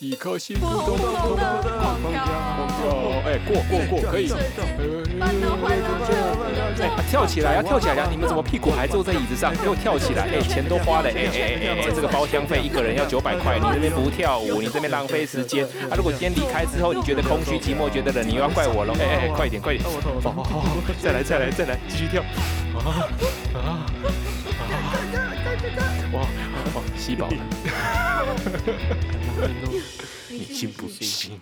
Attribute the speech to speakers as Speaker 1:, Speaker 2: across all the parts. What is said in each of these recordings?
Speaker 1: 一颗心扑通扑通的狂
Speaker 2: 狂
Speaker 1: 跳。哎，过过过，可以。哎，跳起来，要跳起来！你们怎么屁股还坐在椅子上？给我跳起来！哎，钱都花了，哎哎哎哎，这个包厢费一个人要九百块，你这边不跳舞，你这边浪费时间。啊，如果今天离开之后，你觉得空虚寂寞，觉得冷，你又要怪我了。哎哎，快点快点！哦，好，再来再来再来，继续跳。啊啊啊！哇哇，吸饱了。你信不信？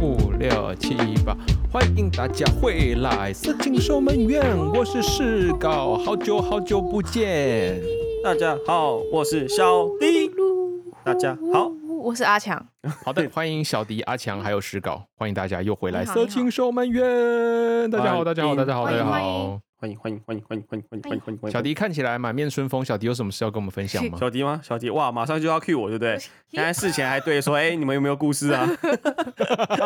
Speaker 1: 五六七八，欢迎大家回来，色情守门员，我是世高，好久好久不见。
Speaker 3: 大家好，我是小弟。大家好，
Speaker 2: 我是阿强。
Speaker 1: 好的，欢迎小迪、阿强还有石稿，欢迎大家又回来。
Speaker 2: 你好你
Speaker 1: 色
Speaker 2: 好
Speaker 1: 情守门员，大家好，大家好，大家好，大
Speaker 2: 欢迎
Speaker 1: 家
Speaker 2: 欢
Speaker 1: 好
Speaker 2: 迎。
Speaker 3: 欢迎欢迎欢迎欢迎欢迎欢迎欢迎欢迎欢迎
Speaker 1: 小迪看起来满面春风，小迪有什么事要跟我们分享吗？
Speaker 3: 小迪吗？小迪哇，马上就要 cue 我，对不对？刚才事前还对说，哎、你们有没有故事啊？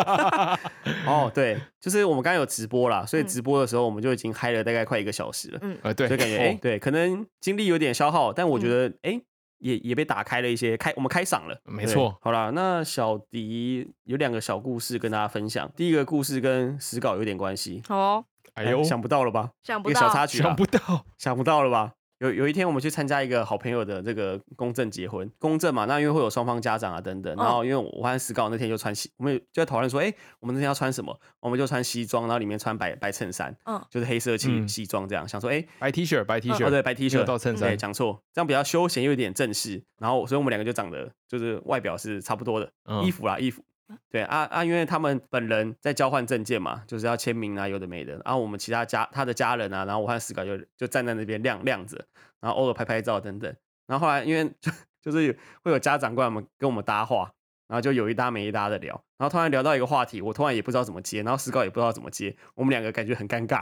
Speaker 3: 哦，对，就是我们刚刚有直播啦，所以直播的时候我们就已经嗨了大概快一个小时了，
Speaker 2: 嗯，
Speaker 1: 呃，对，嗯
Speaker 3: 所以 感觉哎、
Speaker 1: 哦
Speaker 3: 对，可能精力有点消耗，但我觉得哎、也也被打开了一些，开我们开嗓了，
Speaker 1: 没错
Speaker 3: 对。好啦，那小迪有两个小故事跟大家分享，第一个故事跟史稿有点关系，
Speaker 2: 好哦，
Speaker 1: 哎呦，
Speaker 3: 想不到了吧？
Speaker 2: 想
Speaker 3: 一
Speaker 2: 不
Speaker 3: 个小
Speaker 2: 到，
Speaker 3: 插曲啦，
Speaker 1: 想不到，
Speaker 3: 想不到了吧？有有一天，我们去参加一个好朋友的这个公证结婚，公证嘛，那因为会有双方家长啊等等，
Speaker 2: 嗯
Speaker 3: 然后因为我和史高那天就穿西，我们就在讨论说，哎、我们那天要穿什么？我们就穿西装，然后里面穿白白衬衫，
Speaker 2: 嗯
Speaker 3: 就是黑色系
Speaker 1: 嗯
Speaker 3: 西装这样，想说，哎、
Speaker 1: 白 T 恤，白 T 恤，
Speaker 3: 哦对，白 T
Speaker 1: 没
Speaker 3: 恤
Speaker 1: 有到衬衫
Speaker 3: 对，讲错，这样比较休闲又有点正式，然后所以我们两个就长得就是外表是差不多的，
Speaker 1: 嗯
Speaker 3: 衣服啦，衣服。对啊啊，因为他们本人在交换证件嘛，就是要签名啊，有的没的。然、后我们其他家他的家人啊，然后我和思考就就站在那边晾晾着，然后偶尔拍拍照等等。然后后来因为就 就是有会有家长过来我们跟我们搭话，然后就有一搭没一搭的聊，然后突然聊到一个话题，我突然也不知道怎么接，然后思考也不知道怎么接，我们两个感觉很尴尬，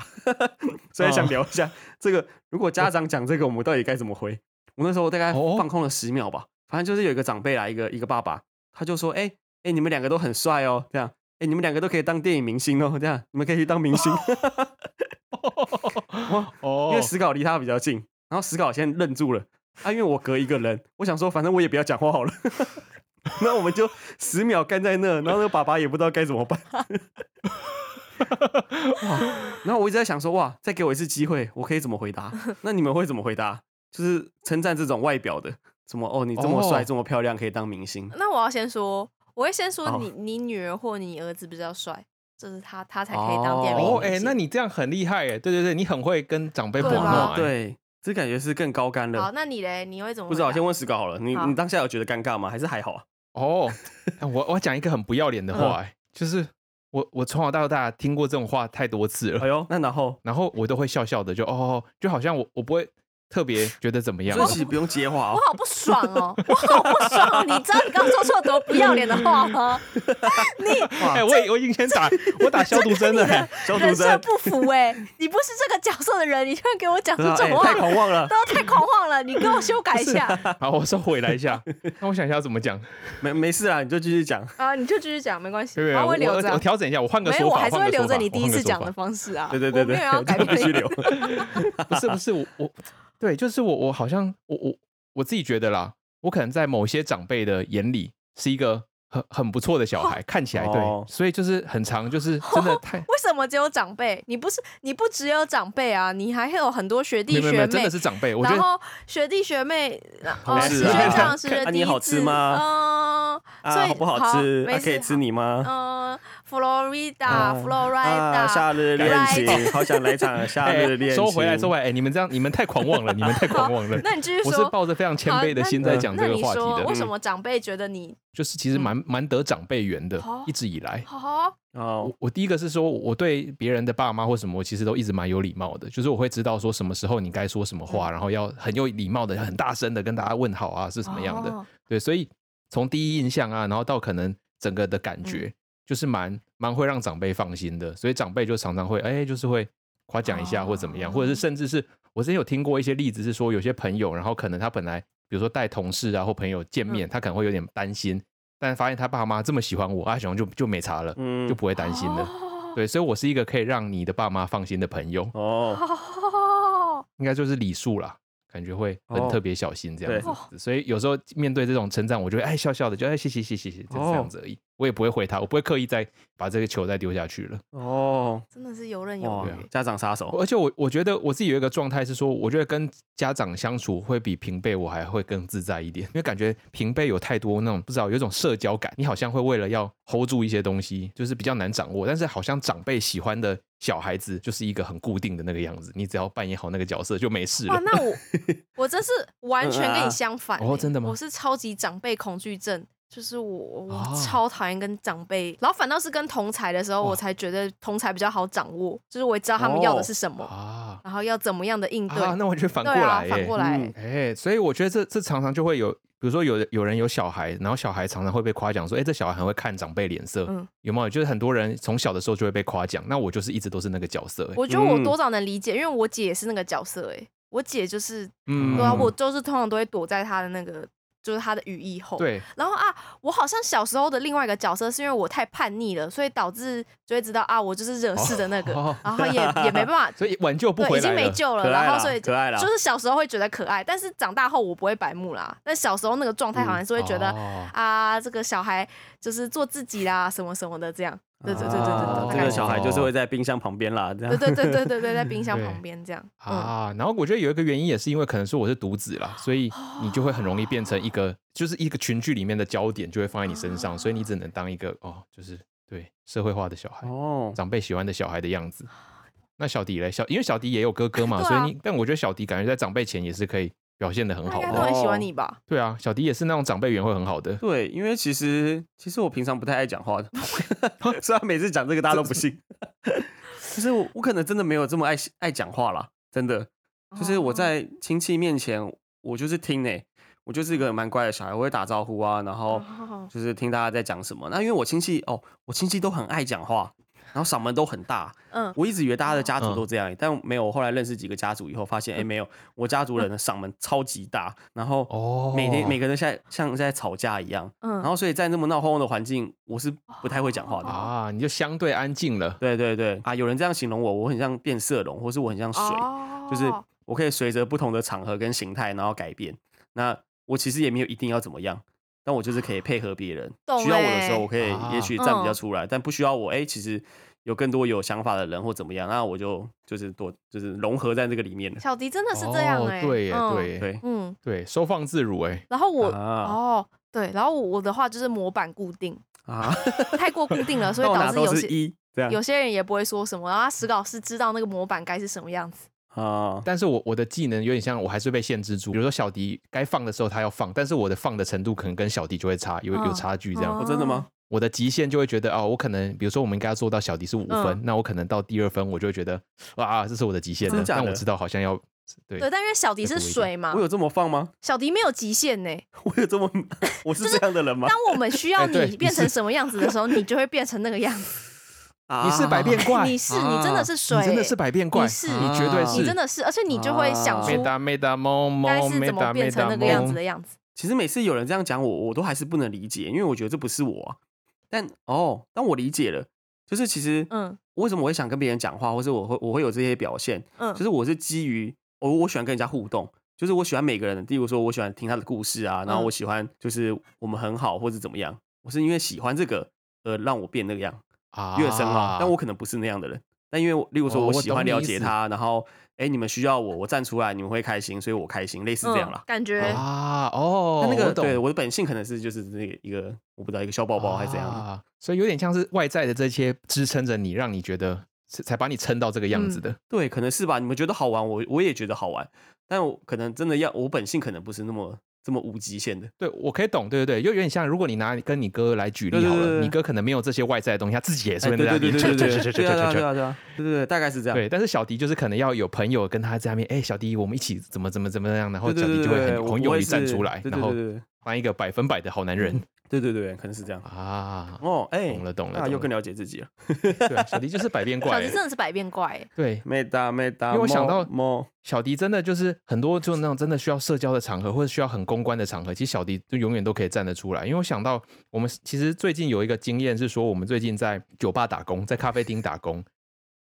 Speaker 3: 所以想聊一下这个，如果家长讲这个，我们到底该怎么回？我那时候大概
Speaker 1: 哦
Speaker 3: 放空了十秒吧，反正就是有一个长辈啦，一个一个爸爸，他就说：“哎、哎、你们两个都很帅哦，这样，哎、你们两个都可以当电影明星哦，这样，你们可以去当明星。
Speaker 1: 哦，
Speaker 3: 因为史考离他比较近，然后史考先愣住了，啊，因为我隔一个人，我想说反正我也不要讲话好了， 那我们就十秒干在那，然后那个爸爸也不知道该怎么办。哇！然后我一直在想说，哇，再给我一次机会，我可以怎么回答？那你们会怎么回答？就是称赞这种外表的，什么哦，你这么帅，
Speaker 1: 哦
Speaker 3: 这么漂亮，可以当明星。
Speaker 2: 那我要先说，我会先说
Speaker 3: 哦
Speaker 2: 你你女儿或你儿子比较帅，就是他他才可以当店名。
Speaker 1: 哦，哎，那你这样很厉害哎，对对对，你很会跟长辈互
Speaker 2: 对啊
Speaker 1: 动，，
Speaker 3: 对，这感觉是更高干
Speaker 2: 好，
Speaker 3: 了。
Speaker 2: 那你嘞，你会怎么？
Speaker 3: 不知道，先。问史考好了。你
Speaker 2: 好
Speaker 3: 你当下有觉得尴尬吗？还是还好啊？
Speaker 1: 哦，哎我我讲一个很不要脸的
Speaker 2: 嗯
Speaker 1: 话，哎，就是我我从小到大听过这种话太多次了
Speaker 3: 哎，呦，那然后，
Speaker 1: 然后我都会笑笑的，就哦，就好像我我不会特别觉得怎么样
Speaker 3: 所以，其实不用接话
Speaker 2: 我。
Speaker 3: 哦
Speaker 2: 好不爽哦！我好不爽！哦你知道你刚说错多不要脸的话 吗？
Speaker 1: 哎，
Speaker 2: 啊
Speaker 1: 我已我已经先打我打消毒针了，哎
Speaker 3: 消毒
Speaker 2: 人设
Speaker 3: 针，
Speaker 2: 不符哎、你不是这个角色的人，你居然给我讲出
Speaker 3: 真的
Speaker 2: 这
Speaker 3: 哎
Speaker 2: 种话，
Speaker 3: 太狂妄 了。
Speaker 2: 都太狂妄了！你给我修改一 下
Speaker 1: 好，我收回来一下，那我想一下要怎么讲，
Speaker 3: 没没事啦，你就继续讲。
Speaker 2: 啊！你就继续讲，没关系，
Speaker 1: 对对，
Speaker 2: 然后
Speaker 1: 我
Speaker 2: 会留着
Speaker 1: 我
Speaker 2: 啊。
Speaker 1: 调整一下，我换个
Speaker 2: 没有，
Speaker 1: 说
Speaker 2: 我
Speaker 1: 法，
Speaker 2: 还是
Speaker 1: 换
Speaker 2: 会
Speaker 1: 个
Speaker 2: 留
Speaker 1: 说
Speaker 2: 着
Speaker 1: 法
Speaker 2: 你第一次讲。
Speaker 1: 我换个说
Speaker 2: 的
Speaker 1: 法
Speaker 2: 方式啊。
Speaker 3: 对对对
Speaker 2: 我
Speaker 3: 对
Speaker 2: 没有要，改
Speaker 3: 就必须
Speaker 2: 变。
Speaker 3: 留。
Speaker 1: 不是不是，我我对，就是我我好像我我我自己觉得啦，我可能在某些长辈的眼里是一个很很不错的小 孩，看起来对，
Speaker 3: 哦
Speaker 1: 所以就是很长，就是真的太
Speaker 2: 为什么只有长辈？你不是你不只有长辈啊，你还会有很多学弟
Speaker 1: 没有没有没
Speaker 2: 学
Speaker 1: 有，真
Speaker 2: 妹
Speaker 1: 的。是长辈，我觉
Speaker 2: 然
Speaker 1: 得
Speaker 2: 后学弟学妹，
Speaker 3: 同
Speaker 2: 哦，
Speaker 3: 事
Speaker 2: 师
Speaker 3: 啊
Speaker 2: 学
Speaker 3: 看
Speaker 2: 长师学
Speaker 3: 看
Speaker 2: 弟
Speaker 3: 你好吃
Speaker 2: 子
Speaker 3: 吗
Speaker 2: 嗯，所
Speaker 3: 啊，
Speaker 2: 以
Speaker 3: 好不好吃？
Speaker 2: 没
Speaker 3: 啊，可以
Speaker 2: 事。
Speaker 3: 吃你吗？
Speaker 2: 嗯
Speaker 3: 啊啊，
Speaker 2: ，Florida，Florida，
Speaker 3: 夏日恋情， 好想来场夏
Speaker 1: 哎
Speaker 3: 日恋情。
Speaker 1: 收回来收回来，哎，你们这样你们太狂妄了，你们 太狂妄了。
Speaker 2: 那你继续
Speaker 1: 我是
Speaker 2: 说。
Speaker 1: 抱着非常谦
Speaker 2: 好
Speaker 1: 卑的
Speaker 2: 那
Speaker 1: 心在讲
Speaker 2: 那
Speaker 1: 这个
Speaker 2: 你
Speaker 1: 话题
Speaker 2: 说
Speaker 1: 的，
Speaker 2: 为什么长辈觉得你
Speaker 1: 就是其实蛮蛮得长辈缘的
Speaker 2: 好，
Speaker 1: 一直以来。
Speaker 2: 好好
Speaker 3: 哦
Speaker 1: 我，我第一个是说，我对别人的爸妈或什么，我其实都一直蛮有礼貌的，就是我会知道说什么时候你该说什么
Speaker 2: 嗯
Speaker 1: 话，然后要很有礼貌的、很大声的跟大家问好啊，是什么样的？
Speaker 2: 哦
Speaker 1: 对，所以从第一印象啊，然后到可能整个的感
Speaker 2: 嗯
Speaker 1: 觉，就是蛮蛮会让长辈放心的，所以长辈就常常会哎、就是会夸奖一下
Speaker 2: 哦
Speaker 1: 或怎么样，或者是甚至是我之前有听过一些例子是
Speaker 2: 嗯
Speaker 1: 说，有些朋友，然后可能他本来比如说带同事啊或朋友见面，他可能会有点担心。但是发现他爸妈这么喜欢我，阿雄就就没差了，
Speaker 3: 嗯
Speaker 1: 就不会担心了。
Speaker 2: 哦
Speaker 1: 对，所以我是一个可以让你的爸妈放心的朋友，
Speaker 3: 哦，
Speaker 2: 哦，
Speaker 1: 应该就是礼数啦，感觉会很
Speaker 3: 哦
Speaker 1: 特别小心这样子。
Speaker 2: 对
Speaker 1: 所以有时候面对这种称赞，我就会哎笑笑的，就哎谢谢谢谢谢谢，就是
Speaker 3: 哦
Speaker 1: 这样子而已。我也不会回他，我不会刻意再把这个球再丢下去了。
Speaker 3: 哦，
Speaker 2: 真的是
Speaker 1: 哎
Speaker 2: 游刃有
Speaker 3: 哇
Speaker 2: 余。，啊
Speaker 3: 家长杀手，
Speaker 1: 而且我我觉得我自己有一个状态是说，我觉得跟家长相处会比平辈我还会更自在一点，因 为感觉平辈有太多那种不知道有一种社交感，你好像会为了要 hold 住一些东西，就是比较难掌握。但是好像长辈喜欢的小孩子就是一个很固定的那个样子，你只要扮演好那个角色就没事
Speaker 2: 哇，
Speaker 1: 了。
Speaker 2: 那我我真是完全跟你相反、欸
Speaker 1: 嗯啊哦真的吗
Speaker 2: 我是超级长辈恐惧症，就是我我
Speaker 1: 哦
Speaker 2: 超讨厌跟长辈，然后反倒是跟同才的时候，
Speaker 1: 哇
Speaker 2: 我才觉得同才比较好掌握，就是我也知道他们要的
Speaker 3: 哦
Speaker 2: 是什么，
Speaker 1: 啊
Speaker 2: 然后要怎么样的应对。
Speaker 1: 啊，那我觉得反过
Speaker 2: 对啊
Speaker 1: 来，耶、
Speaker 2: 反过来、
Speaker 3: 嗯
Speaker 1: 哎、所以我觉得这这常常就会有，比如说有的有人有小孩，然后小孩常常会被夸奖说，哎、这小孩很会看长辈脸色，
Speaker 2: 嗯
Speaker 1: 有没有？就是很多人从小的时候就会被夸奖，那我就是一直都是那个角色、哎
Speaker 2: 我觉得我
Speaker 3: 嗯
Speaker 2: 多少能理解，因为我姐也是那个角色、欸，我姐就是，
Speaker 1: 嗯
Speaker 2: 对啊，我就是通常都会躲在她的那个，就是她的羽翼后，
Speaker 1: 嗯对
Speaker 2: 然后啊，我好像小时候的另外一个角色是因为我太叛逆了，所以导致就会知道啊，我就是惹事的那个，
Speaker 1: 哦
Speaker 2: 然后也也没办法，
Speaker 1: 所以挽救不
Speaker 2: 对，
Speaker 1: 回
Speaker 2: 已经
Speaker 1: 来
Speaker 2: 没
Speaker 1: 了。
Speaker 2: 救了。
Speaker 3: 可爱
Speaker 2: 然后
Speaker 3: 啦
Speaker 2: 所以
Speaker 3: 可爱啦
Speaker 2: 就是小时候会觉得可爱，但是长大后我不会白目啦。但小时候那个状态好像是会觉得、
Speaker 1: 哦
Speaker 2: 啊，这个小孩就是做自己啦，什么什么的这样。对对对对对
Speaker 3: 啊
Speaker 2: 对，大
Speaker 3: 这
Speaker 2: 概
Speaker 3: 个
Speaker 2: 是
Speaker 3: 小孩就是会在冰箱旁边啦，这
Speaker 2: 对
Speaker 3: 样，
Speaker 2: 对对对对对，在冰箱
Speaker 1: 对
Speaker 2: 旁边这样。嗯，
Speaker 1: 啊，然后我觉得有一个原因也是因为可能说我是独子啦，所以你就会很容易变成一个，就是一个群聚里面的焦点就会放在你身上，所以你只能当一个哦，就是对社会化的小孩。
Speaker 3: 哦，
Speaker 1: 长辈喜欢的小孩的样子。那小迪嘞，小因为小迪也有哥哥嘛，
Speaker 2: 对啊
Speaker 1: 所以你，但我觉得小迪感觉在长辈前也是可以表现的很
Speaker 2: 他
Speaker 1: 好
Speaker 2: 应该
Speaker 1: 的。
Speaker 2: 都很喜欢你吧？
Speaker 1: 对啊，小迪也是那种长辈缘会很好的。
Speaker 3: 对，因为其实其实我平常不太爱 讲话的， 虽然每次讲这个大家都不信， 其实我我可能真的没有这么爱爱讲话啦，真的，就是
Speaker 2: 哦
Speaker 3: 我在亲戚面前我就是听呢、我就是一个蛮乖的小孩，我会打招呼啊，然后
Speaker 2: 哦
Speaker 3: 就是听大家在讲什么。那因为我亲戚哦，我亲戚都很爱讲话，然后嗓门都很大，
Speaker 2: 嗯，
Speaker 3: 我一直以为大家的家族都这样，欸但没有。我后来认识几个家族以后，发现哎、诶
Speaker 2: 嗯
Speaker 3: 没有，我家族人的嗓门超级大，然后
Speaker 1: 哦
Speaker 3: 每天每个人像像在吵架一样，
Speaker 2: 嗯
Speaker 3: 然后所以在那么闹哄哄的环境，我是不太会讲话的。
Speaker 1: 啊，你就相对安静了。
Speaker 3: 对对对啊，有人这样形容我，我很像变色龙，或是我很像水，
Speaker 2: 哦
Speaker 3: 就是我可以随着不同的场合跟形态然后改变。那我其实也没有一定要怎么样。但我就是可以配合别人，
Speaker 2: 懂
Speaker 3: 需要我的时
Speaker 2: 欸
Speaker 3: 候，我可以
Speaker 1: 啊
Speaker 3: 也许站比较
Speaker 2: 嗯
Speaker 3: 出来，但不需要我，哎、其实有更多有想法的人或怎么样，那我就就是多就是融合在这个里面了。
Speaker 2: 小迪真的是这样
Speaker 1: 哦
Speaker 2: 哎，
Speaker 1: 对耶，
Speaker 2: 嗯
Speaker 1: 对耶，
Speaker 3: 对，
Speaker 2: 嗯。
Speaker 1: 对，收放自如哎。
Speaker 2: 然后我、
Speaker 3: 啊
Speaker 2: 哦，对，然后我我的话就是模板固定，
Speaker 3: 啊，
Speaker 2: 太过固定了， 所以
Speaker 3: 到
Speaker 2: 导
Speaker 3: 哪
Speaker 2: 致
Speaker 3: 都
Speaker 2: 有
Speaker 3: 是
Speaker 2: 些
Speaker 3: 一
Speaker 1: 啊
Speaker 3: 这样
Speaker 2: 有些人也不会说什么，然后他史老师知道那个模板该是什么样子。
Speaker 3: 啊，
Speaker 1: 但是我我的技能有点像，我还是被限制住。比如说小迪该放的时候他要放，但是我的放的程度可能跟小迪就会差有有
Speaker 2: 嗯
Speaker 1: 差距这样。
Speaker 3: 哦，真的吗？
Speaker 1: 我的极限就会觉得哦，我可能比如说我们应该要做到小迪是五分，
Speaker 2: 嗯
Speaker 1: 那我可能到第二分我就会觉得啊，这是我的极限
Speaker 3: 真
Speaker 1: 了
Speaker 3: 的。假的
Speaker 1: 但我知道好像要对
Speaker 2: 对，但因为小迪
Speaker 1: 再
Speaker 2: 是
Speaker 1: 多一点
Speaker 2: 水嘛
Speaker 3: 我，有这么放吗？
Speaker 2: 小迪没有极限 呢、
Speaker 3: 我有这么我是这样的人吗？
Speaker 2: 当我们需要
Speaker 1: 哎对
Speaker 2: 你变成什么样子的时候，你就会变成那个样子。
Speaker 3: 啊
Speaker 1: 你是百变怪，啊
Speaker 2: 你是你真的是水
Speaker 1: 你真的是百变怪，
Speaker 2: 你是
Speaker 1: 你绝对
Speaker 3: 啊
Speaker 1: 是，
Speaker 2: 你真的是，而且你就会想
Speaker 3: 啊
Speaker 2: 出
Speaker 1: 没打没打梦
Speaker 2: 该
Speaker 1: 梦，
Speaker 2: 是
Speaker 1: 没
Speaker 2: 怎
Speaker 1: 打
Speaker 2: 么变
Speaker 1: 没
Speaker 2: 成
Speaker 1: 打
Speaker 2: 那
Speaker 1: 梦
Speaker 2: 个样子的样子。
Speaker 3: 其实每次有人这样讲我，我都还是不能理解，因为我觉得这不是我啊、但哦，但我理解了，就是其实
Speaker 2: 嗯
Speaker 3: 为什么我会想跟别人讲话，或是我会我会有这些表现，
Speaker 2: 嗯，
Speaker 3: 就是我是基于我我喜欢跟人家互动，就是我喜欢每个人，例如说我喜欢听他的故事啊，然后
Speaker 2: 嗯
Speaker 3: 我喜欢就是我们很好或者怎么样，我是因为喜欢这个呃让我变那个样
Speaker 1: 啊
Speaker 3: 越深啊，但我可能不是那样的人，但因为我例如说
Speaker 1: 哦
Speaker 3: 我
Speaker 1: 我
Speaker 3: 喜欢
Speaker 1: 懂你
Speaker 3: 了
Speaker 1: 意
Speaker 3: 解
Speaker 1: 思
Speaker 3: 他，然后哎、你们需要我，我站出来你们会开心，所以我开心，类似这样啦
Speaker 2: 嗯。感觉、
Speaker 1: 啊哦
Speaker 3: 但，那
Speaker 1: 我
Speaker 3: 个
Speaker 1: 懂
Speaker 3: 对我的本性可能是就是那个一个我不知道一个小宝宝还是怎样的，
Speaker 1: 啊所以有点像是外在的这些支撑着你，让你觉得是才把你撑到这个样子的。
Speaker 3: 对，可能是吧。你们觉得好玩，我我也觉得好玩，但我可能真的要我本性可能不是那么这么无极限的。
Speaker 1: 对，我可以懂，对对对，又有点像如果你拿跟你哥来举例好
Speaker 3: 对对对
Speaker 1: 了，
Speaker 3: 对
Speaker 1: 你哥可能没有这些外在的东西，他自己也是
Speaker 3: 哎
Speaker 1: 会那
Speaker 3: 对
Speaker 1: 样
Speaker 3: 对对对对对对对对对啊对啊
Speaker 1: 对
Speaker 3: 对啊对对，大概是这样。
Speaker 1: 对，但是小迪就是可能要有朋友跟他在那边，哎，小迪，我们一起怎么怎么怎么样，然后
Speaker 3: 对
Speaker 1: 小
Speaker 3: 对
Speaker 1: 迪
Speaker 3: 对
Speaker 1: 就会
Speaker 3: 对，
Speaker 1: 很
Speaker 3: 我
Speaker 1: 很
Speaker 3: 我
Speaker 1: 勇
Speaker 3: 也
Speaker 1: 于站
Speaker 3: 是
Speaker 1: 出来，
Speaker 3: 对
Speaker 1: 然
Speaker 3: 对
Speaker 1: 后
Speaker 3: 对对，
Speaker 1: 当一个百分百的好男人
Speaker 3: 对对对，可能是这样。
Speaker 1: 啊。
Speaker 3: 哦，哎、
Speaker 1: 懂了懂了
Speaker 3: 那
Speaker 1: 懂
Speaker 3: 又
Speaker 1: 了
Speaker 3: 更了解自己了。
Speaker 1: 对啊，小迪就是百变
Speaker 2: 小
Speaker 1: 怪
Speaker 2: 迪
Speaker 1: 欸。
Speaker 2: 真的是百变怪欸，
Speaker 1: 对，
Speaker 3: 妹哒妹哒，
Speaker 1: 因为我想到
Speaker 3: 摸
Speaker 1: 小迪真的就是很多就那种真的需要社交的场合，或者需要很公关的场合，其实小迪就永远都可以站得出来。因为我想到我们其实最近有一个经验是说，我们最近在酒吧打工，在咖啡厅打工，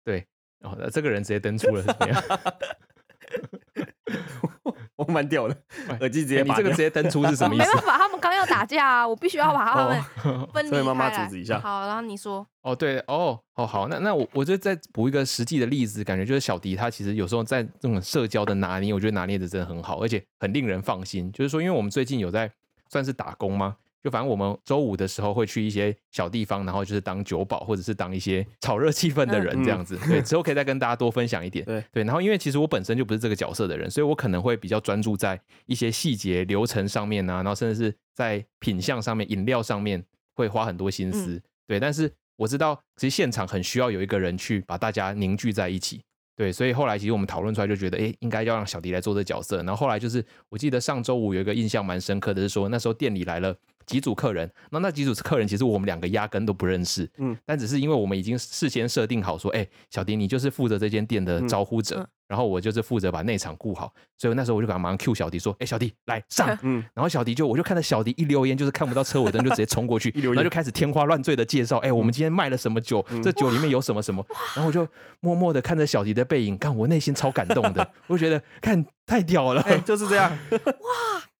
Speaker 1: 对，然、后这个人直接登出了，怎么样？
Speaker 3: 我蛮屌的
Speaker 1: 哎，
Speaker 3: 耳机 直
Speaker 1: 哎
Speaker 3: 接
Speaker 1: 你
Speaker 3: 拔
Speaker 1: 这
Speaker 3: 掉
Speaker 1: 个直。接登出是什么意
Speaker 2: 没
Speaker 1: 思
Speaker 2: 办？法，他们刚要打架啊，我必须要把他们 分离
Speaker 3: 哦所以妈妈
Speaker 2: 开来
Speaker 3: 阻止一下
Speaker 2: 好，然后你说，
Speaker 1: 哦，对，哦，哦，好，那那我我就再补一个实际的例子，感觉就是小迪他其实有时候在这种社交的拿捏，我觉得拿捏的真的很好，而且很令人放心。就是说，因为我们最近有在算是打工吗？就反正我们周五的时候会去一些小地方，然后就是当酒保或者是当一些炒热气氛的人
Speaker 3: 嗯
Speaker 1: 这样子。对，之后可以再跟大家多分享一点。
Speaker 3: 对
Speaker 1: 对，然后因为其实我本身就不是这个角色的人，所以我可能会比较专注在一些细节、流程上面啊，然后甚至是在品相上面、饮料上面会花很多心思。
Speaker 3: 嗯
Speaker 1: 对，但是我知道其实现场很需要有一个人去把大家凝聚在一起。对，所以后来其实我们讨论出来就觉得，诶，应该要让小迪来做这角色。然后后来就是，我记得上周五有一个印象蛮深刻的是说，那时候店里来了几组客人，那那几组客人其实我们两个压根都不认识，
Speaker 3: 嗯
Speaker 1: 嗯，但只是因为我们已经事先设定好说，诶，小迪你就是负责这间店的招呼者，
Speaker 2: 嗯嗯
Speaker 1: 然后我就是负责把内场顾好，所以我那时候我就赶快马上 Q 小迪说，诶，小迪来上，
Speaker 3: 嗯，
Speaker 1: 然后小迪就，我就看到小迪一溜烟，就是看不到车尾灯，就直接冲 过去，
Speaker 3: 溜烟
Speaker 1: 然后就开始天花乱坠的介绍，哎、我们今天卖了什么酒，
Speaker 3: 嗯
Speaker 1: 这酒里面有什么什么，然后我就默默的看着小迪的背影，看我内心超感动 的，我就觉得看太屌了，
Speaker 3: 哎、就是这样。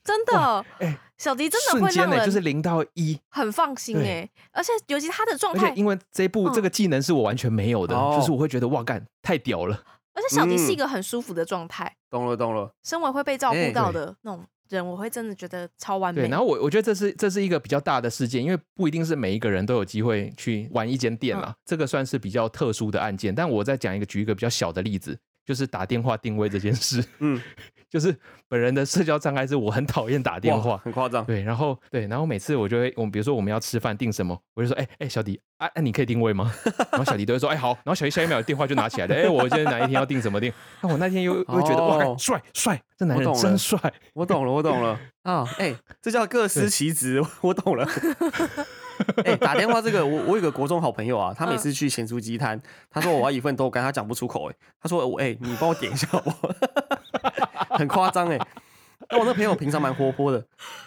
Speaker 2: 真的
Speaker 1: 哎，
Speaker 2: 小迪真的
Speaker 1: 瞬
Speaker 2: 会
Speaker 1: 间
Speaker 2: 让
Speaker 1: 呢、就是
Speaker 2: 人
Speaker 1: 零到一，
Speaker 2: 很放心
Speaker 1: 对
Speaker 2: 哎，而且尤其他的状
Speaker 1: 而且
Speaker 2: 态，
Speaker 1: 因为这部、
Speaker 2: 嗯
Speaker 1: 这个技能是我完全没有的，
Speaker 3: 哦
Speaker 1: 就是我会觉得哇干太屌了，
Speaker 2: 而且小迪是一
Speaker 3: 嗯
Speaker 2: 个很舒服的状态，
Speaker 3: 懂了懂了，
Speaker 2: 身为会被照
Speaker 3: 哎
Speaker 2: 顾到
Speaker 1: 对
Speaker 2: 的那种人，我会真的觉得超完
Speaker 1: 对，
Speaker 2: 美
Speaker 1: 然。后我我觉得这是这是一个比较大的事件，因为不一定是每一个人都有机会去玩一间
Speaker 3: 嗯
Speaker 1: 店啦，啊这个算是比较特殊的案件。但我再讲一个，举一个比较小的例子，就是打电话定位这件事，
Speaker 3: 嗯，
Speaker 1: 就是本人的社交障碍是我很讨厌打电
Speaker 3: 哇
Speaker 1: 话。
Speaker 3: 很夸张。
Speaker 1: 对，然后对，然后每次我就会，我们比如说我们要吃饭定什么，我就说，哎、哎、小迪啊，啊你可以定位吗？ 然后小迪都会说，哎、好，然后小迪下一秒电话就拿起来了，哎、我今天哪一天要定什么定？ 那、我那天又又觉得、哇
Speaker 3: 哦
Speaker 1: 干，帅帅，这男
Speaker 3: 我
Speaker 1: 人
Speaker 3: 懂了
Speaker 1: 真帅，
Speaker 3: 我懂了，我 懂了啊！哎、这叫各司其职，我懂了。哎、打电话这个，我我有个国中好朋友啊，
Speaker 2: 嗯
Speaker 3: 他每次去咸酥鸡摊，他说我要一份豆干，他讲不出口、哎，他说我哎、你帮我 点一下好不好？很夸张哎。但我那朋友平常蛮活泼的，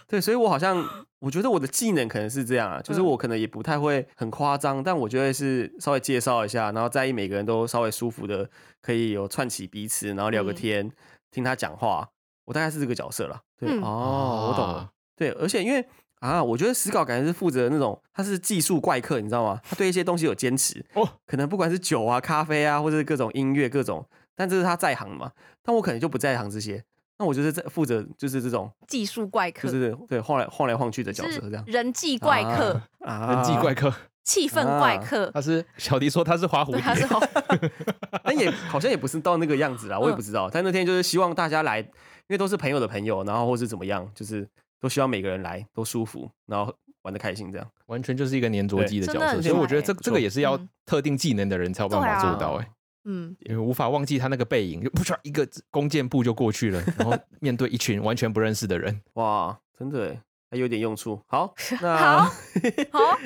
Speaker 3: 对，所以我好像我觉得我的技能可能是这样啊，就是
Speaker 2: 嗯
Speaker 3: 我可能也不太会很夸张，但我就会是稍微介绍一下，然后在意每个人都稍微舒服的，可以有串起彼此，然后聊个
Speaker 2: 嗯
Speaker 3: 天，听他讲话，我大概是这个角色啦。对，
Speaker 2: 嗯
Speaker 3: 哦，我懂了
Speaker 1: 啊。
Speaker 3: 对，而且因为啊，我觉得史搞感觉是负责那种他是技术怪客，你知道吗？他对一些东西有坚持，
Speaker 1: 哦
Speaker 3: 可能不管是酒啊、咖啡啊，或者是各种音乐各种，但这是他在行的嘛。但我可能就不在行这些，那我就是在负责就是这种
Speaker 2: 技术怪
Speaker 3: 就
Speaker 2: 客，
Speaker 3: 是对晃来晃来晃去的角
Speaker 2: 是
Speaker 3: 色这样。
Speaker 2: 人际怪客、
Speaker 3: 啊，
Speaker 1: 人际怪，客，
Speaker 2: 气氛怪
Speaker 3: 啊
Speaker 2: 客，
Speaker 1: 他是小迪说他是花蝴
Speaker 2: 对，他
Speaker 1: 蝶
Speaker 2: 是。好
Speaker 3: 但也好像也不是到那个样子啦，
Speaker 2: 嗯
Speaker 3: 我也不知道。但那天就是希望大家来，因为都是朋友的朋友，然后或是怎么样，就是都希望每个人来都舒服，然后玩的开心这样。
Speaker 1: 完全就是一个粘着
Speaker 3: 对
Speaker 1: 剂的
Speaker 2: 真
Speaker 1: 角
Speaker 2: 的
Speaker 1: 色，
Speaker 2: 很
Speaker 1: 所以我
Speaker 2: 帅
Speaker 1: 觉得
Speaker 2: 欸
Speaker 1: 这这个也是要
Speaker 2: 嗯
Speaker 1: 特定技能的人才有办
Speaker 2: 对
Speaker 1: 法
Speaker 2: 啊
Speaker 1: 做到、欸，哎、
Speaker 2: 嗯，
Speaker 1: 因为无法忘记他那个背影，就不一个弓箭步就过去 了，然后面对一群完全不认识的人。
Speaker 3: 哇，真的耶还有点用处。好，那
Speaker 2: 好好，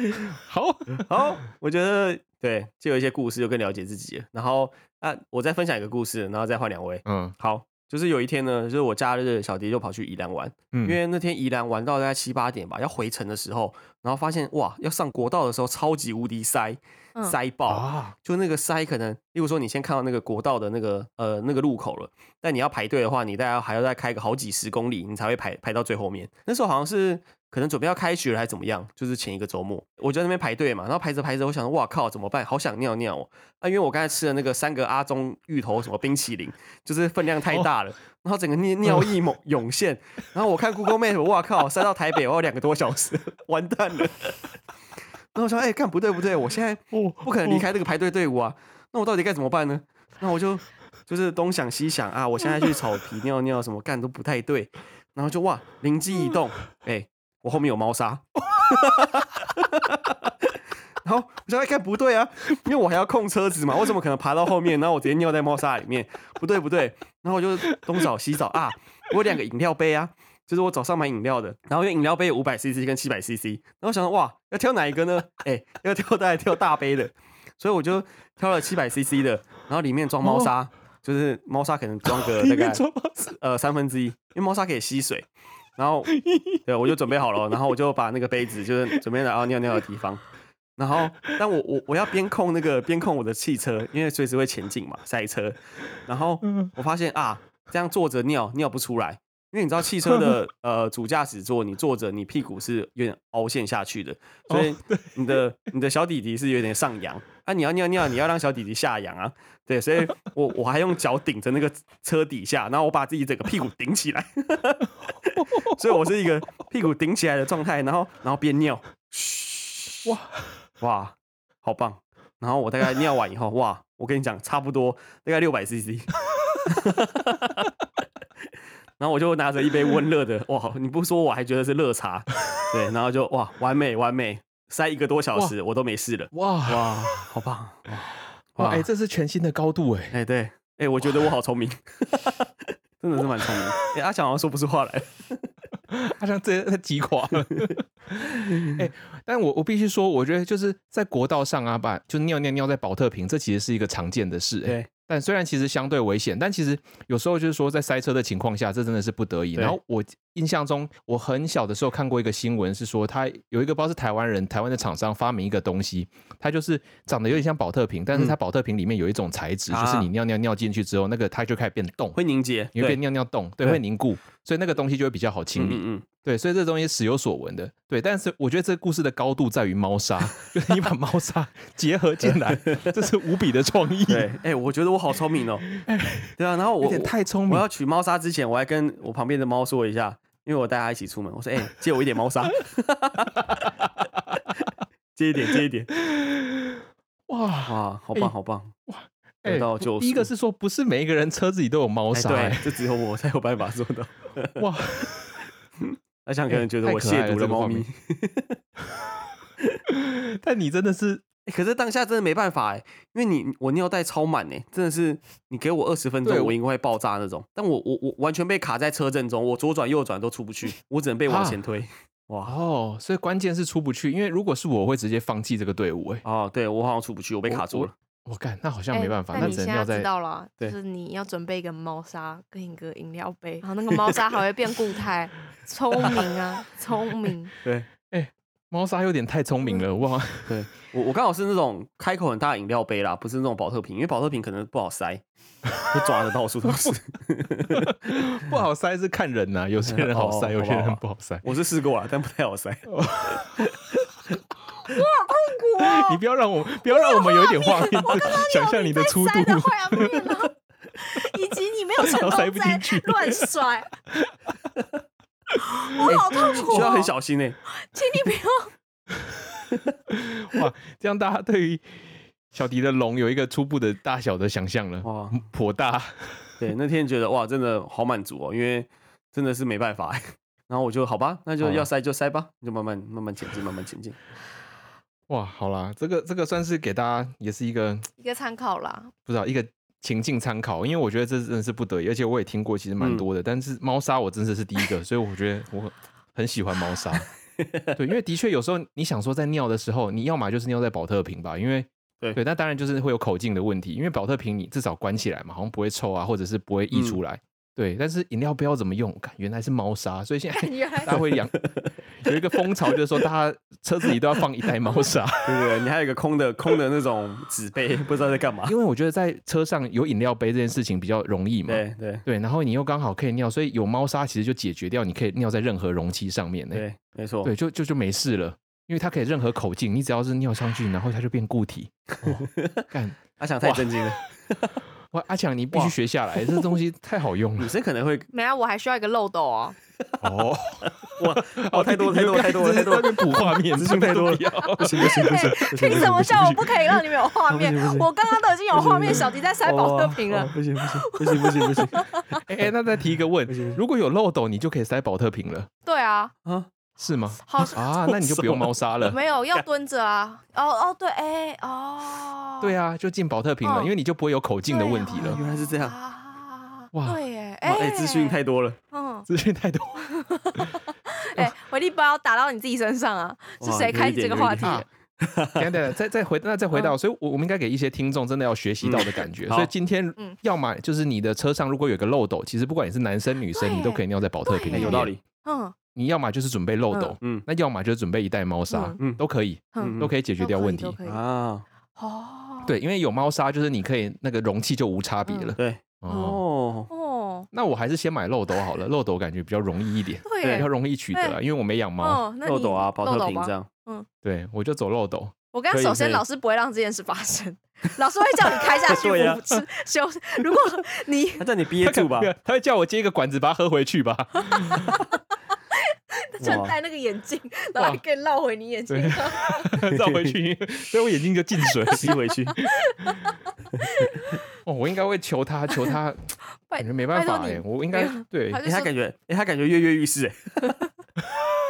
Speaker 1: 好，
Speaker 3: 好，我觉得对，就有一些故事就更了解自己了。然后啊，我再分享一个故事，然后再换两位。
Speaker 1: 嗯
Speaker 3: 好，就是有一天呢，就是我假日小迪就跑去宜兰玩，
Speaker 1: 嗯，
Speaker 3: 因为那天宜兰玩到大概七八点吧，要回程的时候，然后发现哇，要上国道的时候超级无敌塞，
Speaker 2: 嗯
Speaker 3: 塞爆。
Speaker 1: 啊，
Speaker 3: 就那个塞，可能，例如说，你先看到那个国道的那个呃那个路口了，但你要排队的话，你大概还要再开个好几十公里，你才会排排到最后面。那时候好像是可能准备要开学了还是怎么样，就是前一个周末，我就在那边排队嘛，然后排着排着，我想说，哇靠，怎么办？好想尿尿哦！啊，因为我刚才吃了那个三个阿中芋头什么冰淇淋，就是分量太大了，然后整个尿尿意猛涌现，然后我看 Google Map，哇靠，塞到台北我要两个多小时， 完蛋了。然后我说，哎、看不对不对，我现在
Speaker 1: 哦
Speaker 3: 不可能离开这个排队队伍啊，那我到底该怎么办呢？那我就就是东想西想啊，我现在去草皮尿尿什么干都不太对，然后就哇灵机一动，哎、我后面有猫砂， 然后我想哎，看不对啊，因为我还要控车子嘛，我怎么可能爬到后面，然后我直接尿在猫砂里面？不对不对，然后我就东找西找啊，我有两个饮料杯啊，就是我早上买饮料的，然后因为饮料杯有五百 CC 跟七百 CC，然后我想说哇，要挑哪一个呢？哎、要挑大还挑大杯的，所以我就挑了七百 CC 的，然后里面装猫砂，就是猫砂可能装个大概呃三分之一，因为猫砂可以吸水。然后对我就准备好了，然后我就把那个杯子就是准备拿到尿尿的地方，然后但我我我要边控那个边控我的汽车，因为随时会前进嘛塞车，然后我发现啊这样坐着尿尿不出来，因为你知道汽车的呃主驾驶座你坐着你屁股是有点凹陷下去的，所以你的你的小底底是有点上扬啊，你要尿尿你要让小底底下扬啊，对，所以我我还用脚顶着那个车底下，然后我把自己整个屁股顶起来。 所以我是一个屁股顶起来的状态，然后然后边尿，
Speaker 1: 哇
Speaker 3: 哇，好棒！然后我大概尿完以后，哇，我跟你讲，差不多大概六百 CC，然后我就拿着一杯温热的，哇，你不说我还觉得是热茶，对，然后就哇，完美完美，塞一个多小时我都没事了，
Speaker 1: 哇
Speaker 3: 哇，好棒哇
Speaker 1: 哇！
Speaker 3: 哇
Speaker 1: 哎、这是全新的高度哎、
Speaker 3: 哎、对，哎、我觉得我好 聪明， 真的是蛮聪明，哎、阿强好像说不出话来，
Speaker 1: 阿强直接击垮了。 哎、但我我必须说，我觉得就是在国道上啊，把就尿尿尿在保特瓶，这其实是一个常见的事、哎，
Speaker 3: 对
Speaker 1: 但虽然其实相对危险，但其实有时候就是说，在塞车的情况下，这真的是不得已。
Speaker 3: 对
Speaker 1: 然后我印象中，我很小的时候看过一个新闻，是说他有一个不知道是台湾人，台湾的厂商发明一个东西，它就是长得有点像保特瓶，但是它保特瓶里面有一种材质，
Speaker 3: 嗯啊
Speaker 1: 就是你尿尿尿进去之后，那个它就开始变冻，
Speaker 3: 会凝结，
Speaker 1: 你会
Speaker 3: 对
Speaker 1: 变尿尿冻，对，
Speaker 3: 对
Speaker 1: 会凝固，所以那个东西就会比较好清理。
Speaker 3: 嗯嗯嗯
Speaker 1: 对，所以这东西是有所闻的。对，但是我觉得这个故事的高度在于猫砂，就是你把猫砂 结合进来，这是无比的创意。
Speaker 3: 对，哎、我觉得我好 聪明哦。对啊，然后我
Speaker 1: 有点太聪明
Speaker 3: 我要取猫砂之前，我还跟我旁边的猫说一下，因为我带它一起出门，我说：“哎、借我一点猫砂， 借一点，借一点。
Speaker 1: 哇，”
Speaker 3: 哇，好棒，
Speaker 1: 哎
Speaker 3: 好棒！
Speaker 1: 哎
Speaker 3: 得到救赎
Speaker 1: 第一个是说，不是每一个人车子里都有猫
Speaker 3: 哎、
Speaker 1: 砂、
Speaker 3: 对
Speaker 1: 哎，
Speaker 3: 这只有我才有办法做到。
Speaker 1: 哇，
Speaker 3: 阿强可能觉得
Speaker 1: 哎
Speaker 3: 我
Speaker 1: 太可爱了
Speaker 3: 亵渎
Speaker 1: 这个
Speaker 3: 猫
Speaker 1: 画
Speaker 3: 咪
Speaker 1: 面，但你真的是
Speaker 3: 哎可是当下真的没办法哎、因为你我尿袋超满哎、真的是你给我二十分钟
Speaker 1: 对，我
Speaker 3: 我应该会爆炸那种。但我我我完全被卡在车阵中，我左转右转都出 不去，我只能被往
Speaker 1: 啊
Speaker 3: 前推。哇
Speaker 1: 哦，所以关键是出不去，因为如果是我我会直接放弃这个队伍、哎，
Speaker 3: 哦，对我好像出不去，我被卡住了。
Speaker 1: 我干，那好像没办法，
Speaker 2: 哎那
Speaker 1: 那
Speaker 2: 你
Speaker 1: 只
Speaker 2: 现
Speaker 1: 能尿
Speaker 2: 在
Speaker 1: 在
Speaker 2: 知。道了啊，就
Speaker 1: 对
Speaker 2: 是你要准备一个猫砂跟一个饮料杯，然 后那个猫砂还会变固态， 聪明啊，聪 明。
Speaker 3: 对。
Speaker 1: 猫砂有点太聪明了，哇，
Speaker 3: 对我，我刚好是那种开口很大的饮料杯啦，不是那种保特瓶，因为保特瓶可能不好塞，就抓的到处 都是。
Speaker 1: 不好塞是看人呐、有些人好塞，
Speaker 3: 哦
Speaker 1: 有些
Speaker 3: 好吧
Speaker 1: 人
Speaker 3: 好吧
Speaker 1: 不好塞。
Speaker 3: 我是试过了，但不太好塞。
Speaker 1: 你不要让我，不要让我们有一点画面，想象你的粗度
Speaker 2: 塞。的画面了，以及你没有 成
Speaker 1: 然后塞
Speaker 2: 功
Speaker 1: 不进
Speaker 2: 在
Speaker 1: 去
Speaker 2: 乱 甩，我好痛苦、哦。
Speaker 3: 需要很，小心欸呢、
Speaker 2: 请你不要。
Speaker 1: 哇，这样大家对于小迪的龙有一个初步的大小的想象了，哇
Speaker 3: 哇，
Speaker 1: 颇大。
Speaker 3: 对，那天觉得哇，真的好满足哦、因为真的是没办法、 然后我就好吧，那就
Speaker 1: 好啊
Speaker 3: 要塞就塞吧，就慢慢慢慢前进，慢慢前进。
Speaker 1: 哇，好啦，这个这个算是给大家也是一个
Speaker 2: 一个参考 啦，
Speaker 1: 不知道一个情境参考，因为我觉得这真的是不得已，而且我也听过其实蛮多的，但是猫砂我真的是第一个，所以我觉得我很喜欢猫砂。对，因为的确有时候你想说在尿的时候，你要么就是尿在保特瓶吧，因为
Speaker 3: 对
Speaker 1: 对，那当然就是会有口径的问题，因为保特瓶你至少关起来嘛，好像不会臭啊，或者是不会溢出来。对，但是饮料不要怎么用，看原来是猫砂，所以 现在
Speaker 2: 感觉还
Speaker 1: 大家 会养有一个风潮，就是说大家车子里都要放一袋猫 砂。
Speaker 3: 对对对，你还有一个空的空的那种纸杯，不知道在干嘛。
Speaker 1: 因为我觉得在车上有饮料杯这件事情比较容易嘛。
Speaker 3: 对对
Speaker 1: 对，然后你又刚好可以尿，所以有猫砂其实就解决掉，你可以尿在任何容器上面呢。
Speaker 3: 对，没错。
Speaker 1: 对，就就就没事了，因为它可以任何口径，你只要是尿上去，然后它就变固体。哦 干，
Speaker 3: 阿强太震惊 了，
Speaker 1: 哇，阿强你必须
Speaker 3: 哇
Speaker 1: 学下来，这东西太好用
Speaker 3: 女
Speaker 1: 了。
Speaker 3: 生可能会
Speaker 2: 没啊，我还需要一个漏斗 哦。
Speaker 1: 哦，
Speaker 3: 哇哇哦太多了太多了太多了太多了，
Speaker 1: 补画面，
Speaker 3: 资讯太多了，不行不行不行，不行
Speaker 2: 凭什么笑我不可以让你们有画面
Speaker 3: 不行不？行
Speaker 2: 我刚刚都已经有画面，小迪在塞保特瓶
Speaker 3: 哦
Speaker 2: 了
Speaker 3: 哦。不行 不行不行不行不行
Speaker 1: 哎、 哎那再提一个问
Speaker 3: 不行不，行
Speaker 1: 如果有漏斗，你就可以塞保特瓶了，
Speaker 2: 对啊，
Speaker 3: 啊！
Speaker 1: 是 吗？
Speaker 2: 好，
Speaker 1: 啊，那你就不用猫砂了。
Speaker 2: 没有要蹲着啊。哦哦，对，哎哦，
Speaker 1: 对
Speaker 2: 啊，
Speaker 1: 啊，就进保特瓶了，
Speaker 2: 哦
Speaker 1: 因为你就不会有口径的问题
Speaker 3: 哦
Speaker 1: 了。
Speaker 3: 原来是这样
Speaker 2: 啊
Speaker 1: 哇
Speaker 2: 对耶，
Speaker 3: 哇，哎，
Speaker 2: 哎，
Speaker 3: 资讯太多了，
Speaker 2: 嗯，
Speaker 1: 资讯太多，
Speaker 2: 哎，回力镖打到你自己身上啊！是
Speaker 3: 哇
Speaker 2: 谁
Speaker 3: 有一
Speaker 2: 开始
Speaker 3: 点
Speaker 2: 这个
Speaker 3: 有一
Speaker 2: 话题
Speaker 1: 等一下
Speaker 2: 的？
Speaker 3: 点
Speaker 1: 等一下，再再回那再回
Speaker 2: 嗯
Speaker 1: 到，所以我我们应该给一些听众真的要学习到的感觉。
Speaker 3: 嗯好
Speaker 1: 所以今天
Speaker 2: 嗯
Speaker 1: 要么就是你的车上如果有个漏斗，其实不管你是男生女生，
Speaker 2: 对
Speaker 1: 你都可以尿在保特瓶
Speaker 2: 对
Speaker 1: 里
Speaker 3: 哎
Speaker 1: 面。
Speaker 3: 有道。理，
Speaker 2: 嗯，
Speaker 1: 你要么就是准备漏斗，
Speaker 3: 嗯
Speaker 1: 那要么就是准备一袋猫砂，
Speaker 3: 嗯
Speaker 1: 都可以，
Speaker 2: 嗯
Speaker 1: 都可以解决掉问题
Speaker 2: 都。可以都可以
Speaker 3: 啊，
Speaker 2: 哦，
Speaker 1: 对，因为有猫砂，就是你可以那个容器就无差别了。
Speaker 3: 对
Speaker 2: 嗯
Speaker 1: 哦，
Speaker 3: 哦，
Speaker 2: 哦，
Speaker 1: 那我还是先买漏斗好了，漏斗感觉比较容易一点，
Speaker 2: 对
Speaker 1: 比较
Speaker 2: 耶，
Speaker 1: 容易取得啊，因为我没养猫，
Speaker 2: 嗯，那
Speaker 3: 漏
Speaker 2: 你
Speaker 3: 斗啊，保
Speaker 2: 漏
Speaker 3: 特
Speaker 2: 斗
Speaker 3: 瓶
Speaker 2: 吧
Speaker 3: 这样，
Speaker 1: 对我就走漏斗。
Speaker 2: 我跟他
Speaker 3: 可以
Speaker 2: 首
Speaker 3: 可
Speaker 2: 先
Speaker 3: 以
Speaker 2: 老师不会让这件事发生，老师会叫你开下去
Speaker 3: 对呀
Speaker 2: 不吃休。 如果你
Speaker 3: 那叫你憋住 吧
Speaker 1: 没，有 他会叫我接一个管子把它喝回去吧。
Speaker 2: 就
Speaker 3: 哇
Speaker 2: 戴那个眼镜，然后还可以绕回你眼睛
Speaker 1: 对，绕回 去，所以我眼睛就进水。
Speaker 3: 吸回去，
Speaker 1: 哦，我应该会求他，求他，
Speaker 2: 拜
Speaker 1: 感觉没办法
Speaker 2: 拜托
Speaker 1: 哎、
Speaker 2: 你
Speaker 1: 我应该
Speaker 2: 没有
Speaker 1: 对
Speaker 2: 他
Speaker 3: 哎，他
Speaker 2: 就
Speaker 3: 感
Speaker 2: 说
Speaker 3: 觉，哎，他感觉跃跃欲试，哎，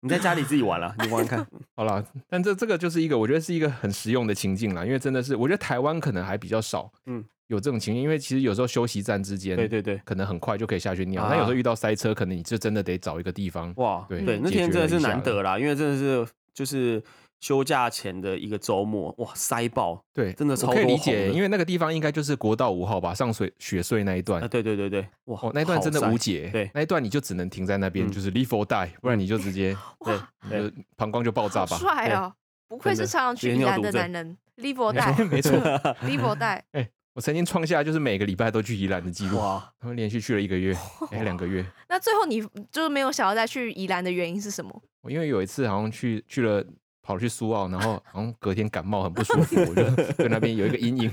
Speaker 3: 你在家里自己玩啊了，你玩玩看，
Speaker 1: 好啦，但这这个就是一个我觉得是一个很实用的情境啦，因为真的是我觉得台湾可能还比较少，嗯
Speaker 3: 嗯，
Speaker 1: 有这种情境，因为其实有时候休息站之间，
Speaker 3: 对对对，
Speaker 1: 可能很快就可以下去尿，
Speaker 3: 啊
Speaker 1: 但有时候遇到塞车，可能你就真的得找一个地方。
Speaker 3: 哇，
Speaker 1: 对
Speaker 3: 对，那
Speaker 1: 解
Speaker 3: 天
Speaker 1: 决了
Speaker 3: 真的
Speaker 1: 一
Speaker 3: 是
Speaker 1: 下
Speaker 3: 难得啦，因为真的是就是休假前的一个周末，哇，塞爆
Speaker 1: 对，
Speaker 3: 真的
Speaker 1: 我
Speaker 3: 超
Speaker 1: 可以
Speaker 3: 多
Speaker 1: 理
Speaker 3: 红
Speaker 1: 解，
Speaker 3: 的
Speaker 1: 因为那个地方应该就是国道五号吧，上水雪隧那一段
Speaker 3: 啊，，对对对对，哇，
Speaker 1: 哦，那一段
Speaker 3: 好
Speaker 1: 真的
Speaker 3: 塞
Speaker 1: 无解，
Speaker 3: 对
Speaker 1: 那一段你就只能停在那边，
Speaker 3: 嗯
Speaker 1: 就是 live or die，不然你就直 接
Speaker 3: 对
Speaker 2: 哇，
Speaker 1: 你
Speaker 3: 对
Speaker 1: 就膀胱就爆炸
Speaker 2: 好
Speaker 1: 吧。
Speaker 2: 帅哦，不愧是
Speaker 3: 真的
Speaker 2: 常常去
Speaker 3: 直接
Speaker 2: 宜
Speaker 3: 尿
Speaker 2: 兰
Speaker 3: 毒
Speaker 2: 的
Speaker 3: 症
Speaker 2: 男人，Livo 带
Speaker 1: 没没错，
Speaker 2: ，Livo 带，
Speaker 1: 我曾经创下就是每个礼拜都去宜兰的记录，
Speaker 3: 哇，
Speaker 1: 他们连续去了一个 月，哎，两个月。
Speaker 2: 那最后你就是没有想要再去宜兰的原因是什么？
Speaker 1: 我因为有一次好像去去了。跑去苏澳，然后好像隔天感冒很不舒 服，我就对那边有一个阴影。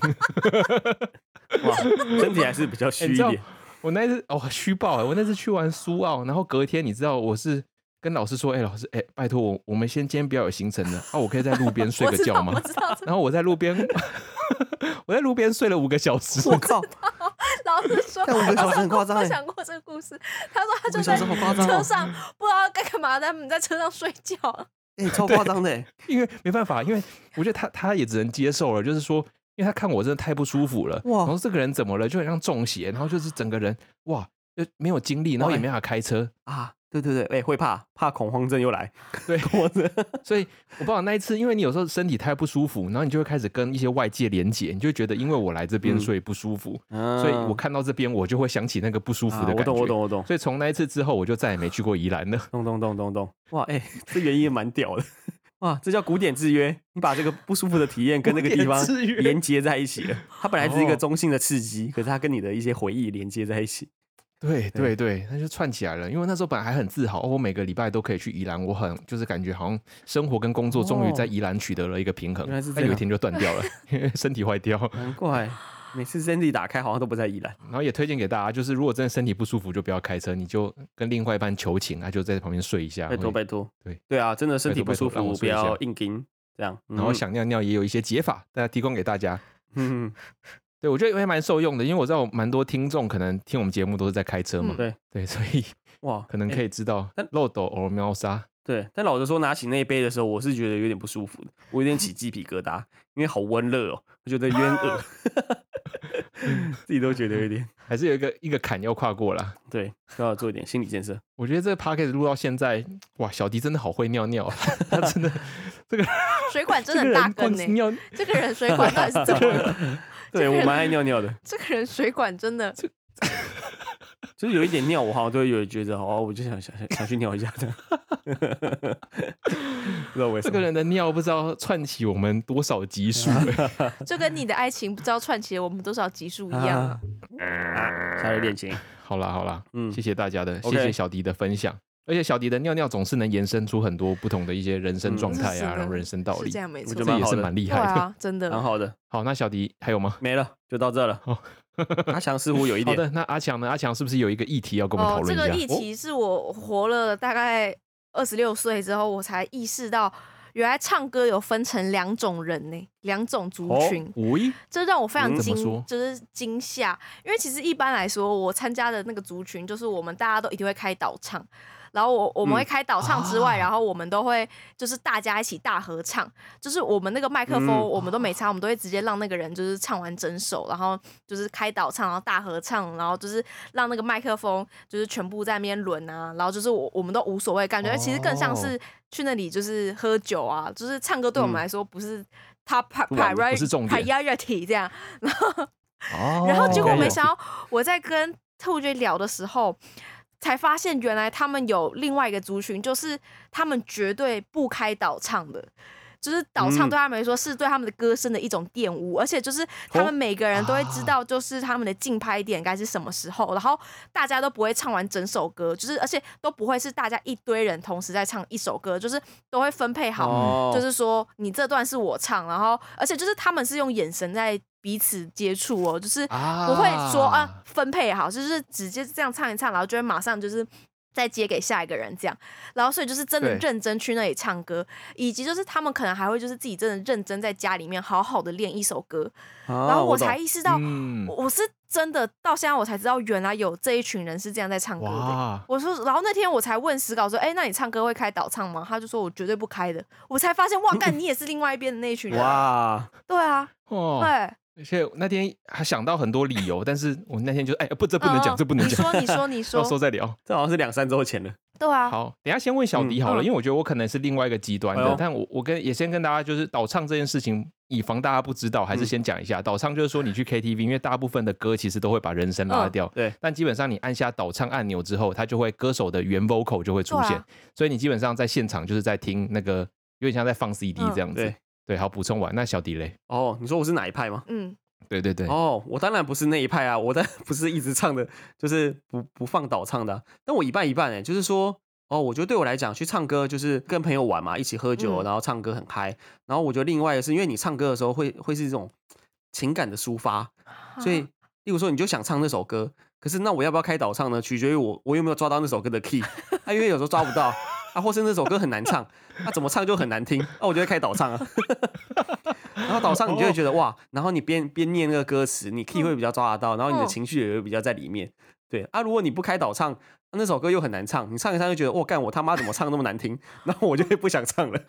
Speaker 3: 哇，身体还是比 较虚
Speaker 1: 你
Speaker 3: 一
Speaker 1: 知道
Speaker 3: 点，
Speaker 1: 我那一次哦虚报、哎，我那次去完苏澳，然后隔天你知道我是跟老师说，哎、老师，哎、拜托我，我们先今天不要有行程了，啊，我可以在路边睡
Speaker 2: 我
Speaker 1: 个
Speaker 2: 知
Speaker 1: 觉
Speaker 2: 道，
Speaker 1: 吗
Speaker 2: 我？知道，这
Speaker 1: 然后我在路边， 我在路边睡了五个小时。我靠！
Speaker 2: 老师说，
Speaker 3: 但我们
Speaker 2: 老
Speaker 3: 老师
Speaker 2: 师
Speaker 3: 很夸张
Speaker 2: 我
Speaker 3: 欸
Speaker 2: 讲过这个故事，他说他
Speaker 3: 我
Speaker 2: 就
Speaker 3: 小
Speaker 2: 在
Speaker 3: 时候好夸张
Speaker 2: 车
Speaker 3: 哦，
Speaker 2: 上不知道该干嘛，他们在车上睡觉，
Speaker 3: 哎，超夸张的，哎
Speaker 1: 因为没办法，因为我觉得他他也只能接受了，就是说，因为他看我真的太不舒服了，
Speaker 3: 哇
Speaker 1: 然后这个人怎么了，就很像中邪，然后就是整个人哇，就没有精力，然后也没办法开车，
Speaker 3: 啊，对对对，哎，会怕怕恐慌症又来，
Speaker 1: 对
Speaker 3: 恐慌症，
Speaker 1: 所以我不知道那一次，因为你有时候身体太不舒服，然后你就会开始跟一些外界连结，你就会觉得因为我来这边
Speaker 3: 嗯
Speaker 1: 所以不舒服，
Speaker 3: 所
Speaker 1: 所以我看到这边我就会想起那个不舒服的感
Speaker 3: 嗯啊
Speaker 1: 觉。
Speaker 3: 我懂我懂。我懂，
Speaker 1: 所以从那一次之后，我就再也没去过宜兰了。
Speaker 3: 咚咚咚咚咚，哇， 哎，这原因也蛮屌的， 哇，这叫古典制约，你把这个不舒服的体验跟那个地方
Speaker 1: 古典制约
Speaker 3: 连接在一起 了，它本来是一
Speaker 1: 哦
Speaker 3: 个中性的刺激，可是它跟你的一些回忆连接在 一起，
Speaker 1: 对对对，那就串起来了。因为那时候本来还很自豪，哦、我每个礼拜都可以去宜兰，我很就是感觉好像生活跟工作终于在
Speaker 3: 哦
Speaker 1: 宜兰取得了一个平衡。
Speaker 3: 原来是
Speaker 1: 但
Speaker 3: 这
Speaker 1: 有一
Speaker 3: 样
Speaker 1: 天就断掉了， 因为身体坏掉。
Speaker 3: 难怪每次 Sandy 打开好像都不在宜兰。
Speaker 1: 然后也推荐给大家，就是如果真的身体不舒服，就不要开车，你就跟另外一半求情，他就在旁边睡一下，
Speaker 3: 拜
Speaker 1: 会
Speaker 3: 托拜托，
Speaker 1: 对
Speaker 3: 对啊，真的身体
Speaker 1: 拜
Speaker 3: 不
Speaker 1: 托
Speaker 3: 舒
Speaker 1: 拜托让我
Speaker 3: 服，不
Speaker 1: 睡一下
Speaker 3: 要硬盯这样。
Speaker 1: 然后
Speaker 3: 嗯，
Speaker 1: 想尿尿也有一些解法，大家提供给大家。
Speaker 3: 嗯，
Speaker 1: 对，我觉得也蛮受用的，因为我知道蛮多听众可能听我们节目都是在开车嘛，
Speaker 2: 嗯
Speaker 3: 对
Speaker 1: 对，所以
Speaker 3: 哇，
Speaker 1: 可能
Speaker 3: 哎
Speaker 1: 可以知道
Speaker 3: 但
Speaker 1: 漏斗偶尔喵砂。
Speaker 3: 对，但老实说，拿起那一杯的时候，我是觉得有点不舒服的，我有点起鸡皮疙瘩，因为好温热哦，我觉得 冤恶， 自己都觉得有点。
Speaker 1: 还是有一个一个坎要跨过啦。
Speaker 3: 对，需要做一点心理 建设。
Speaker 1: 我觉得这个 p o c a s t 录到现在，哇，小迪真的好会尿尿啊，他真的
Speaker 2: 水管 真
Speaker 1: 这
Speaker 2: 的
Speaker 1: 个
Speaker 2: 很大
Speaker 1: 人
Speaker 2: 根欸
Speaker 1: 光
Speaker 2: 呢、
Speaker 1: 是尿，
Speaker 2: 这个人水管到底是 怎么了？
Speaker 3: 对我蛮爱尿尿的，
Speaker 2: 这个人水管真的
Speaker 3: 就是有一点尿，我好像都会有觉得，哦，我就想想想想去尿一下的， 不知道为什
Speaker 1: 这
Speaker 3: 么。
Speaker 1: 个人的尿不知道串起我们多少集数、 欸，
Speaker 2: 就跟你的爱情不知道串起了我们多少集数一样啊
Speaker 3: 啊，啊下一个恋情，
Speaker 1: 好啦好啦，
Speaker 3: 嗯
Speaker 1: 谢谢大家的，谢
Speaker 3: OK
Speaker 1: 谢小迪的分享。而且小迪的尿尿总是能延伸出很多不同的一些人生状态
Speaker 2: 是
Speaker 1: 啊，
Speaker 2: 的
Speaker 1: 然后人生道
Speaker 2: 是
Speaker 1: 理
Speaker 2: 这，样没错
Speaker 3: 我觉，得
Speaker 1: 这
Speaker 3: 嗯蛮
Speaker 1: 也
Speaker 3: 好
Speaker 1: 是
Speaker 3: 的
Speaker 1: 蛮厉
Speaker 2: 对
Speaker 1: 害的。
Speaker 2: 啊，真的
Speaker 3: 蛮好的，
Speaker 1: 好，那小迪还有 吗？
Speaker 3: 没了，就到 这了
Speaker 1: 好。
Speaker 3: 阿强似乎有一
Speaker 1: 好
Speaker 3: 点，
Speaker 1: 的，那阿强呢？阿强是不是有一个议题要跟我们讨
Speaker 2: 哦，这
Speaker 1: 论
Speaker 2: 个
Speaker 1: 一
Speaker 2: 议
Speaker 1: 下？
Speaker 2: 题是我活了大概二十六岁之后，我才意识到，原来唱歌有分成两种人呢、两种族
Speaker 3: 哦
Speaker 2: 群，
Speaker 1: 喂，
Speaker 2: 这让我非常
Speaker 3: 嗯
Speaker 1: 怎
Speaker 2: 惊
Speaker 1: 么说，
Speaker 2: 就是惊吓。因为其实一般来说，我参加的那个族群就是我们大家都一定会开导唱，然后我我们
Speaker 3: 嗯
Speaker 2: 会开导唱之外，
Speaker 1: 啊
Speaker 2: 然后我们都会就是大家一起大合唱，就是我们那个麦克风
Speaker 3: 嗯
Speaker 2: 我们都没插，我们都会直接让那个人就是唱完整首，然后就是开导唱，然后大合唱，然后就是让那个麦克风就是全部在那边轮啊，然后就是我我们都无所谓，感觉哎其实更
Speaker 3: 哦
Speaker 2: 像是去那里就是喝酒啊，就是唱歌对我们
Speaker 3: 嗯
Speaker 2: 来说不是 top
Speaker 1: 然不是重
Speaker 2: priority
Speaker 1: 点
Speaker 2: priority 这样，
Speaker 1: 哦
Speaker 2: 然后结果
Speaker 3: 哦
Speaker 2: 没想到我在跟特务 J 聊的时候，才发现原来他们有另外一个族群，就是他们绝对不开导唱的。就是导唱
Speaker 3: 嗯
Speaker 2: 对他们来说是对他们的歌声的一种玷污，而且就是他
Speaker 1: 哦
Speaker 2: 们每个人都会知
Speaker 1: 啊
Speaker 2: 道，就是他们的竞拍点该是什么时候，然后大家都不会唱完整首歌，就是而且都不会是大家一堆人同时在唱一首歌，就是都会分配好，
Speaker 3: 哦
Speaker 2: 就是说你这段是我唱，然后而且就是他们是用眼神在彼此接触哦，就是
Speaker 1: 啊
Speaker 2: 不会说啊分配好，就是直接这样唱一唱，然后就会马上就是。再接给下一个人这样，然后所以就是真的
Speaker 1: 对
Speaker 2: 认真去那里唱歌，以及就是他们可能还会就是自己真的认真在家里面好好的练一首歌，然
Speaker 3: 然
Speaker 2: 后我才意识到，
Speaker 1: 嗯
Speaker 2: 我我是真的到现在我才知道原来有这一群人是这样在唱歌的。欸
Speaker 1: 哇，
Speaker 2: 我说，然后那天我才问史稿说，哎、那你唱歌会开导唱吗？他就说我绝对不开的。我才发现， 哇，干，你也是另外一边的那一群人。
Speaker 3: 哇，
Speaker 2: 对啊，
Speaker 1: 哦，
Speaker 2: 对，
Speaker 1: 而且那天还想到很多理由，但是我那天就哎，不，这不能
Speaker 2: 嗯
Speaker 1: 讲，
Speaker 2: 嗯
Speaker 1: 这不能
Speaker 2: 你
Speaker 1: 讲，
Speaker 2: 说，你说，你
Speaker 1: 到时候
Speaker 2: 说，
Speaker 1: 再聊。
Speaker 3: 这好像是两三周前了。
Speaker 2: 对啊，
Speaker 1: 好，等一下先问小迪好了，
Speaker 2: 嗯
Speaker 1: 因为我觉得我可能是另外一个极端
Speaker 3: 哎
Speaker 1: 的
Speaker 3: 呦，
Speaker 1: 但我我跟也先跟大家就是导唱这件事情，以防大家不知道，还是
Speaker 3: 嗯
Speaker 1: 先讲一下。导唱就是说你去 KTV，因为大部分的歌其实都会把人声拉
Speaker 2: 嗯
Speaker 1: 掉，
Speaker 3: 对，
Speaker 1: 但基本上你按下导唱按钮之后，它就会歌手的原 vocal 就会出
Speaker 2: 对啊
Speaker 1: 现，所以你基本上在现场就是在听那个，有点像在放 CD
Speaker 2: 嗯
Speaker 1: 这样子。
Speaker 3: 对
Speaker 1: 对，好，补充完。那小迪嘞？
Speaker 3: 哦，你说我是哪一派吗？
Speaker 2: 嗯，
Speaker 1: 对对对，
Speaker 3: 哦，我当然不是那一派啊， 我当然不是一直唱的，就是不不放倒唱的啊、但我一半一半哎、就是说，哦，我觉得对我来讲，去唱歌就是跟朋友玩嘛，一起喝
Speaker 2: 嗯
Speaker 3: 酒，然后唱歌很嗨。然后我觉得另外的是，因为你唱歌的时候会会是一种情感的抒发，所
Speaker 2: 嗯
Speaker 3: 以，例如说，你就想唱那首歌，可是那我要不要开导唱呢？取决于我我有没有抓到那首歌的 key 啊，因为有时候抓不到啊，或是那首歌很难唱，啊，怎么唱就很难听，那、我就会开导唱啊。 然后导唱你就会觉得哇，然后你边边念那个歌词，你 key 会比较抓得到，然后你的
Speaker 2: 哦嗯
Speaker 3: 情绪也会比较在里面。对啊，如果你不开导唱，那首歌又很难唱，你唱一唱就觉得我干我他妈怎么唱那么难听， 然后我就会不想唱了。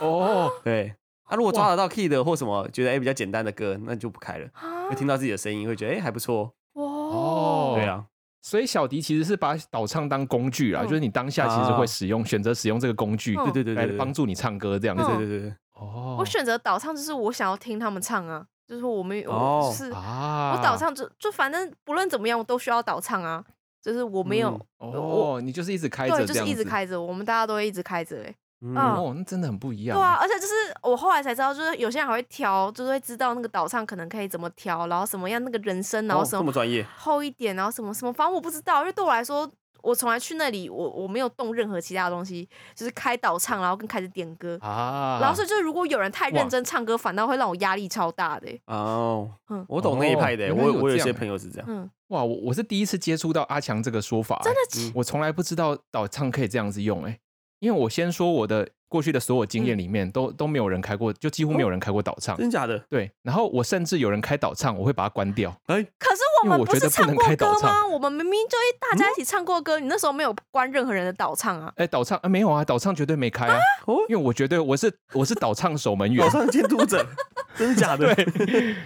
Speaker 1: 哦，
Speaker 3: 对啊，如果抓得到 key 的或什么觉得哎、比较简单的歌，那就不开了。会听到自己的声音，会觉得哎、还不错哦。
Speaker 2: 啊哇，
Speaker 1: 哦
Speaker 3: 对啊，
Speaker 1: 所以小迪其实是把导唱当工具啦，
Speaker 2: 嗯
Speaker 1: 就是你当下其实
Speaker 3: 啊
Speaker 1: 会使用、选择使用这个工具，
Speaker 2: 嗯
Speaker 3: 对对对
Speaker 1: 来
Speaker 3: 对对，
Speaker 1: 帮助你唱歌这样子。
Speaker 2: 嗯
Speaker 3: 啊对对对对，
Speaker 1: 哦，
Speaker 2: 我选择导唱就是我想要听他们唱啊，就是我没有，我
Speaker 3: 哦
Speaker 2: 就是
Speaker 1: 啊，
Speaker 2: 我导。唱就就反正不论怎么样，我都需要导唱啊。就是我没有，
Speaker 1: 哦，你就是一直开着，
Speaker 2: 对，
Speaker 1: 这
Speaker 2: 就
Speaker 1: 样
Speaker 2: 是
Speaker 1: 子
Speaker 2: 一直。开着，我们大家都会一直开着、欸，
Speaker 3: 嗯
Speaker 2: 嗯，
Speaker 1: 哦，那真的很不一样。
Speaker 2: 对啊，，而且就是我后来才知道，就是有些人还会调，就是会知道那个岛上可能可以怎么调，然后什么样那个人声，然后
Speaker 3: 哦
Speaker 2: 什
Speaker 3: 这
Speaker 2: 么
Speaker 3: 么专业，
Speaker 2: 厚一点，然后什么什么，反正我不知道，因为对我来说，我从来去那里，我我没有动任何其他的东西，就是开导唱，然后跟开始点歌，
Speaker 1: 啊，
Speaker 2: 然后所以就是如果有人太认
Speaker 1: 哇
Speaker 2: 真唱歌，反倒会让我压力超大的欸、
Speaker 3: 哦
Speaker 2: 嗯，
Speaker 3: 我懂那一派的、
Speaker 1: 哦原来
Speaker 3: 我
Speaker 1: 有
Speaker 3: 我
Speaker 1: 这
Speaker 3: 有
Speaker 1: 样
Speaker 3: 些
Speaker 1: 欸
Speaker 3: 朋友是这样，
Speaker 2: 嗯，
Speaker 1: 哇，我我是第一次接触到阿强这个说法、
Speaker 2: 真的
Speaker 1: 欸，
Speaker 2: 其，
Speaker 1: 我从来不知道导唱可以这样子用、欸，因为我先说我的过去的所有
Speaker 2: 嗯
Speaker 1: 经验里面，都都没有人开过，就
Speaker 2: 哦
Speaker 1: 几乎没有人开过导唱。
Speaker 3: 真假的？
Speaker 1: 对，然后我甚至有人开导唱，我会把它关掉。
Speaker 3: 哎，
Speaker 2: 可是我
Speaker 1: 因为
Speaker 2: 们
Speaker 1: 我
Speaker 2: 不
Speaker 1: 觉
Speaker 2: 是
Speaker 1: 得不
Speaker 2: 唱
Speaker 1: 能
Speaker 2: 过
Speaker 1: 开
Speaker 2: 歌
Speaker 1: 导
Speaker 2: 吗？
Speaker 1: 唱。嗯
Speaker 2: 我们明明就一大家一起唱过歌，你那时候没有关任何人的导唱啊。
Speaker 1: 哎，导唱啊没有啊，导唱绝对没开啊，
Speaker 3: 哦，
Speaker 1: 因为我绝对我是我是导唱守门员
Speaker 3: 岛，上监督者，真的 假的？
Speaker 2: 是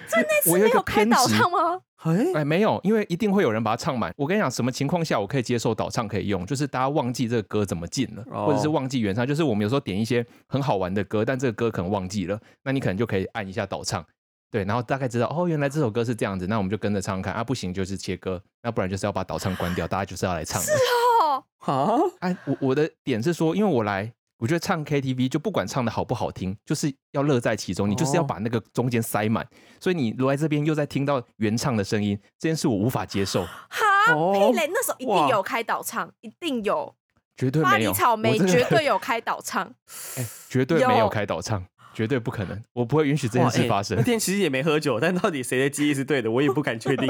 Speaker 1: 我
Speaker 2: 没
Speaker 1: 一个
Speaker 2: 有开
Speaker 1: 偏
Speaker 2: 导
Speaker 1: 执
Speaker 2: 唱吗？
Speaker 3: 哎，
Speaker 1: 哎，没有，因为一定会有人把它唱满。我跟你讲，什么情况下我可以接受导唱可以用？就是大家忘记这个歌怎么进了，
Speaker 3: 哦
Speaker 1: 或者是忘记原唱。就是我们有时候点一些很好玩的歌，但这个歌可能忘记了，那你可能就可以按一下导唱，对，然后大概知道哦，原来这首歌是这样子，那我们就跟着唱看啊，不行就是切歌，那不然就是要把导唱关掉，大家就是要来唱了。
Speaker 2: 哦，
Speaker 3: 啊，
Speaker 1: 哎、我我的点是说，因为我来。我觉得唱 KTV 就不管唱的好不好听，就是要乐在其中，你就是要
Speaker 3: 哦
Speaker 1: 把那个中间塞满。所以你来这边又在听到原唱的声音，这件事我无法接受。
Speaker 2: 哈，
Speaker 3: 哦
Speaker 2: 屁嘞！那时候一定
Speaker 3: 哇
Speaker 2: 有开导唱，一定有
Speaker 1: 绝对
Speaker 2: 巴
Speaker 1: 没
Speaker 2: 黎
Speaker 1: 有，
Speaker 2: 草莓，
Speaker 1: 我真的
Speaker 2: 绝 对有开导唱。
Speaker 1: 哎绝对没
Speaker 2: 有
Speaker 1: 有开导唱，绝对不可能，我不会允许这件
Speaker 3: 哇
Speaker 1: 事
Speaker 3: 哎
Speaker 1: 发生
Speaker 3: 那。天其实也没喝酒，但到底谁的记忆是对的，我也不敢确定。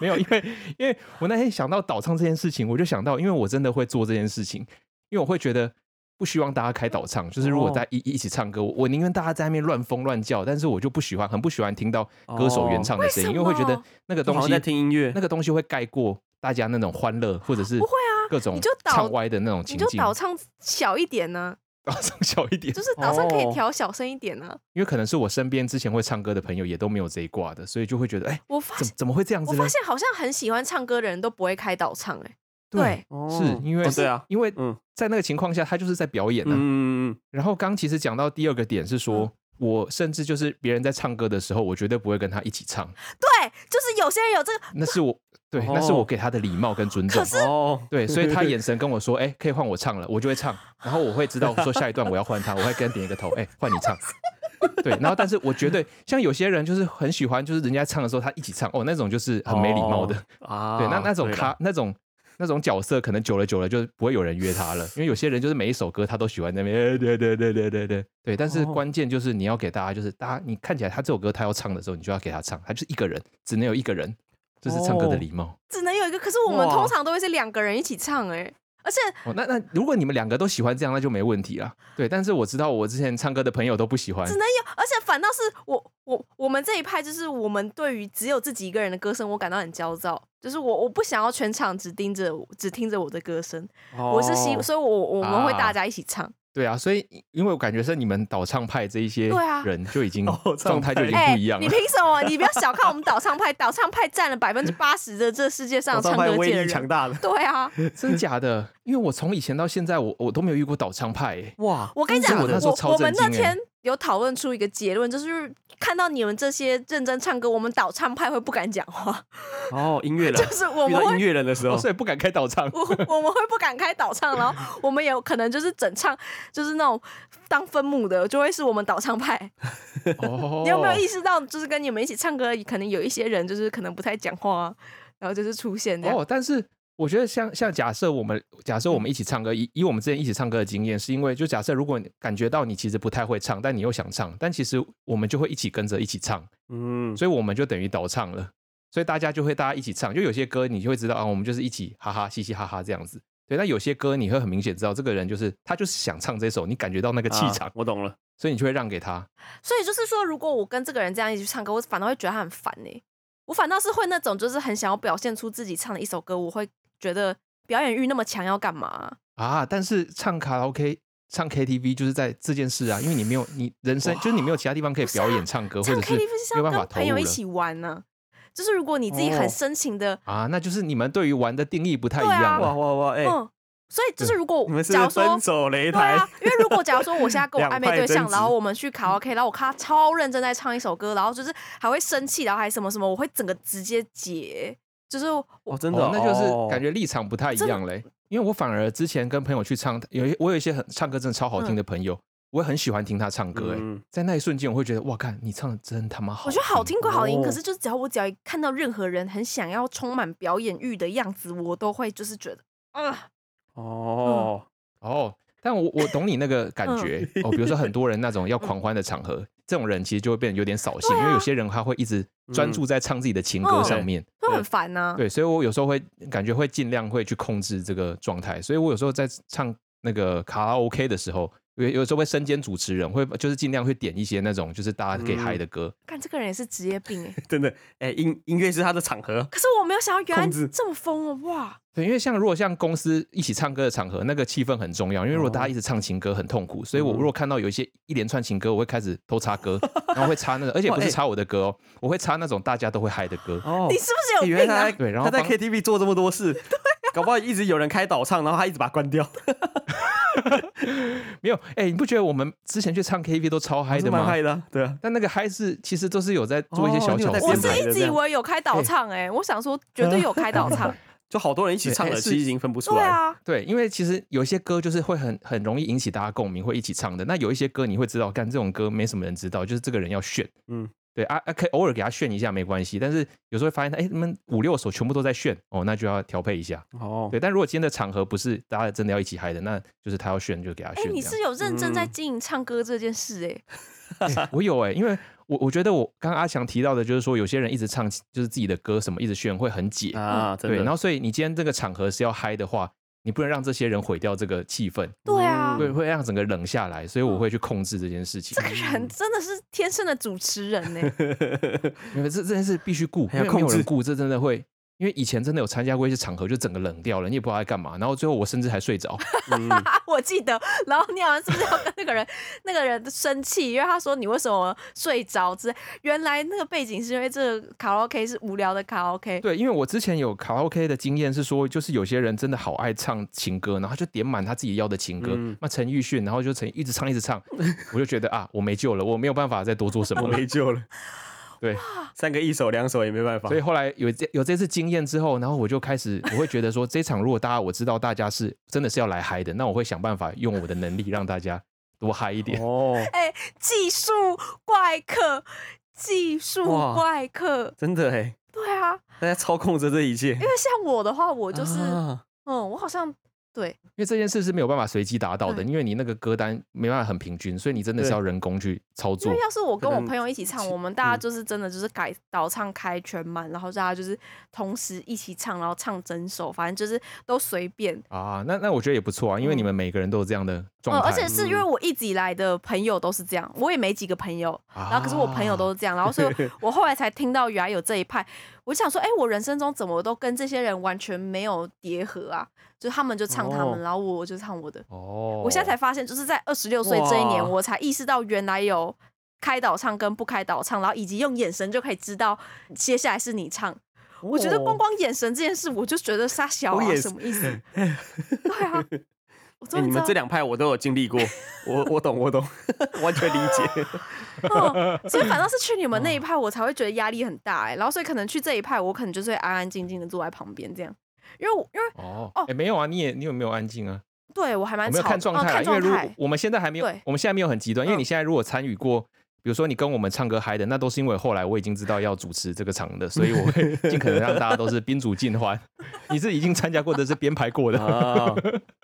Speaker 1: 没有，因为因为我那天想到导唱这件事情，我就想到，因为我真的会做这件事情，因为我会觉得不希望大家开导唱，就是如果
Speaker 3: 哦
Speaker 1: 大家一一起唱歌，我我宁愿大家在那边乱疯乱叫，但是我就不喜欢，很不喜欢听到歌手原唱的声音，
Speaker 2: 哦为
Speaker 1: 因
Speaker 2: 什
Speaker 1: 为会觉得
Speaker 2: 么
Speaker 1: 那个
Speaker 3: 好
Speaker 1: 东
Speaker 3: 像
Speaker 1: 西
Speaker 3: 在听音乐
Speaker 1: 那个东西会盖过大家那种欢乐，或者是
Speaker 2: 不会啊，
Speaker 1: 各种
Speaker 2: 你就倒
Speaker 1: 唱歪的那种
Speaker 2: 你
Speaker 1: 情
Speaker 2: 就
Speaker 1: 境，
Speaker 2: 倒唱小一点 呢、
Speaker 1: 倒唱小一点
Speaker 2: 就，是倒唱可以
Speaker 3: 哦
Speaker 2: 调小声一点呢、啊
Speaker 1: 因为可能是我身边之前会唱歌的朋友也都没有这一挂的，所以就会觉得，哎，
Speaker 2: 我发
Speaker 1: 怎
Speaker 2: 现，
Speaker 1: 怎么会这样
Speaker 2: 我
Speaker 1: 子呢
Speaker 2: 发？现好像很喜欢唱歌的人都不会开导唱、欸，哎，
Speaker 1: 对，
Speaker 3: 哦
Speaker 1: 是因为
Speaker 3: 哦对啊，
Speaker 1: 因为
Speaker 3: 嗯
Speaker 1: 在那个情况下，他就是在表演呢。
Speaker 3: 嗯嗯
Speaker 1: 然后刚其实讲到第二个点是说，我甚至就是别人在唱歌的时候，我绝对不会跟他一起唱，
Speaker 2: 对，就是有些人有这个，
Speaker 1: 那是我对，
Speaker 3: 哦
Speaker 1: 那是我给他的礼貌跟尊重
Speaker 2: 可。是
Speaker 3: 嗯，哦，
Speaker 1: 对，所以他眼神跟我 说：“哎、可以换我唱了。”我就会唱，然后我会知道说下一段我要换他，我会跟他点一个头，哎、换你 唱。对，然后但是我绝对像有些人就是很喜欢，就是人家唱的时候他一起唱，哦，那种就是很没礼貌的。
Speaker 3: 哦啊，
Speaker 1: 对，那那种
Speaker 3: 对啦
Speaker 1: 咖那种那种角色，可能久了久了就不会有人约他了，因为有些人就是每一首歌他都喜欢在那边，哎对对对对对对对。但是
Speaker 3: 哦
Speaker 1: 关键就是你要给大家，就是大家你看起来他这首歌他要唱的时候，你就要给他唱，他就是一个人，只能有一个人，这是唱歌的
Speaker 3: 哦
Speaker 1: 礼貌。
Speaker 2: 只能有一个，可是我们
Speaker 3: 哇
Speaker 2: 通常都会是两个人一起唱、欸，哎，而且
Speaker 1: 哦，那那如果你们两个都喜欢这样，那就没问题啦。对，但是我知道我之前唱歌的朋友都不喜欢
Speaker 2: 只，能有，而且反倒是我我我们这一派，就是我们对于只有自己一个人的歌声，我感到很焦躁。就是我我不想要全场只盯着我只听着我的歌声，我是希，
Speaker 3: 哦
Speaker 2: 所以我我们会
Speaker 1: 啊
Speaker 2: 大家一起唱。
Speaker 1: 对啊，所以因为我感觉是你们倒唱派这一些
Speaker 2: 对啊
Speaker 1: 人就已经
Speaker 3: 哦唱
Speaker 1: 状态就已经
Speaker 2: 哎、
Speaker 1: 不一样
Speaker 2: 你
Speaker 1: 了。
Speaker 2: 凭什 么？你不要小看我们岛唱派，岛唱派占了百分之八十的这世界上
Speaker 3: 早
Speaker 2: 唱
Speaker 3: 上派
Speaker 2: 歌
Speaker 3: 威
Speaker 2: 界的
Speaker 3: 力强
Speaker 2: 人。
Speaker 3: 大的，
Speaker 2: 对啊，
Speaker 1: 真假的？因为我从以前到现在，我我都没有遇过倒唱派、欸。
Speaker 3: 哇，
Speaker 2: 我跟你讲，
Speaker 1: 我那时候超
Speaker 2: 我我们
Speaker 1: 震
Speaker 2: 那
Speaker 3: 欸
Speaker 1: 惊哎
Speaker 2: 天有讨论出一个结论，就是看到你们这些认真唱歌，我们岛唱派会不敢讲 话，
Speaker 3: 哦，音乐人
Speaker 2: 就是我们
Speaker 3: 遇到音
Speaker 2: 会。
Speaker 3: 乐人的时候
Speaker 1: 哦，所以不敢开倒 唱。
Speaker 2: 我我们会不敢开岛唱，然后我们有可能就是整唱，就是那种当分母的，就会是我们岛唱派。
Speaker 1: 哦
Speaker 2: 你有没有意识到，就是跟你们一起唱歌，可能有一些人就是可能不太讲话、啊，然后就是出现这样。
Speaker 1: 哦，但是我觉得像像假设我们假设我
Speaker 2: 嗯
Speaker 1: 们一起唱歌，以以我们之前一起唱歌的经验，是因为就假设如果你感觉到你其实不太会唱，但你又想唱，但其实我们就会一起跟着一起唱，
Speaker 3: 嗯，
Speaker 1: 所以我们就等于倒唱了。所以大家就会大家一起唱，就有些歌你就会知道啊，我们就是一起哈哈嘻嘻哈哈这样子。对，那有些歌你会很明显知道这个人就是他就是想唱这首，你感觉到那个气
Speaker 3: 啊
Speaker 1: 场，
Speaker 3: 我懂了，
Speaker 1: 所以你就会让给他。
Speaker 2: 所以就是说，如果我跟这个人这样一起去唱歌，我反而会觉得他很烦呢、我反倒是会那种，就是很想要表现出自己唱的一首歌，我会觉得表演欲那么强要干嘛、
Speaker 1: 啊，但是唱卡拉 OK、唱 KTV 就是在这件事啊，因为你没有你人生，就是你没有其他地方可以
Speaker 2: 不是
Speaker 1: 表
Speaker 2: 啊
Speaker 1: 演唱歌，或
Speaker 2: 唱
Speaker 1: 者是
Speaker 2: KTV 是
Speaker 1: 没有
Speaker 2: 要
Speaker 1: 办法
Speaker 2: 跟
Speaker 1: 投
Speaker 2: 朋
Speaker 1: 入
Speaker 2: 友一
Speaker 1: 了
Speaker 2: 起玩呢、就是如果你自己很
Speaker 3: 哦
Speaker 2: 深情的，
Speaker 1: 啊，那就是你们对于玩的定义不太一
Speaker 2: 对啊
Speaker 1: 样
Speaker 3: 哇
Speaker 1: 了。
Speaker 3: 哇哇，哎，
Speaker 2: 嗯，所以就是如果
Speaker 3: 你们是
Speaker 2: 假如说
Speaker 3: 分手擂
Speaker 2: 对
Speaker 3: 台
Speaker 2: 啊，因为如果假如说我现在跟我暧
Speaker 3: 两
Speaker 2: 昧
Speaker 3: 派
Speaker 2: 对象
Speaker 3: 争，执
Speaker 2: 然后我们去卡拉 OK，然后我看他超认真在唱一首歌，然后就是还会生气，然后还什么什么，我会整个直接解，就是我
Speaker 3: 哦，真的
Speaker 1: 哦
Speaker 3: 哦，，
Speaker 1: 那就是感觉立场不太一
Speaker 2: 真的
Speaker 1: 样嘞。因为我反而之前跟朋友去唱，有一我有一些很唱歌真的超好
Speaker 2: 嗯
Speaker 1: 听的朋友，我也很喜欢听他唱歌。哎，
Speaker 3: 嗯
Speaker 1: 在那一瞬间，我会觉得哇，看你唱的真他妈好，
Speaker 2: 我觉得好听归好听，
Speaker 3: 哦
Speaker 2: 可是就是只要我只要一看到任何人很想要充满表演欲的样子，我都会就是觉得，啊、嗯
Speaker 3: 哦，
Speaker 1: 哦。但我我懂你那个感觉、哦，比如说很多人那种 要狂欢的场合，这种人其实就会变得有点扫兴，
Speaker 2: 嗯对啊
Speaker 1: 因为有些人他会一直专注在唱自己的情歌上面，
Speaker 2: 会很烦啊呐、
Speaker 1: 对，所以我有时候会感觉会尽量会去控制这个状态，所以我有时候在唱那个卡拉 OK 的时候，有有时候会身兼主持人，会就是尽量会点一些那种就是大家可以嗨的歌，
Speaker 2: 看这个人也是职业病哎、
Speaker 3: 真的，哎，音音乐是他的场合，
Speaker 2: 可是我没有想到原
Speaker 3: 控
Speaker 2: 来
Speaker 3: 制
Speaker 2: 这么疯哦，哇！
Speaker 1: 对，因为像如果像公司一起唱歌的场合，那个气氛很重要。因为如果
Speaker 3: 哦
Speaker 1: 大家一直唱情歌很痛苦，所以我
Speaker 3: 嗯
Speaker 1: 如果看到有一些一连串情歌，我会开始偷插歌，然后会插那个，而且不是插我的歌哦，我会插那种大家都会嗨的歌。
Speaker 3: 哎哦
Speaker 2: 你，是不是有
Speaker 3: 原
Speaker 2: 病
Speaker 3: 来
Speaker 2: 啊？
Speaker 3: 他
Speaker 1: 对然后
Speaker 3: 他在
Speaker 1: 帮
Speaker 3: KTV 做这么多事，搞不好一直有人开导唱，然后他一直把它关掉，
Speaker 1: 没有，哎、你不觉得我们之前去唱 KTV 都超嗨
Speaker 3: 还是
Speaker 1: 的
Speaker 3: 蛮
Speaker 1: 吗？
Speaker 3: 嗨的啊，对啊，
Speaker 1: 但那个嗨是其实都是有在做一些小巧
Speaker 3: 哦你有在
Speaker 1: 思
Speaker 2: 我是
Speaker 3: 编排
Speaker 1: 的。
Speaker 2: 一直以为有开导唱哎、我想说绝对有开导唱，
Speaker 3: 就好多人一起唱了，
Speaker 1: 对哎是
Speaker 3: 其实已经分不 出
Speaker 2: 对
Speaker 3: 来。
Speaker 2: 啊，
Speaker 1: 对，因为其实有一些歌就是会很很容易引起大家共鸣，会一起唱的。那有一些歌你会知道，干这种歌没什么人知道，就是这个人要炫，
Speaker 3: 嗯
Speaker 1: 嗯，对啊啊，可以偶尔给他炫一下没关系，但是有时候会发现，哎，你们五六首全部都在炫，哦，那就要调配一下。
Speaker 2: 啊
Speaker 3: 哦，
Speaker 1: 对，但如果今天的场合不是大家真的要一起嗨的，那就是他要炫就给他
Speaker 2: 哎、
Speaker 1: 炫。这
Speaker 2: 你
Speaker 1: 样
Speaker 3: 啊
Speaker 2: 是有认真在经营唱歌这件事哎、
Speaker 1: 欸 我有哎、因为我我觉得我刚刚阿强提到的，就是说有些人一直唱就是自己的歌什么一直炫会很解，
Speaker 3: 啊，真
Speaker 1: 对，
Speaker 3: 的。
Speaker 1: 然后所以你今天这个场合是要嗨的话，你不能让这些人毁掉这个气氛，
Speaker 2: 对啊
Speaker 3: 嗯，
Speaker 1: 对，会让整个冷下来，所以我会去控制这件事情
Speaker 2: 这，个
Speaker 3: 嗯
Speaker 2: 人真的是天生的主持人呢、
Speaker 1: 因为这这件事必须顾，
Speaker 3: 还
Speaker 1: 因
Speaker 3: 要
Speaker 1: 为没有
Speaker 3: 控制
Speaker 1: 人顾，这真的会因为以前真的有参加过一些场合，就整个冷掉了，你也不知道在干嘛。然后最后我甚至还睡 着，
Speaker 3: 嗯，
Speaker 2: 啊我记得，然后你好像是不是要跟那个人那个人生气，因为他说你为什么睡着之类。原来那个背景是因为这个卡拉 OK 是无聊的卡拉 OK，
Speaker 1: 对，因为我之前有卡拉 OK 的经验是说，就是有些人真的好爱唱情歌，然后他就点满他自己要的情歌
Speaker 3: 嗯。
Speaker 1: 那陈奕迅，然后就陈一直唱一直 唱，我就觉得啊，我没救了，我没有办法再多做什
Speaker 3: 我
Speaker 1: 么了。
Speaker 3: 没救了。
Speaker 1: 对，
Speaker 3: 三个一手两手也没办法
Speaker 1: 所。以后来有这有这次经验之后，然后我就开始， 我会觉得说，这场如果大家我知道大家是真的是要来嗨的，那我会想办法用我的能力让大家多嗨一点。
Speaker 3: 哦，
Speaker 2: 技术怪客，技术
Speaker 3: 哇
Speaker 2: 怪客，
Speaker 3: 真的哎，
Speaker 2: 对啊，
Speaker 3: 大家操控着这一切
Speaker 2: 因。为像我的话，我就是、
Speaker 3: 啊
Speaker 2: 嗯，我好像对
Speaker 1: 因为这件事是没有办法随机达到的，
Speaker 2: 对
Speaker 1: 因为你那个歌单没办法很平均，所以你真的
Speaker 3: 对
Speaker 1: 是要人工去操
Speaker 2: 因
Speaker 1: 作
Speaker 2: 为。要是我跟
Speaker 3: 可
Speaker 2: 我
Speaker 3: 能
Speaker 2: 朋友一起唱，
Speaker 3: 其
Speaker 2: 我们大家
Speaker 3: 嗯
Speaker 2: 就是真的就是改导唱开全满，然后大家就是同时一起唱，然后唱整首，反正就是都随便。
Speaker 1: 啊，那那我觉得也不错啊，因为你们每个人都有这样的
Speaker 2: 呃，
Speaker 1: 状态，
Speaker 2: 嗯而且是因为
Speaker 3: 嗯
Speaker 2: 我一直以来的朋友都是这样，我也没几个朋友，然后可是我朋友都是这样，然后所以
Speaker 3: 啊
Speaker 2: 我后来才听到原来有这一派，我就想说，哎、我人生中怎么都跟这些人完全没有叠合啊？就是他们就唱他们，
Speaker 3: 哦
Speaker 2: 然后我就唱我的。
Speaker 1: 哦，
Speaker 2: 我现在才发现，就是在二十六岁这一年，
Speaker 3: 哇
Speaker 2: 我才意识到原来有开导唱跟不开导唱，然后以及用眼神就可以知道接下来是你唱。我觉得
Speaker 1: 哦
Speaker 2: 光光眼神这件事，我就觉得傻小
Speaker 3: 我
Speaker 2: 啊，
Speaker 3: 也是
Speaker 2: 什么意思？ 对啊，我
Speaker 3: 哎
Speaker 2: 终于
Speaker 3: 你
Speaker 2: 知
Speaker 3: 们
Speaker 2: 道
Speaker 3: 这两派我都有经历过，我我懂我 懂，完全理解。
Speaker 2: 哦，所以反倒是去你们
Speaker 1: 嗯
Speaker 2: 那一派，我才会觉得压力很大哎、然后所以可能去这一派，我可能就是会安安静静的坐在旁边这样，因为我因为
Speaker 1: 哦，
Speaker 2: 哦
Speaker 1: 哎、没有啊，你也你有没有安静啊？
Speaker 2: 对我还
Speaker 1: 我
Speaker 2: 蛮吵
Speaker 1: 没
Speaker 2: 的，
Speaker 1: 有看状态、
Speaker 2: 哦
Speaker 1: 啊，
Speaker 2: 看
Speaker 1: 因为
Speaker 2: 状
Speaker 1: 如
Speaker 2: 态。
Speaker 1: 我们现在还没有
Speaker 2: 对，
Speaker 1: 我们现在没有很极端，因为
Speaker 2: 嗯
Speaker 1: 你现在如果参与过。比如说，你跟我们唱歌嗨的，那都是因为后来我已经知道要主持这个场的，所以我 会尽可能让大家都是宾主尽欢。 你是已经参加过的，是编排过的，
Speaker 3: 啊，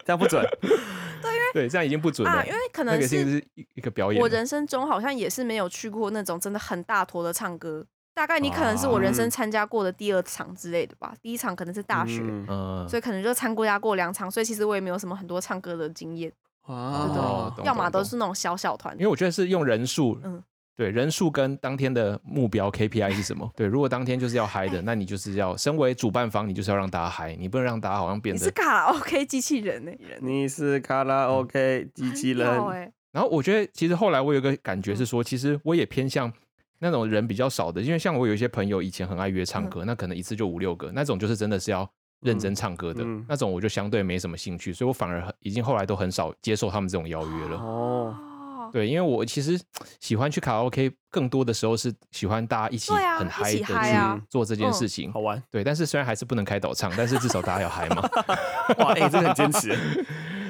Speaker 3: 这样不准。
Speaker 1: 对，这样已经不准了。
Speaker 2: 啊，因为可
Speaker 1: 那
Speaker 2: 能
Speaker 1: 个
Speaker 2: 是
Speaker 1: 是一一个表演了。
Speaker 2: 我人生中好像也是没有去过那种真的很大坨的唱歌，大概你可能是我人生
Speaker 1: 啊
Speaker 3: 嗯
Speaker 2: 参加过的第二场之类的吧。第一场可能是 大学，
Speaker 3: 嗯
Speaker 1: 嗯，
Speaker 2: 所以可能就参加过两场，所以其实我也没有什么很多唱歌的经验，
Speaker 1: 哦
Speaker 3: 哇，
Speaker 1: 懂
Speaker 2: 要么
Speaker 1: 懂懂
Speaker 2: 都是那种小小团
Speaker 1: 因。为我觉得是用人数，
Speaker 2: 嗯
Speaker 1: 对，人数跟当天的目标 KPI 是什么？对，如果当天就是要嗨的，那你就是要身为主办方，你就是要让大家嗨，你不能让大家好像变
Speaker 2: 你是
Speaker 1: 得。
Speaker 2: 卡拉 OK 机器人欸呢、人
Speaker 3: 你是卡拉
Speaker 1: 嗯
Speaker 3: OK 机器人
Speaker 2: 很妙欸
Speaker 1: 然后我觉得其实后来我有个感觉是说，其实我也偏向。那种人比较少的，因为像我有一些朋友以前很爱约唱歌，那可能一次就五六个，那种就是真的是要认真唱歌的，
Speaker 3: 嗯嗯
Speaker 1: 那种我就相对没什么兴趣，所以我反而很已经后来都很少接受他们这种邀约了。啊
Speaker 3: 哦，
Speaker 2: 哦，
Speaker 1: 对，因为我其实喜欢去卡拉 OK，更多的时候是喜欢大家一起
Speaker 2: 对啊
Speaker 1: 很
Speaker 2: 一
Speaker 1: 嗨
Speaker 2: 起
Speaker 1: 的
Speaker 2: 嗨
Speaker 3: 啊
Speaker 1: 去做这件事情。
Speaker 3: 好玩
Speaker 1: 对，但是虽然还是不能开导唱，但是至少大家要嗨嘛。
Speaker 3: 哇！哎，这个很 坚持。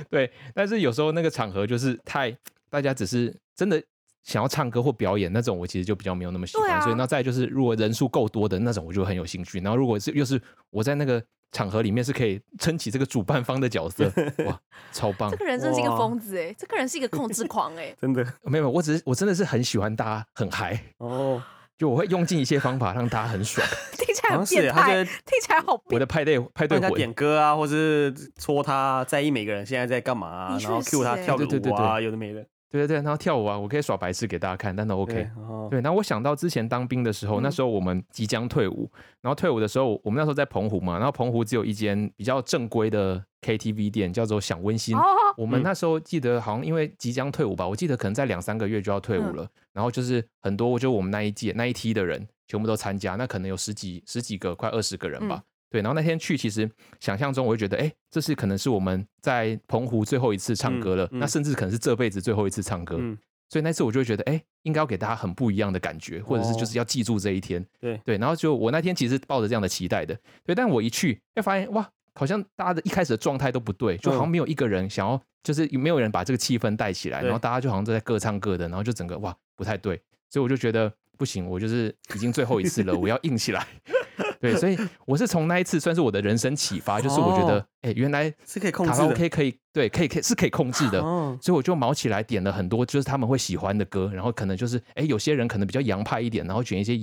Speaker 1: 对，但是有时候那个场合就是太大家只是真的想要唱歌或表演那种，我其实就比较没有那么喜
Speaker 2: 对
Speaker 1: 欢。所以
Speaker 2: 啊
Speaker 1: 那再就是如果人数够多的那种，我就很有兴趣。然后如果是又是我在那个场合里面是可以撑起这个主办方的角色，哇，超棒
Speaker 2: 这！个人真是一个
Speaker 3: 哇
Speaker 2: 疯子哎、这个人是一个控制狂哎、
Speaker 3: 真的
Speaker 1: 没有，没有我只是我真的是很喜欢大家很嗨。
Speaker 3: 哦，
Speaker 1: 就我会用尽一切方法让大家很爽，
Speaker 2: 听起来
Speaker 3: 好
Speaker 2: 很
Speaker 3: 像是欸
Speaker 1: 欸
Speaker 2: 变
Speaker 3: 他
Speaker 2: 态，
Speaker 3: 觉得
Speaker 2: 听起来好
Speaker 1: 我
Speaker 2: 变
Speaker 1: 的派对派 对
Speaker 3: 帮人家
Speaker 1: 魂，
Speaker 3: 点歌啊，或是戳他啊，在意每个人现在在干嘛啊，
Speaker 2: 的确
Speaker 3: 然后 cue 他
Speaker 2: 是欸
Speaker 3: 跳个
Speaker 1: 对对对
Speaker 3: 舞啊，有的没的。
Speaker 1: 对对对，然后跳舞啊，我可以耍白痴给大家看，但都 OK。
Speaker 3: 对哦，
Speaker 1: 对，然后我想到之前当兵的时候，那
Speaker 2: 嗯
Speaker 1: 时候我们即将退伍，然后退伍的时候，我们那时候在澎湖嘛，然后澎湖只有一间比较正规的 KTV 店，叫做享温馨。
Speaker 2: 哦，
Speaker 1: 我们
Speaker 3: 嗯
Speaker 1: 那时候记得好像因为即将退伍吧，我记得可能在两三个月就要退伍
Speaker 2: 嗯
Speaker 1: 了，然后就是很多就我们那一届那一梯的人全部都参加，那可能有十几十几个快二十个人
Speaker 3: 嗯
Speaker 1: 吧。对，然后那天去，其实想象中我会觉得，哎，这是可能是我们在澎湖最后一次唱
Speaker 3: 嗯
Speaker 1: 歌了，那
Speaker 3: 嗯
Speaker 1: 甚至可能是这辈子最后一次唱歌。
Speaker 3: 嗯，
Speaker 1: 所以那次我就会觉得，哎、应该要给大家很不一样的感觉，或者是就是要记住这一天。
Speaker 3: 哦对
Speaker 1: 对，然后就我那天其实抱着这样的期待的，对，但我一去，哎，发现哇，好像大家的一开始的状态都不对，
Speaker 3: 嗯
Speaker 1: 就好像没有一个人想要，就是没有人把这个气氛带起来，
Speaker 3: 对
Speaker 1: 然后大家就好像都在各唱各的，然后就整个哇不太对，所以我就觉得不行，我就是已经最后一次了，我要硬起来。 对，所以我是从那一次算是我的人生启发，就是我觉得
Speaker 3: 哦，
Speaker 1: 哎、原来
Speaker 3: 是可以控
Speaker 1: 卡
Speaker 3: 制
Speaker 1: 拉
Speaker 3: 的。
Speaker 1: OK 可以，对，可以可以是可以控制的。
Speaker 3: 哦，
Speaker 1: 所以我就毛起来点了很多就是他们会喜欢的歌，然后可能就是哎、诶有些人可能比较洋派一点，然后选一些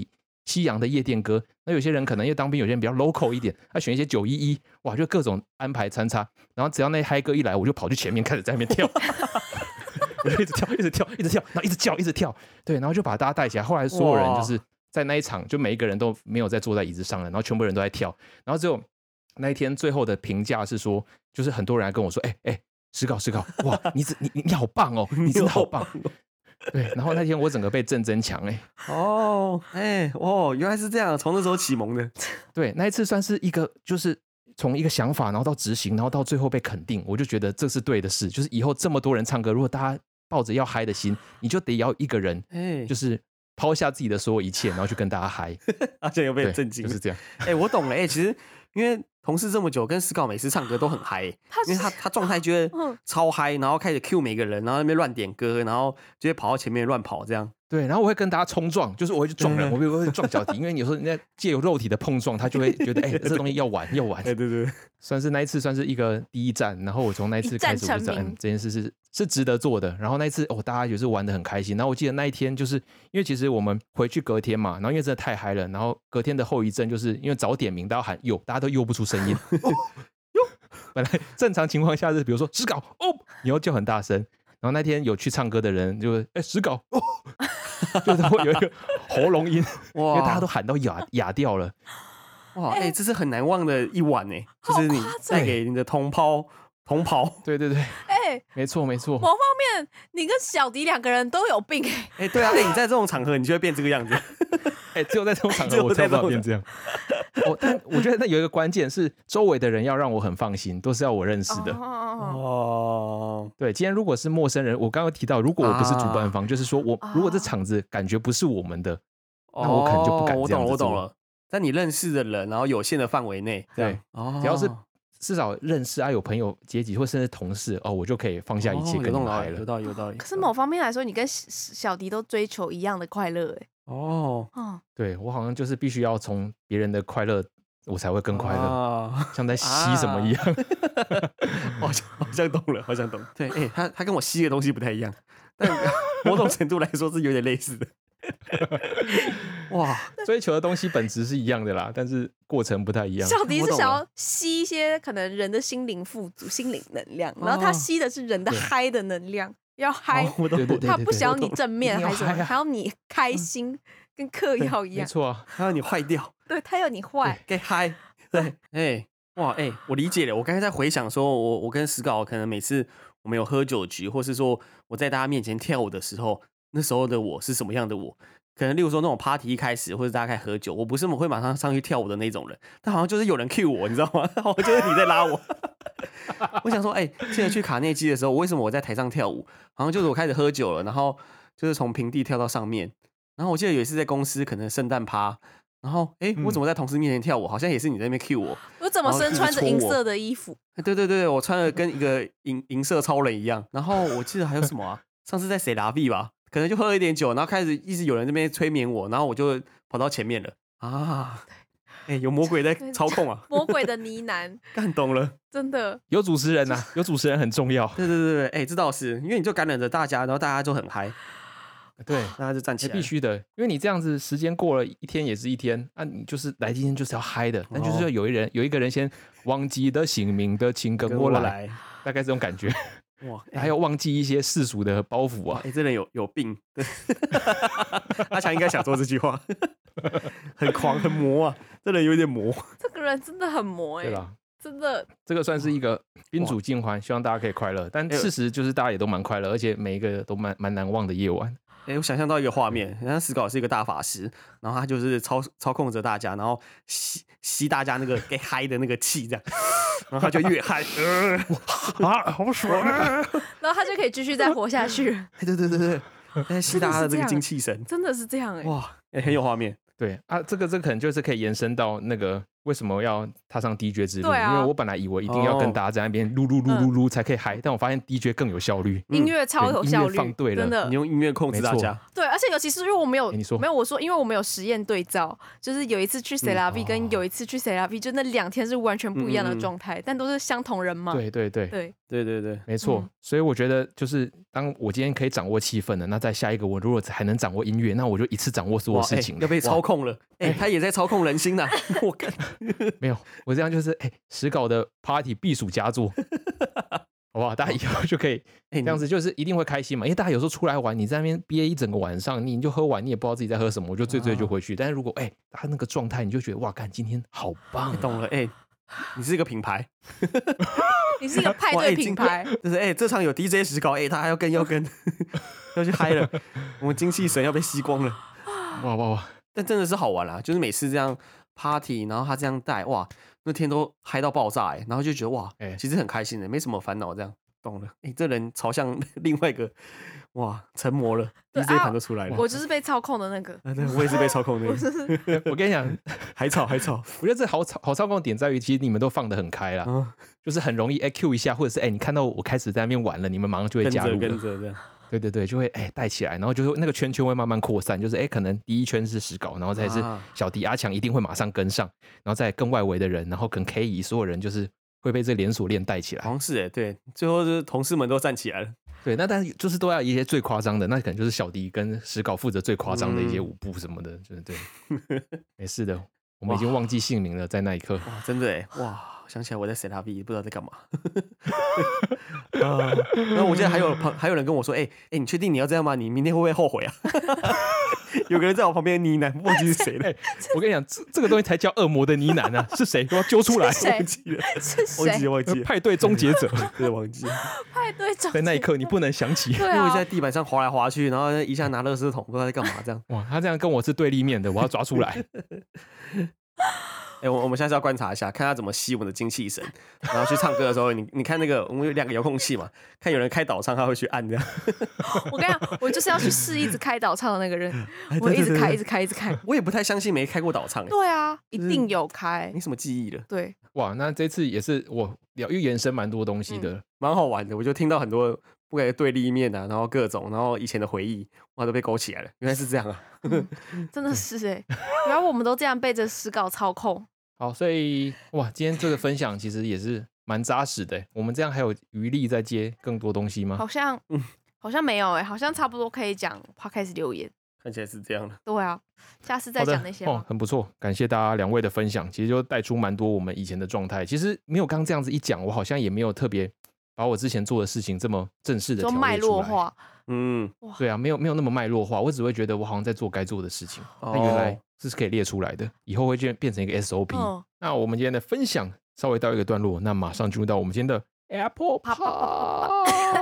Speaker 1: 西洋的夜店歌；那有些人可能因为当兵，有些人比较 local 一点，他选一些九一一，哇，就各种安排参差。然后只要那嗨歌一来，我就跑去前面开始在那边跳。我就一直跳，一直跳，一直跳，然后一直叫，一直跳，对，然后就把大家带起来。后来所有人
Speaker 3: 哇
Speaker 1: 就是在那一场就每一个人都没有再坐在椅子上了，然后全部人都在跳，然后只有那一天最后的评价是说，就是很多人来跟我说，哎、哎、史考史考，哇，你真你你你好棒哦，你真的好棒。对，然后那天我整个被郑增强哎、
Speaker 3: 哦，哎、哦，原来是这样，从那时候启蒙的，
Speaker 1: 对，那一次算是一个，就是从一个想法，然后到执行，然后到最后被肯定，我就觉得这是对的事。就是以后这么多人唱歌，如果大家抱着要嗨的心，你就得要一个人，
Speaker 3: 哎、
Speaker 1: 就是是抛下自己的所有一切，然后去跟大家 嗨。
Speaker 3: 而且又被
Speaker 1: 对，
Speaker 3: 震惊，
Speaker 1: 就是这样。
Speaker 3: 哎、我懂了。哎、其实因为同事这么久，跟思考每次唱歌 都很嗨、
Speaker 2: 他
Speaker 3: 因为
Speaker 2: 是
Speaker 3: 他他状态就会
Speaker 2: 嗯
Speaker 3: 超嗨，然后开始 cue 每个人，然后在那边乱点歌，然后就会跑到前面乱跑这样。
Speaker 1: 对，然后我会跟大家冲撞，就是我会去撞人，我
Speaker 3: 对
Speaker 1: 会我会撞脚底，因为有时候人家借由肉体的碰撞，他就会觉得，哎、这东西要玩要玩。
Speaker 3: 对对，
Speaker 1: 算是那一次算是一个第一站，然后我从那一次
Speaker 2: 一战
Speaker 1: 开始我就知道，
Speaker 2: 成名
Speaker 1: 嗯，这件事是是值得做的。然后那一次哦，大家也是玩的很开心。然后我记得那一天就是因为其实我们回去隔天嘛，然后因为真的太嗨了，然后隔天的后遗症就是因为早点名，大家喊哟，大家都哟不出声音。哟，本来正常情况下是比如说石稿哦，你要叫很大声。然后那天有去唱歌的人就哎石稿哦，就是会有一个 喉咙音，因为大家都喊到哑哑掉了。
Speaker 3: 哇，哎、这是很难忘的一晚呢、哎就是你
Speaker 2: 好夸张
Speaker 3: 带给你的同胞同 袍。
Speaker 1: 对对对，
Speaker 2: 哎、
Speaker 1: 没错没错。
Speaker 2: 某方面你跟小迪两个人都有病、哎
Speaker 3: 哎、对啊， 哎、你在这种场合，你就会变这 个样子。
Speaker 1: 哎、只有在这种场
Speaker 3: 只有
Speaker 1: 合我才
Speaker 3: 在
Speaker 1: 不
Speaker 3: 这
Speaker 1: 到
Speaker 3: 种
Speaker 1: 变这样。哦，但我觉得那有一个关键是，周围的人要让我很放心，都是要我认识的。
Speaker 2: 哦
Speaker 3: 哦，
Speaker 1: 对，今天如果是陌生人，我刚刚提到，如果我不是主
Speaker 3: 啊
Speaker 1: 办方，就是说我如果这
Speaker 2: 啊
Speaker 1: 场子感觉不是我们的，
Speaker 3: 那
Speaker 1: 我可能就不敢
Speaker 3: 哦我
Speaker 1: 这样
Speaker 3: 懂了，
Speaker 1: 子
Speaker 3: 我
Speaker 1: 做
Speaker 3: 懂了。在你认识的人，然后有限的范围内，这样
Speaker 1: 对
Speaker 3: 哦，
Speaker 1: 只要是至少认识啊，有朋友、阶级或甚至同事哦，我就可以放下一切
Speaker 3: 哦有
Speaker 1: 跟你
Speaker 3: 道
Speaker 1: 们嗨
Speaker 3: 理，有
Speaker 1: 了。
Speaker 3: 道理，有道理。
Speaker 2: 可
Speaker 1: 哦
Speaker 2: 是某方面来说，你跟小小迪都追求一样的快乐、哎，
Speaker 3: 哦，
Speaker 2: 哦，
Speaker 1: 对我好像就是必须要从别人的快乐，我才会更快乐，
Speaker 3: 啊
Speaker 1: 像 在吸什么一样。
Speaker 3: 好像好像懂了，好像懂了。对，哎、他他跟我吸的东西不太一样， 但某种程度来说是有点类似 的。哇，
Speaker 1: 追求的东西本质是一样的啦，但是过程不太啊一样。
Speaker 2: 小迪
Speaker 3: 我
Speaker 2: 是
Speaker 3: 懂
Speaker 2: 想
Speaker 3: 了
Speaker 2: 要吸一些可能人的心灵富足、心灵能量，然后
Speaker 3: 哦
Speaker 2: 他吸的是人的
Speaker 1: 对
Speaker 2: 嗨的能量，要嗨，
Speaker 3: 哦我懂
Speaker 1: 对对
Speaker 3: 我懂
Speaker 1: 对
Speaker 2: 他不想要你
Speaker 3: 我懂
Speaker 2: 正面
Speaker 1: 一定要
Speaker 2: 还是什
Speaker 1: 嗨
Speaker 2: 么，
Speaker 1: 啊
Speaker 2: 还要 你开心，跟嗑药一
Speaker 1: 没
Speaker 2: 样，
Speaker 1: 错啊，
Speaker 3: 他要你坏掉，
Speaker 2: 对他要你 坏，
Speaker 3: 给 嗨。对，哎、哇，哎、我理解了。我刚才在回想说，我我跟史搞可能每次我们有喝酒局，或是说我在大家面前跳舞的时候，那时候的我是什么样的我？可能例如说那种 party 一开始，或者大家开始喝酒，我不是会马上上去跳舞的那种人，但好像就是有人 cue 我，你知道吗？ 好像就是你在拉我。 我想说，哎、记得去卡内基的时候，为什么我在台上跳舞？好像就是我开始喝酒了，然后就是从平地跳到上面。然后我记得有一次在公司，可能圣诞趴，然后哎、我怎么在同事面前跳舞？好像也是你在那边 cue 我。
Speaker 2: 我怎么
Speaker 1: 哦
Speaker 3: 然后一
Speaker 2: 身
Speaker 3: 直
Speaker 2: 穿着
Speaker 3: 戳
Speaker 2: 银
Speaker 3: 我
Speaker 2: 色的衣服？
Speaker 3: 哎对对对，我穿的跟一个银银色超人一样。然后我记得还有什么啊？上次在谁拉 V 吧，可能就喝了一点酒，然后开始一直有人在那边催眠我，然后我就跑到前面了啊！哎、有魔鬼在操控啊！
Speaker 2: 魔鬼的呢喃，
Speaker 3: 干懂了。
Speaker 2: 真的，
Speaker 1: 有主持人呐、啊有主持人很重要。
Speaker 3: 对对对对，哎、这倒是，因为你就感染着大家，然后大家就很嗨，
Speaker 1: 对，
Speaker 3: 大家就站起
Speaker 1: 哎
Speaker 3: 来。
Speaker 1: 必须的，因为你这样子时间过了一天也是一天，啊，你就是来今天就是要嗨的，但就是
Speaker 3: 哦
Speaker 1: 要有一人有一个人先忘记的姓名的请跟
Speaker 3: 跟
Speaker 1: 我
Speaker 3: 我
Speaker 1: 来，
Speaker 3: 来。
Speaker 1: 大概这种感觉，
Speaker 3: 哇，哎、
Speaker 1: 还要忘记一些世俗的包袱
Speaker 3: 哇，
Speaker 1: 啊
Speaker 3: 哎、。这人有有病。 对，阿强应该想说这句话， 很狂很魔啊，这人有点魔。
Speaker 2: 这个人真的很魔哎、
Speaker 1: 对啦，
Speaker 2: 真的
Speaker 1: 这个算是一个宾主尽欢，希望大家可以快乐。但
Speaker 3: 哎呦
Speaker 1: 事实就是大家也都蛮快乐，而且每一个都蛮蛮难忘的夜晚。
Speaker 3: 哎、我想象到一个画面，好像史搞是一个大法师，然后他就是操操控着大家，然后吸吸大家那个给嗨的那个气，这样，然后他就越嗨，呃，啊，好爽、啊！
Speaker 2: 然后他就可以继续再活 下去，
Speaker 3: 哎对对对对，哎吸大家的
Speaker 2: 真的是这
Speaker 3: 这个
Speaker 2: 样
Speaker 3: 精气神，
Speaker 2: 真的是这样哎、
Speaker 3: 哇，哎、很有画面。
Speaker 1: 对啊，这个这个可能就是可以延伸到那个为什么要踏上 DJ 之路，
Speaker 2: 对啊嗯
Speaker 1: 因为我本来以为一定要
Speaker 3: 哦
Speaker 1: 跟大家在那边噜噜噜噜噜才可以嗨，但我发现 DJ 更有效率。
Speaker 2: 音乐超
Speaker 1: 嗯对
Speaker 2: 有
Speaker 1: 音
Speaker 2: 效
Speaker 1: 乐
Speaker 2: 率，
Speaker 1: 放对
Speaker 2: 真
Speaker 1: 了
Speaker 2: 的
Speaker 3: 你用音乐控制
Speaker 1: 没
Speaker 3: 大
Speaker 1: 错
Speaker 3: 家，
Speaker 2: 对，而且尤其是因为我没有，
Speaker 1: 哎你说
Speaker 2: 没有，我说因为我们有实验对照，就是有一次
Speaker 3: 嗯
Speaker 2: 去 C 拉 V
Speaker 1: 哦
Speaker 2: 跟有一次去 C 拉 V，就那两天是完全不一样的
Speaker 3: 嗯嗯嗯
Speaker 2: 状态，但都是相同人嘛。
Speaker 1: 对对对，
Speaker 2: 啊对
Speaker 3: 对对对，
Speaker 1: 没错，
Speaker 2: 嗯
Speaker 1: 所以我觉得就是当我今天可以掌握气氛了，那在下一个我如果还能掌握音乐，那我就一次掌握所有
Speaker 3: 哇，
Speaker 1: 事
Speaker 3: 哎
Speaker 1: 情了。
Speaker 3: 要被
Speaker 1: 哇
Speaker 3: 操控了，哎、
Speaker 1: 哎
Speaker 3: 他也在操控人心呐、 我靠，
Speaker 1: 没有，我这样就是哎，史搞的 party 避暑佳作。好不好？大家以后就可以
Speaker 3: 哎
Speaker 1: 这样子，就是一定会开心嘛。因为大家有时候出来玩，你在那边憋一整个晚上，你你就喝完，你也不知道自己在喝什么，我就醉醉
Speaker 3: 啊
Speaker 1: 就回去。但是如果哎，大家那个状态，你就觉得哇，干今天好棒啊，
Speaker 3: 懂了，哎、你是一个品牌，
Speaker 2: 你是一个派
Speaker 3: 哇
Speaker 2: 对
Speaker 3: 哎今
Speaker 2: 品牌，
Speaker 3: 就是哎、这场有 DJ 石膏，哎、他还要跟要跟 要去嗨了，我们精气神要被吸光了。
Speaker 1: 哇哇哇！
Speaker 3: 但真的是好玩啦，就是每次这样 party，然后他这样带，哇，那天都嗨到爆炸、哎，然后就觉得哇，
Speaker 1: 哎
Speaker 3: 其实很开心的、没什么烦恼，这样懂了。哎、这人朝向 另外一个，哇，成魔了
Speaker 2: 对
Speaker 3: ，DJ
Speaker 2: 啊
Speaker 3: 盘都出来了。
Speaker 2: 我就是被操控的那个。
Speaker 3: 啊，对，我也是被操控的，
Speaker 1: 我跟你讲，
Speaker 3: 海草 海草，
Speaker 1: 我觉得这好操好操控的点在于，其实你们都放得很开啦，
Speaker 3: 啊，
Speaker 1: 就是很容易哎 Q 一下，或者是哎你看到我开始在那边玩了，你们马上就会
Speaker 3: 跟
Speaker 1: 加
Speaker 3: 着
Speaker 1: 入
Speaker 3: 跟
Speaker 1: 了，
Speaker 3: 着 这样，
Speaker 1: 对对对，就会哎带起来，然后就是那个圈圈会慢慢扩散，就是哎可能第一圈是石膏，然后再是
Speaker 3: 啊
Speaker 1: 小迪阿强一定会马上跟上，然后再更外围的人，然后跟 K 姨所有人就是会被这连锁链带起来
Speaker 3: 好。像是哎，对，最后就是同事们都站起来了，
Speaker 1: 对，那但是就是都要一些最夸张的，那可能就是小迪跟石膏负责最夸张的一些
Speaker 3: 嗯
Speaker 1: 舞步什么的，就是 对，没事的，我们已经忘记姓名了，在那一刻。
Speaker 3: 哇，真的哎，哇，想起来我在 C 大 V，不知道在干嘛。 啊，然后我记得还有旁还有人跟我说，哎、哎、你确定你要这样吗？你明天会不会后悔啊？ 有个人在我旁边呢喃，忘记是谁了，
Speaker 1: 哎我跟你讲，这这个东西才叫恶魔的呢喃啊！是谁？给我揪出来！
Speaker 2: 是谁
Speaker 3: 忘 记 了，
Speaker 2: 是
Speaker 3: 忘记
Speaker 2: 谁
Speaker 3: 了，忘记 了，
Speaker 1: 派对终结者，
Speaker 3: 对，忘记了。
Speaker 2: 派对中？
Speaker 1: 在那一刻你不能想 起。
Speaker 2: 对
Speaker 3: 因为
Speaker 2: 啊，
Speaker 3: 在地板上滑来滑去，然后一下拿垃圾桶，不知道在干嘛这 样。
Speaker 1: 哇，他这样跟我是对立面的，我要抓出 来。
Speaker 3: 哎、我我们下次要观察一下，看他怎么吸我们的精气神，然后去唱歌的时候，你你看那个我们有两个遥控器嘛，看有人开导唱，他会去按这样。
Speaker 2: 我跟你讲，我就是要去试一直开导唱的那个人，
Speaker 3: 哎
Speaker 2: 我一直开，一。
Speaker 3: 对对对
Speaker 2: 直
Speaker 3: 对
Speaker 2: 开，一直开。
Speaker 3: 我也不太相信没开过导唱、欸，
Speaker 2: 对啊，一
Speaker 3: 就是
Speaker 2: 定有开
Speaker 3: 没。什么记忆了，
Speaker 2: 对，
Speaker 1: 哇，那这次也是我聊，又延伸蛮多东西
Speaker 2: 嗯
Speaker 1: 的。
Speaker 3: 蛮好玩的。我就听到很多不该对立面啊，然后各种，然后以前的回忆，哇，都被勾起来了。原来是这样啊！
Speaker 2: 真的是哎，原来我们都这样被这诗稿操控。
Speaker 1: 好，所以哇，今天这个分享其实也是蛮扎实的。欸我们这样还有余力再接更多东西吗？
Speaker 2: 好像，
Speaker 3: 嗯
Speaker 2: 好像没有哎、好像差不多可以讲 podcast 留言。
Speaker 3: 看起来是这样的，
Speaker 2: 对啊，下次再
Speaker 1: 好的
Speaker 2: 讲那些
Speaker 1: 哦
Speaker 2: 吧，。
Speaker 1: 很不错，感谢大家两位的分享，其实就带出蛮多我们以前的状态。其实没有刚刚这样子一讲，我好像也没有特别把我之前做的事情这么正式的
Speaker 2: 说脉络化，
Speaker 3: 嗯，
Speaker 1: 对啊，没有没有那么脉络化，我只会觉得我好像在做该做的事情。那原来
Speaker 3: 哦
Speaker 1: 这是可以列出来的，以后会变变成一个 SOP。
Speaker 2: 嗯，
Speaker 1: 那我们今天的分享稍微到一个段落，那马上进入到我们今天的 Apple p
Speaker 2: 啪
Speaker 1: o
Speaker 2: 啪啪
Speaker 1: d c a
Speaker 2: 啪啪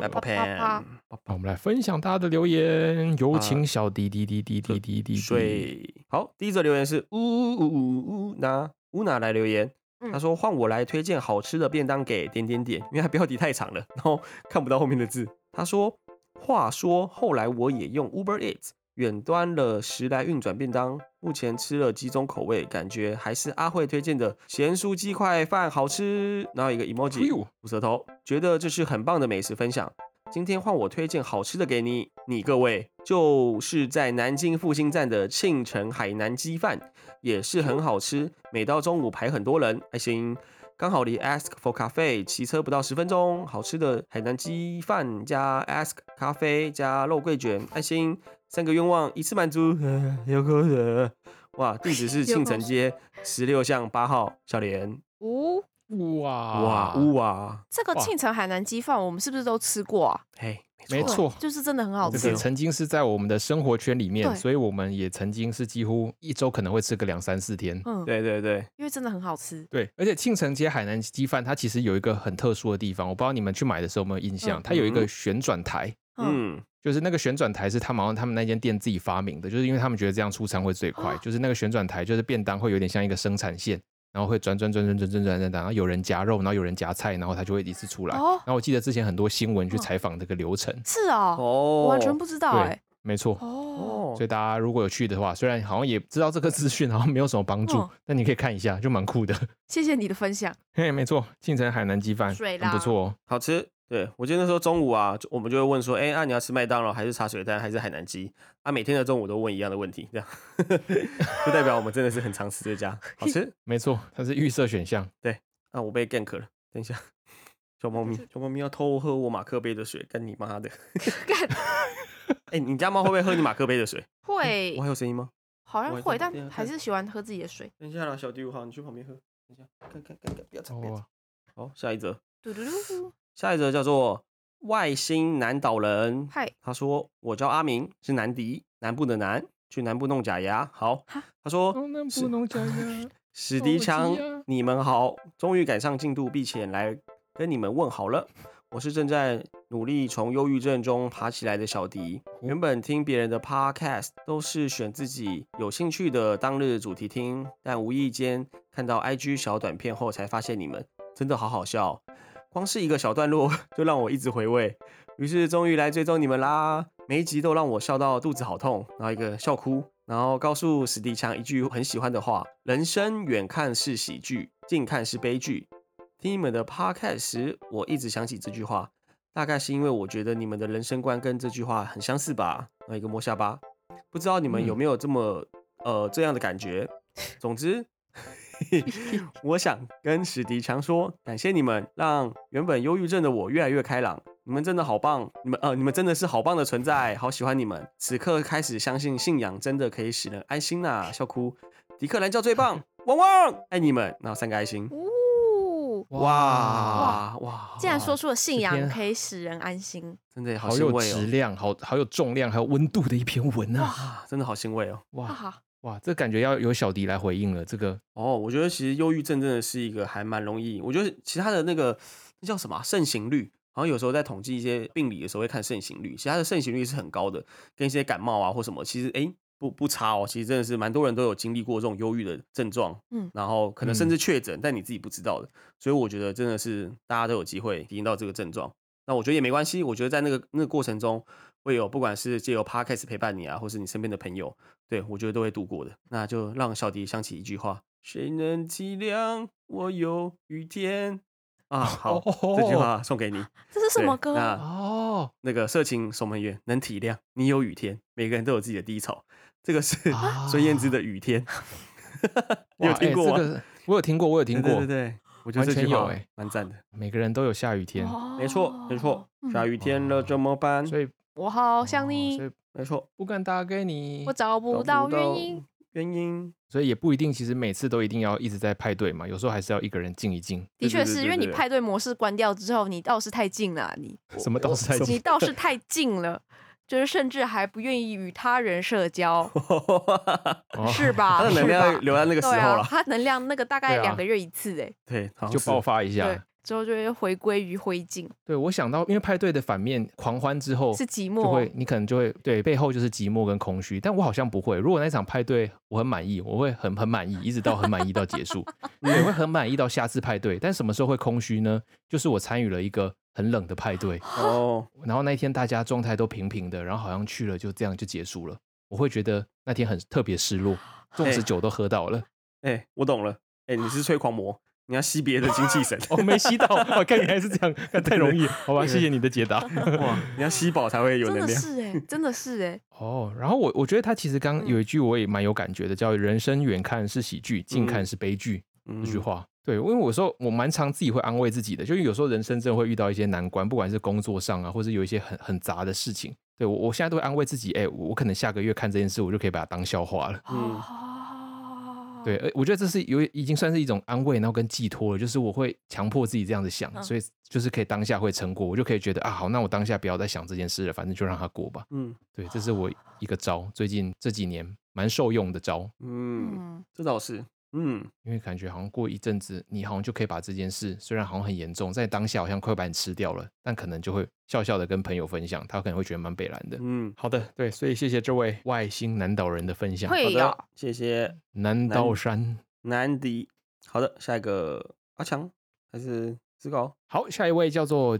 Speaker 2: 啪啪啪
Speaker 1: 那我们来分享大家的留言，有请小滴滴滴滴滴滴滴。
Speaker 3: 水。好，第一则留言是呜呜呜呜呜那乌娜来留言。
Speaker 2: 嗯
Speaker 3: 他说换我来推荐好吃的便当给点点点，因为他标题太长了，然后看不到后面的字。他说，话说后来我也用 Uber Eats 远端了十来运转便当，目前吃了几种口味，感觉还是阿慧推荐的咸酥鸡块饭好吃。然后一个 emoji
Speaker 1: 哎呦
Speaker 3: 吐舌头，觉得这是很棒的美食分享。今天换我推荐好吃的给你，你各位就是在南京复兴站的庆城海南鸡饭，也是很好吃，每到中午排很多人，爱心。刚好离 Ask for Cafe 骑车不到十分钟，好吃的海南鸡饭加 Ask 咖啡加肉桂卷，爱心三个愿望一次满足， 呃、有口水。哇，地 址是
Speaker 2: 流
Speaker 3: 庆
Speaker 2: 口
Speaker 3: 城街十六巷八号小莲。
Speaker 2: 呜、
Speaker 1: 哇
Speaker 3: 哇呜哇，
Speaker 2: 哦这个
Speaker 1: 哇
Speaker 2: 庆城海南鸡饭我们是不是都吃过啊？
Speaker 3: 嘿，
Speaker 1: 没
Speaker 2: 对
Speaker 1: 错
Speaker 2: 就是真的很好
Speaker 3: 这
Speaker 1: 这
Speaker 2: 吃
Speaker 1: 个。曾经是在我们的生活圈里面，
Speaker 2: 对
Speaker 1: 所以我们也曾经是几乎一周可能会吃个两三四天。
Speaker 2: 嗯，
Speaker 3: 对对对，
Speaker 2: 因为真的很好吃。
Speaker 1: 对，而且庆城街海南鸡饭它其实有一个很特殊的地方，我不知道你们去买的时候有没有印象，
Speaker 2: 嗯
Speaker 1: 它有一个
Speaker 3: 嗯
Speaker 1: 旋转台，
Speaker 2: 嗯，
Speaker 3: 嗯，
Speaker 1: 就是那个旋转台是他们好像他们那间店自己发明的，就是因为他们觉得这样出餐会最
Speaker 2: 哦
Speaker 1: 快，就是那个旋转台就是便当会有点像一个生产线。然后会转转转转转转转转转，然后有人夹肉，然后有人夹菜，然后它就会一次出来。
Speaker 2: 哦
Speaker 1: 然后我记得之前很多新闻去
Speaker 2: 哦
Speaker 1: 采访这个流程，
Speaker 2: 是哦，
Speaker 3: 哦
Speaker 2: 我完全不知道
Speaker 1: 对
Speaker 2: 哎、
Speaker 1: 没错。
Speaker 2: 哦，
Speaker 3: 哦
Speaker 1: 所以大家如果有去的话，虽然好像也知道这个资讯好像没有什么帮助，
Speaker 2: 嗯
Speaker 1: 但你可以看一下，就蛮酷的。
Speaker 2: 谢谢你的分享。
Speaker 1: 嘿，没错，庆城海南鸡饭
Speaker 2: 水
Speaker 1: 很
Speaker 2: 啦
Speaker 1: 不错哦。
Speaker 3: 好吃。对我记得那时候中午啊，就我们就会问说，哎、那、你要吃麦当劳还是茶水蛋还是海南鸡？啊，每天的中午都问一样的问题，这样 就代表我们真的是很常吃这家，好吃。
Speaker 1: 没错，它是预设选项。
Speaker 3: 啊，我被 gank 了，等一下，小猫咪，小猫咪要偷喝我马克杯的水，干你妈的！
Speaker 2: 干
Speaker 3: 哎、你家猫会不会喝你马克杯的水？
Speaker 2: 会
Speaker 3: 嗯我还有声音吗？
Speaker 2: 好像
Speaker 3: 我
Speaker 2: 会，
Speaker 3: 也在
Speaker 2: 但
Speaker 3: 旁边
Speaker 2: 还
Speaker 3: 看
Speaker 2: 是喜欢喝自己的水。
Speaker 3: 等一下啦，小第五号，你去旁边喝。等一下，看看看看，不要吵，不要
Speaker 1: 哦
Speaker 3: 吵。，好，下一则，
Speaker 2: 嘟嘟嘟，
Speaker 3: 下一则叫做外星南岛人。
Speaker 2: 嗨，
Speaker 3: 他说：“我叫阿明，是南迪，南部的南，去南部弄假牙。”好，他说
Speaker 1: 哦，那不能讲 呀。
Speaker 3: 史
Speaker 1: 哦
Speaker 3: 迪
Speaker 1: 我知
Speaker 3: 强
Speaker 1: 呀，
Speaker 3: 你们好，终于赶上进度，并且来跟你们问好了。我是正在努力从忧郁症中爬起来的小迪。
Speaker 1: 哦
Speaker 3: 原本听别人的 podcast 都是选自己有兴趣的当日主题听，但无意间看到 IG 小短片后，才发现你们真的好好笑哦，光是一个小段落 就让我一直回味。于是终于来追踪你们啦！每一集都让我笑到肚子好痛，然后一个笑哭，然后告诉史迪强一句很喜欢的话：人生远看是喜剧，近看是悲剧。听你们的 podcast 时，我一直想起这句话，大概是因为我觉得你们的人生观跟这句话很相似吧。然后一个摸下巴，不知道你们有没有这么、呃这样的感觉？总之。 我想跟史迪强说，感谢你们，让原本忧郁症的我越来越开朗。你们真的好棒，你们呃，你们真的是好棒的存在，好喜欢你们。此刻开始相信信仰真的可以使人安心呐、笑哭。迪克兰教最棒，汪汪，爱你们。然后三个爱心，
Speaker 2: 呜，
Speaker 3: 哇哇哇！
Speaker 2: 竟然说出了信
Speaker 1: 这
Speaker 2: 仰
Speaker 1: 篇
Speaker 2: 可以使人安心，
Speaker 3: 真的好
Speaker 1: 好
Speaker 3: 欣
Speaker 1: 有
Speaker 3: 慰
Speaker 1: 质
Speaker 3: 哦，
Speaker 1: 量，好好有重量，还有温度的一篇文啊！
Speaker 3: 啊真的好欣慰哦。
Speaker 2: 哈
Speaker 1: 哇
Speaker 2: 哈，
Speaker 1: 哇，这感觉要由小迪来回应了。这个
Speaker 3: 哦，我觉得其实忧郁症真的是一个还蛮容易，我觉得其他的那个那叫什么啊盛行率，好像有时候在统计一些病理的时候会看盛行率，其他的盛行率是很高的，跟一些感冒啊或什么，其实诶不不差哦，其实真的是蛮多人都有经历过这种忧郁的症状，
Speaker 2: 嗯
Speaker 3: 然后可能甚
Speaker 1: 嗯
Speaker 3: 至确诊，但你自己不知道的，所以我觉得真的是大家都有机会体验到这个症状。那我觉得也没关系，我觉得在那个那个过程中，会有不管是借由 podcast 陪伴你啊，或是你身边的朋友，对，我觉得都会度过的。那就让小迪想起一句话：“谁能体谅我有雨天？” 啊，好，这句话送给你。
Speaker 2: 这是什么
Speaker 3: 对
Speaker 2: 歌？啊
Speaker 3: 那
Speaker 1: 哦，
Speaker 3: 那个色情守门员能体谅你有雨天，每个人都有自己的低潮。这个是
Speaker 1: 啊
Speaker 3: 孙燕姿的《雨 天》 你有
Speaker 1: 哇
Speaker 3: 听
Speaker 1: 哎
Speaker 3: 过吗？
Speaker 1: 这个我有听过，我有听过，
Speaker 3: 对对对对，我觉
Speaker 1: 完
Speaker 3: 得这句
Speaker 1: 全有
Speaker 3: 话
Speaker 1: 哎
Speaker 3: 蛮赞的。
Speaker 1: 每个人都有下雨天，
Speaker 2: 哦
Speaker 3: 没错，没错，下
Speaker 2: 嗯
Speaker 3: 雨天了
Speaker 1: 哦
Speaker 3: 怎么办？
Speaker 1: 所以
Speaker 2: 我好
Speaker 1: 好
Speaker 2: 想你
Speaker 1: 哦所，以
Speaker 3: 没错，
Speaker 1: 不敢打给你
Speaker 2: 我。找不到
Speaker 3: 找不
Speaker 2: 原因。，
Speaker 3: 原因
Speaker 1: 所以也不一定，其实每次都一定要一直在派对嘛，有时候还是要一个人静一静。
Speaker 2: 的
Speaker 3: 对
Speaker 2: 确
Speaker 3: 对
Speaker 2: 是
Speaker 3: 对
Speaker 2: 因为
Speaker 3: 对
Speaker 2: 你
Speaker 3: 对
Speaker 2: 派对模式关掉之后，你倒是太近了，你
Speaker 1: 什么倒是太
Speaker 2: 你
Speaker 1: 静，
Speaker 2: 倒是太近了，就是甚至还不愿意与他人社交，
Speaker 1: 哦
Speaker 2: 是 吧？
Speaker 3: 他的能量
Speaker 2: 是吧
Speaker 3: 留在那个时候
Speaker 2: 对啊，
Speaker 3: 了，
Speaker 2: 他能量那个大
Speaker 1: 对
Speaker 2: 概
Speaker 1: 啊
Speaker 2: 两个月一次哎，
Speaker 3: 对，好像
Speaker 1: 就是爆发一
Speaker 2: 对
Speaker 1: 下。，
Speaker 2: 之后就会回归于灰烬，
Speaker 1: 对我想到，因为派对的反面狂欢之后
Speaker 2: 是寂
Speaker 1: 就会
Speaker 2: 寞，
Speaker 1: 你可能就会对背后就是寂寞跟空虚，但我好像不会。如果那场派对我很满意，我会很很满意，一直到很满意到结 束，我会很满意到下次派对。但什么时候会空虚呢？就是我参与了一个很冷的派对，
Speaker 3: 哦，
Speaker 1: 然后那一天大家状态都平平的，然后好像去了就这样就结束了，我会觉得那天很特别失落，纵使酒都喝到 了，
Speaker 3: 哎、我懂了，哎、你是吹狂魔，你要吸别人的精气神，
Speaker 1: 我、哦没吸到，我、看原来是这样，看太容易了，好吧，谢谢你的解答。
Speaker 3: 哇，你要吸饱才会有
Speaker 2: 真
Speaker 3: 能
Speaker 2: 的
Speaker 3: 量。
Speaker 2: 是哎，真的是哎，
Speaker 1: 哦，然后我我觉得他其实刚
Speaker 2: 嗯
Speaker 1: 有一句我也蛮有感觉的，叫“人生远看是喜剧，近看是悲剧”
Speaker 3: 嗯
Speaker 1: 这句话。对，因为我说我蛮常自己会安慰自己的，就是有时候人生真的会遇到一些难关，不管是工作上啊，或是有一些很很杂的事情。对我我现在都会安慰自己，哎、我我可能下个月看这件事，我就可以把它当笑话了。
Speaker 3: 嗯
Speaker 2: 哦，
Speaker 1: 对，呃我觉得这是有已经算是一种安慰，然后跟寄托了，就是我会强迫自己这样子想，
Speaker 2: 嗯
Speaker 1: 所以就是可以当下会成果，我就可以觉得啊，好，那我当下不要再想这件事了，反正就让它过吧。
Speaker 3: 嗯
Speaker 1: 对，这是我一个招，最近这几年蛮受用的招，
Speaker 3: 嗯，
Speaker 2: 嗯，
Speaker 3: 这倒是，嗯，
Speaker 1: 因为感觉好像过一阵子，你好像就可以把这件事，虽然好像很严重，在当下好像快把你吃掉了，但可能就会笑笑的跟朋友分享，他可能会觉得蛮北蓝的。
Speaker 3: 嗯，
Speaker 1: 好的，对，所以谢谢这位外星南岛人的分享，
Speaker 2: 会
Speaker 3: 好
Speaker 2: 呀
Speaker 3: 的，，谢谢
Speaker 1: 南岛山。
Speaker 3: 南迪。好的，下一个阿强还是志高？
Speaker 1: 好，下一位叫做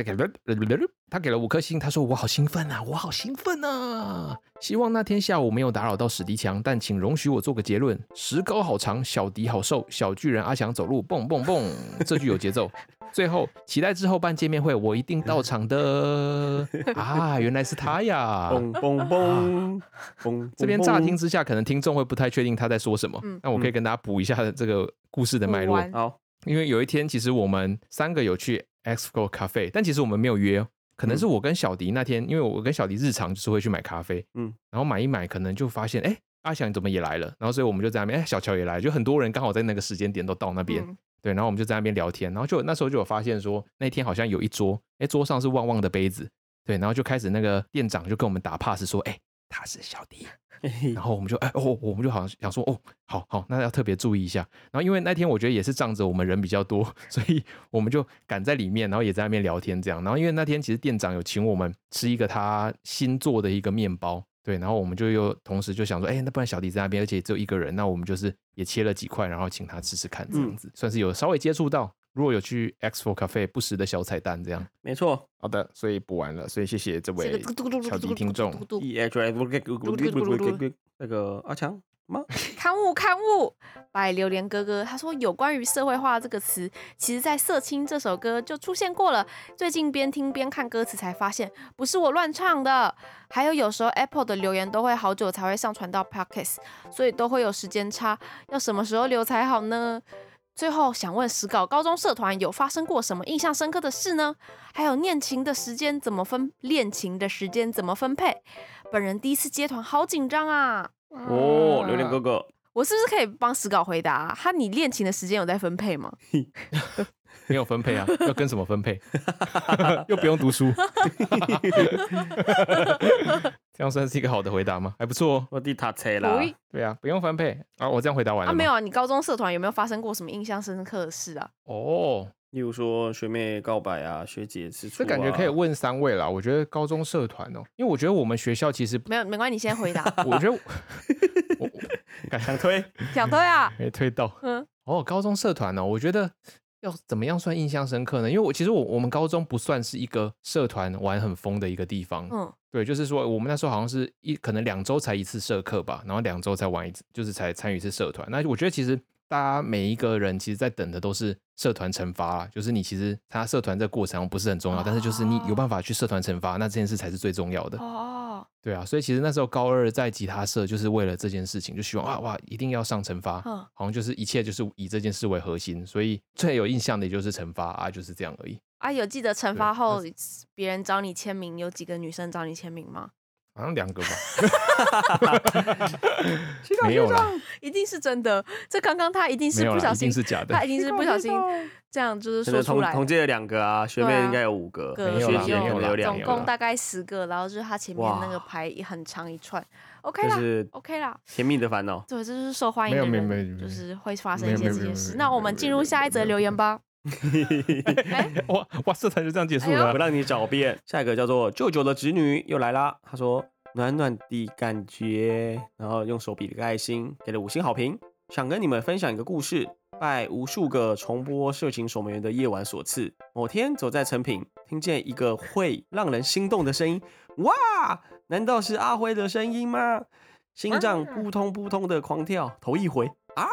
Speaker 1: DHS，他给了五颗星，他说我好兴奋啊，我好兴奋啊！希望那天下午没有打扰到史迪强，但请容许我做个结论：石膏好长，小迪好瘦，小巨人阿强走路蹦蹦蹦，这句有节奏。最后，期待之后办见面会，我一定到场的啊！原来是他 呀。
Speaker 3: 嘣嘣嘣嘣！
Speaker 1: 这边乍听之下，可能听众会不太确定他在说什么
Speaker 2: 嗯，
Speaker 1: 但我可以跟大家补一下这个故事的脉
Speaker 2: 补
Speaker 1: 络
Speaker 2: 完。
Speaker 3: 好，
Speaker 1: 因为有一天，其实我们三个有去 Exco Cafe，但其实我们没有约哦，可能是我跟小迪那天，因为我跟小迪日常就是会去买咖啡，
Speaker 3: 嗯
Speaker 1: 嗯，然后买一买，可能就发现，哎，阿翔怎么也来了？然后所以我们就在那边，哎，小乔也来，就很多人刚好在那个时间点都到那边，
Speaker 2: 嗯
Speaker 1: 对，然后我们就在那边聊天，然后就那时候就有发现说，那天好像有一桌，哎，桌上是旺旺的杯子，对，然后就开始那个店长就跟我们打 pass 说，哎，他是小弟，然后我们就哎哦，我们就好像想说哦，好好，那要特别注意一下。然后因为那天我觉得也是仗着我们人比较多，所以我们就赶在里面，然后也在那边聊天这样。然后因为那天其实店长有请我们吃一个他新做的一个面包，对，然后我们就又同时就想说，哎，那不然小弟在那边，而且只有一个人，那我们就是也切了几块，然后请他吃吃看，这样子、算是有稍微接触到。如果有去 X Four Cafe 不时的小彩蛋这样，
Speaker 3: 没错
Speaker 1: 好的，所以补完了，所以谢谢这
Speaker 2: 这个
Speaker 1: 位
Speaker 2: 嘟嘟嘟嘟
Speaker 1: 小弟
Speaker 2: 嘟嘟
Speaker 1: 听
Speaker 2: 嘟
Speaker 1: 众
Speaker 2: 嘟。嘟，
Speaker 3: ，E H I 那个阿强吗？
Speaker 2: 刊物刊物，白榴莲哥哥他说有关于社会化这个词，其实在《色青》这首歌就出现过了。最近边听边看歌词才发现，不是我乱唱的。还有有时候 Apple 的留言都会好久才会上传到 Podcast，所以都会有时间差，要什么时候留才好呢？最后想问史稿高中社团有发生过什么印象深刻的事呢？还有练琴的时间怎么分？练琴的时间怎么分配？本人第一次接团，好紧张啊！
Speaker 3: 哦，榴莲哥哥，
Speaker 2: 我是不是可以帮史稿回答、啊？他你练琴的时间有在分配吗？
Speaker 1: 没有分配啊，要跟什么分配？ 又不用读书，这样算是一个好的回答吗？还不错哦。
Speaker 3: 我弟他车啦，
Speaker 1: 对啊，不用分配啊，我这样回答完了、
Speaker 2: 啊，没有。啊。你高中社团有没有发生过什么印象深刻的事啊？
Speaker 1: 哦，
Speaker 3: 例如说学妹告白啊，学姐啊吃醋，
Speaker 1: 这感觉可以。问三位啦。我觉得高中社团哦，因为我觉得我们学校其实，
Speaker 2: 没有，没关系，你先回答。
Speaker 1: 我觉得 我
Speaker 3: 想推，
Speaker 2: 想对啊，
Speaker 1: 没推到。
Speaker 2: 嗯，
Speaker 1: 哦，高中社团哦，我觉得要怎么样算印象深刻呢？因为我其实我我们高中不算是一个社团玩很疯的一个地方，
Speaker 2: 嗯，
Speaker 1: 对，就是说我们那时候好像是一可能两周才一次社课吧，然后两周才玩一次，就是才参与一次社团。那我觉得其实大家每一个人其实在等的都是社团惩罚啊，就是你其实参加社团这个过程不是很重要，但是就是你有办法去社团惩罚，那这件事才是最重要的。
Speaker 2: 哦，
Speaker 1: 对啊，所以其实那时候高二在吉他社就是为了这件事情，就希望哇啊哇一定要上惩罚，
Speaker 2: 嗯
Speaker 1: 好像就是一切就是以这件事为核心，所以最有印象的也就是惩罚啊，就是这样而已。
Speaker 2: 啊，有记得惩罚
Speaker 1: 对
Speaker 2: 后别人找你签名，有几个女生找你签名吗？
Speaker 1: 好像两个吧，
Speaker 2: 徐导
Speaker 1: 没有
Speaker 2: 学
Speaker 1: 啦
Speaker 2: 长一定是真的，这刚刚他一定是
Speaker 1: 没有
Speaker 2: 不
Speaker 1: 啦，
Speaker 2: 小
Speaker 1: 一定
Speaker 2: 心，
Speaker 1: 是假的
Speaker 2: 他。一定是不小心这样就是
Speaker 3: 真
Speaker 2: 说
Speaker 3: 的
Speaker 2: 出
Speaker 3: 同
Speaker 2: 来
Speaker 3: 同。届有两个啊，学妹应该有五个，
Speaker 2: 各
Speaker 1: 没有
Speaker 3: 学
Speaker 1: 啦
Speaker 3: 姐
Speaker 1: 没
Speaker 3: 可
Speaker 1: 有
Speaker 3: 能
Speaker 1: 啦
Speaker 3: 有两
Speaker 2: 总
Speaker 1: 个
Speaker 2: 共
Speaker 3: 个，
Speaker 2: 大概十个，然后就是他前面那个
Speaker 3: 哇
Speaker 2: 牌很长一串，OK
Speaker 3: 就
Speaker 2: 啦
Speaker 3: 是
Speaker 2: ，OK 啦，
Speaker 3: 甜蜜的烦 恼。
Speaker 2: 对，这就是受欢迎
Speaker 1: 没
Speaker 2: 的
Speaker 1: 有没有没有
Speaker 2: 人，
Speaker 1: 没有
Speaker 2: 就是会发生
Speaker 1: 没
Speaker 2: 一
Speaker 1: 有
Speaker 2: 些
Speaker 1: 没有
Speaker 2: 这
Speaker 1: 没
Speaker 2: 些
Speaker 1: 有
Speaker 2: 事。
Speaker 1: 没
Speaker 2: 那
Speaker 1: 有
Speaker 2: 我
Speaker 1: 没
Speaker 2: 们
Speaker 1: 有
Speaker 2: 进
Speaker 1: 没
Speaker 2: 入
Speaker 1: 有
Speaker 2: 下一
Speaker 1: 没
Speaker 2: 则
Speaker 1: 有
Speaker 2: 留言吧。
Speaker 1: 哇哇，社团就这样结束
Speaker 2: 哎
Speaker 1: 了
Speaker 2: 呦
Speaker 1: 啊
Speaker 3: 不。让你狡辩。下一个叫做舅舅的侄女又来啦，她说暖暖的感觉，然后用手比了个爱心，给了五星好评。想跟你们分享一个故事，拜无数个重播《色情守门员》的夜晚所赐。某天走在成品，听见一个会让人心动的声音，哇！难道是阿辉的声音吗？心脏
Speaker 2: 啊
Speaker 3: 扑通扑通的狂跳，头一回啊，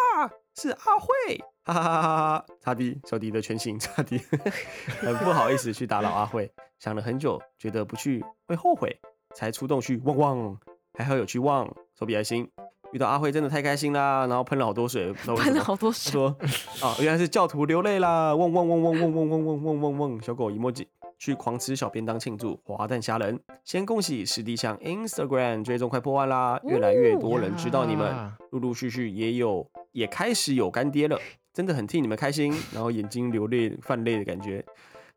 Speaker 3: 是阿慧，哈哈哈哈哈！擦地，小迪的全形擦地， 很不好意思去打扰阿慧，想了很久，觉得不去会后悔，才出动去旺旺，还好有去旺，手比爱心。遇到阿慧真的太开心啦，然后喷了好多水，不知道为 什
Speaker 2: 喷了
Speaker 3: 么
Speaker 2: 好多
Speaker 3: 他
Speaker 2: 水，
Speaker 3: 说啊，原来是教徒流泪啦，汪汪汪汪汪汪汪汪汪汪汪，小狗 emoji 去狂吃小便当庆祝滑蛋虾仁。先恭喜史蒂向 Instagram 追踪快破万啦，越来越多人知道你们，
Speaker 1: 呀
Speaker 3: 陆陆续续也有也开始有干爹了，真的很替你们开心，然后眼睛流泪泛泪的感觉。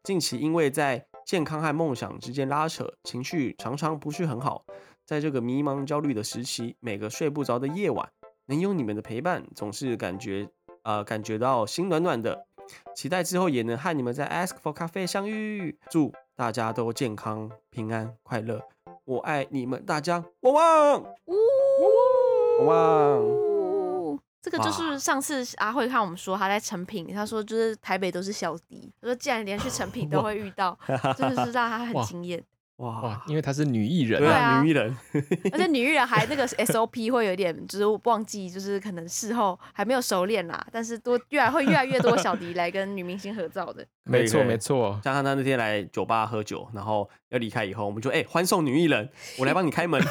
Speaker 3: 近期因为在健康和梦想之间拉扯，情绪常常不是很好，在这个迷茫焦虑的时期，每个睡不着的夜晚，能有你们的陪伴，总是感觉呃感觉到心暖暖的。期待之后也能和你们在 Ask for Cafe 相遇。祝大家都健康、平安、快乐！我爱你们大家，汪汪汪汪！
Speaker 2: 呜，这个就是
Speaker 3: 哇
Speaker 2: 上次阿慧看我们说他在成品，他说就是台北都是小迪，他说既然连去成 品都会遇到，真的是让他很
Speaker 1: 哇
Speaker 2: 惊艳。
Speaker 1: 哇
Speaker 3: 哇，，
Speaker 1: 因为她是女艺人
Speaker 3: 对
Speaker 2: 对
Speaker 1: 啊，
Speaker 2: 啊
Speaker 3: 啊，女艺 人，
Speaker 2: 而且女艺 人还那个 SOP 会有点就是忘记，就是可能事后还没有熟练啦，但是多越来会越来越多小迪来跟女明星合照的。
Speaker 1: 没错
Speaker 3: 可以
Speaker 1: 没错。
Speaker 3: 加上他那天来酒吧喝酒，然后要离开以后，我们就哎、欢送女艺人，我来帮你开门。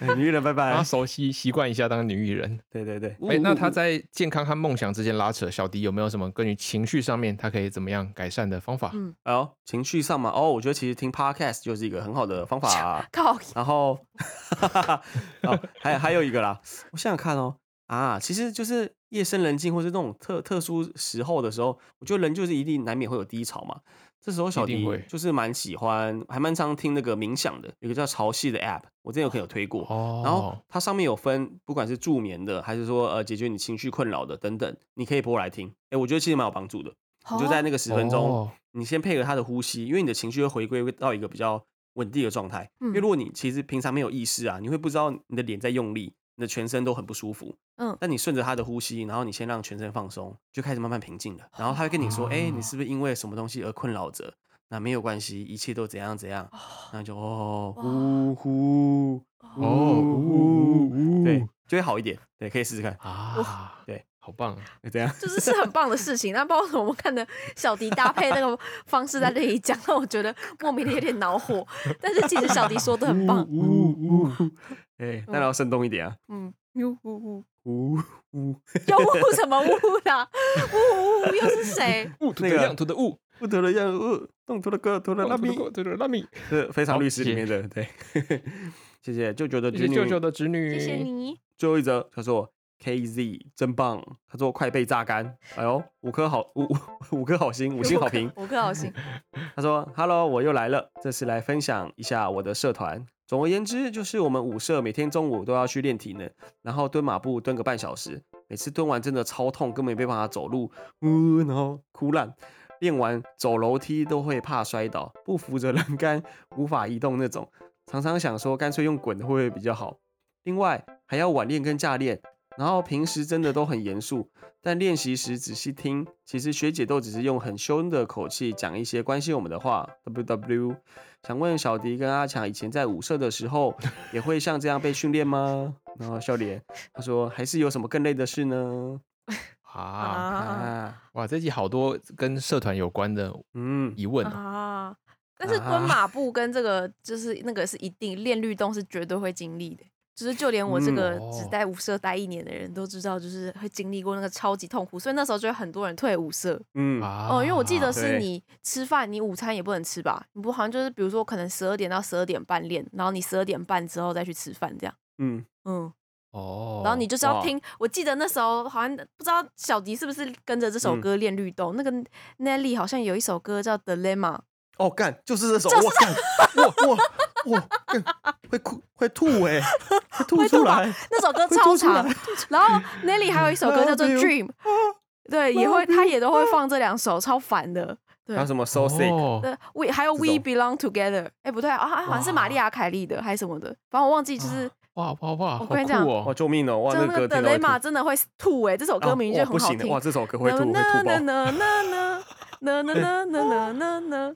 Speaker 3: 哎女艺人拜
Speaker 1: 让
Speaker 3: 拜
Speaker 1: 她。熟悉习惯一下当女艺人。
Speaker 3: 对对对，
Speaker 1: 哎、那她在健康和梦想之间拉扯，小迪有没有什么关于情绪上面她可以怎么样改善的方法？
Speaker 2: 嗯
Speaker 3: 哎呦情绪上嘛，哦，我觉得其实听 podcast 就是一个很好的方法、啊。
Speaker 2: 靠，
Speaker 3: 然后，哦，还有还有一个啦，我想想看哦，啊，其实就是夜深人静或是那种特特殊时候的时候，我觉得人就是一定难免会有低潮嘛。这时候小
Speaker 1: 一定
Speaker 3: 迪
Speaker 1: 会
Speaker 3: 就是蛮喜欢，还蛮常听那个冥想的，有一个叫潮汐的 app，我之前有可能有推过。
Speaker 1: 哦，
Speaker 3: 然后它上面有分，不管是助眠的，还是说呃解决你情绪困扰的等等，你可以播来听。哎，我觉得其实蛮有帮助的。你就在那个十分钟，
Speaker 1: 哦
Speaker 3: 你先配合他的呼吸，因为你的情绪会回归到一个比较稳定的状态。
Speaker 2: 嗯
Speaker 3: 因为如果你其实平常没有意识啊，你会不知道你的脸在用力，你的全身都很不舒服。
Speaker 2: 嗯
Speaker 3: 但你顺着他的呼吸，然后你先让全身放松，就开始慢慢平静了。然后他会跟你说：“哎、你
Speaker 2: 哦
Speaker 3: 是不是因为什么东西而困扰着？”那没有关系，一切都怎样怎样。那就哦，
Speaker 2: 哇
Speaker 3: 呼呼
Speaker 1: 哦呜呜，
Speaker 3: 对，就会好一点。对，可以试试看。
Speaker 1: 啊，
Speaker 3: 对，
Speaker 1: 好棒，
Speaker 3: 怎样？
Speaker 2: 就是是很棒的事情，但不知道为什么我看的小迪搭配那个方式在这里讲，让我觉得莫名的有点恼火。但是其实小迪说的很棒，
Speaker 3: 呜呜，哎，当然要生动一点啊。
Speaker 2: 嗯，呜呜呜，
Speaker 3: 呜呜，
Speaker 2: 又呜什么呜啦？呜呜呜，又是谁？
Speaker 1: 雾涂
Speaker 3: 那
Speaker 1: 的
Speaker 3: 个
Speaker 1: 亮涂的雾，
Speaker 3: 不得了样，呃，动图的歌，图的
Speaker 1: 拉
Speaker 3: 蜡
Speaker 1: 米
Speaker 3: 笔，
Speaker 1: 涂的拉米，
Speaker 3: 是非常
Speaker 1: 好
Speaker 3: 律师
Speaker 1: 谢
Speaker 3: 里
Speaker 1: 谢
Speaker 3: 面的。对，谢谢舅舅的
Speaker 1: 谢
Speaker 3: 侄
Speaker 1: 谢
Speaker 3: 女，
Speaker 1: 舅舅的侄
Speaker 2: 谢
Speaker 1: 女，
Speaker 2: 谢你，
Speaker 3: 最后一则叫做 KZ 真棒，他说快被榨干，哎呦，五颗好五五五颗好心，五星好评。
Speaker 2: 五颗好心，
Speaker 3: 他说：“Hello，我又来了，这次来分享一下我的社团。总而言之，就是我们舞社每天中午都要去练体能，然后蹲马步蹲个半小时，每次蹲完真的超痛，根本没办法走路，呜、然后哭烂。练完走楼梯都会怕摔倒，不扶着栏杆无法移动那种，常常想说干脆用滚的会不会比较好。另外还要晚练跟架练，然后平时真的都很严肃，但练习时仔细听，其实学姐都只是用很凶的口气讲一些关心我们的话。W W，想问小迪跟阿强以前在舞社的时 候，也会像这样被训练吗？然后笑脸他说，还是有什么更累的事呢？
Speaker 1: 啊，
Speaker 2: 啊
Speaker 3: 啊，
Speaker 1: 哇，这集好多跟社团有关的
Speaker 3: 嗯，
Speaker 1: 疑问哦，
Speaker 2: 啊！但是蹲马步跟这个就是那个是一定练律动是绝对会经历的。就是就连我这
Speaker 3: 嗯
Speaker 2: 个
Speaker 1: 哦
Speaker 2: 只在舞社待一年的人都知道，就是会经历过那个超级痛苦，所以那时候就有很多人退舞社。
Speaker 3: 嗯，
Speaker 1: 啊，
Speaker 2: 哦，因为我记得是
Speaker 3: 对
Speaker 2: 你吃饭，你午餐也不能吃吧？你不好像就是比如说可能十二点到十二点半练，然后你十二点半之后再去吃饭这样。
Speaker 3: 嗯，
Speaker 2: 嗯，
Speaker 1: 哦，
Speaker 2: 然后你就是要
Speaker 3: 哇
Speaker 2: 听，我记得那时候好像不知道小迪是不是跟着这首
Speaker 3: 嗯
Speaker 2: 歌练律动，那个 Nelly 好像有一首歌叫《Dilemma》，
Speaker 3: 哦，干，就是这首，哇干，哇哇哇，干，会哭会 吐哎、会吐
Speaker 2: 会吐
Speaker 3: 出
Speaker 2: 吧
Speaker 3: 来，
Speaker 2: 那首歌
Speaker 3: 会
Speaker 2: 超
Speaker 3: 吐出来
Speaker 2: 长，然后 Nelly 还有一首歌叫做
Speaker 3: I
Speaker 2: 《
Speaker 3: love you
Speaker 2: Dream》，对，也会他也都会放这两首，超烦的。对
Speaker 3: 还有什么 so sick，、
Speaker 1: 哦
Speaker 2: 对，We 还有
Speaker 3: 这
Speaker 2: We
Speaker 3: 种
Speaker 2: Belong Together，哎，不对啊，啊好像是玛丽亚凯莉的还是什么的，反正我忘记，
Speaker 3: 啊
Speaker 2: 就是
Speaker 1: 哇哇哇，
Speaker 2: 我
Speaker 1: 好
Speaker 2: 跟你
Speaker 1: 酷
Speaker 2: 讲
Speaker 3: 哇
Speaker 1: 哦，
Speaker 3: 救命哦，哇
Speaker 2: 真
Speaker 3: 那
Speaker 2: 的
Speaker 3: 个歌
Speaker 2: 那个
Speaker 3: 听到
Speaker 2: Dilemma
Speaker 3: 会吐。
Speaker 2: 真的会吐哎，这首歌名就
Speaker 3: 啊哇
Speaker 2: 很好
Speaker 3: 不行
Speaker 2: 听，
Speaker 3: 哇，这首歌会吐会吐爆
Speaker 2: 呢。呢呢呢呢呢呢呢呢，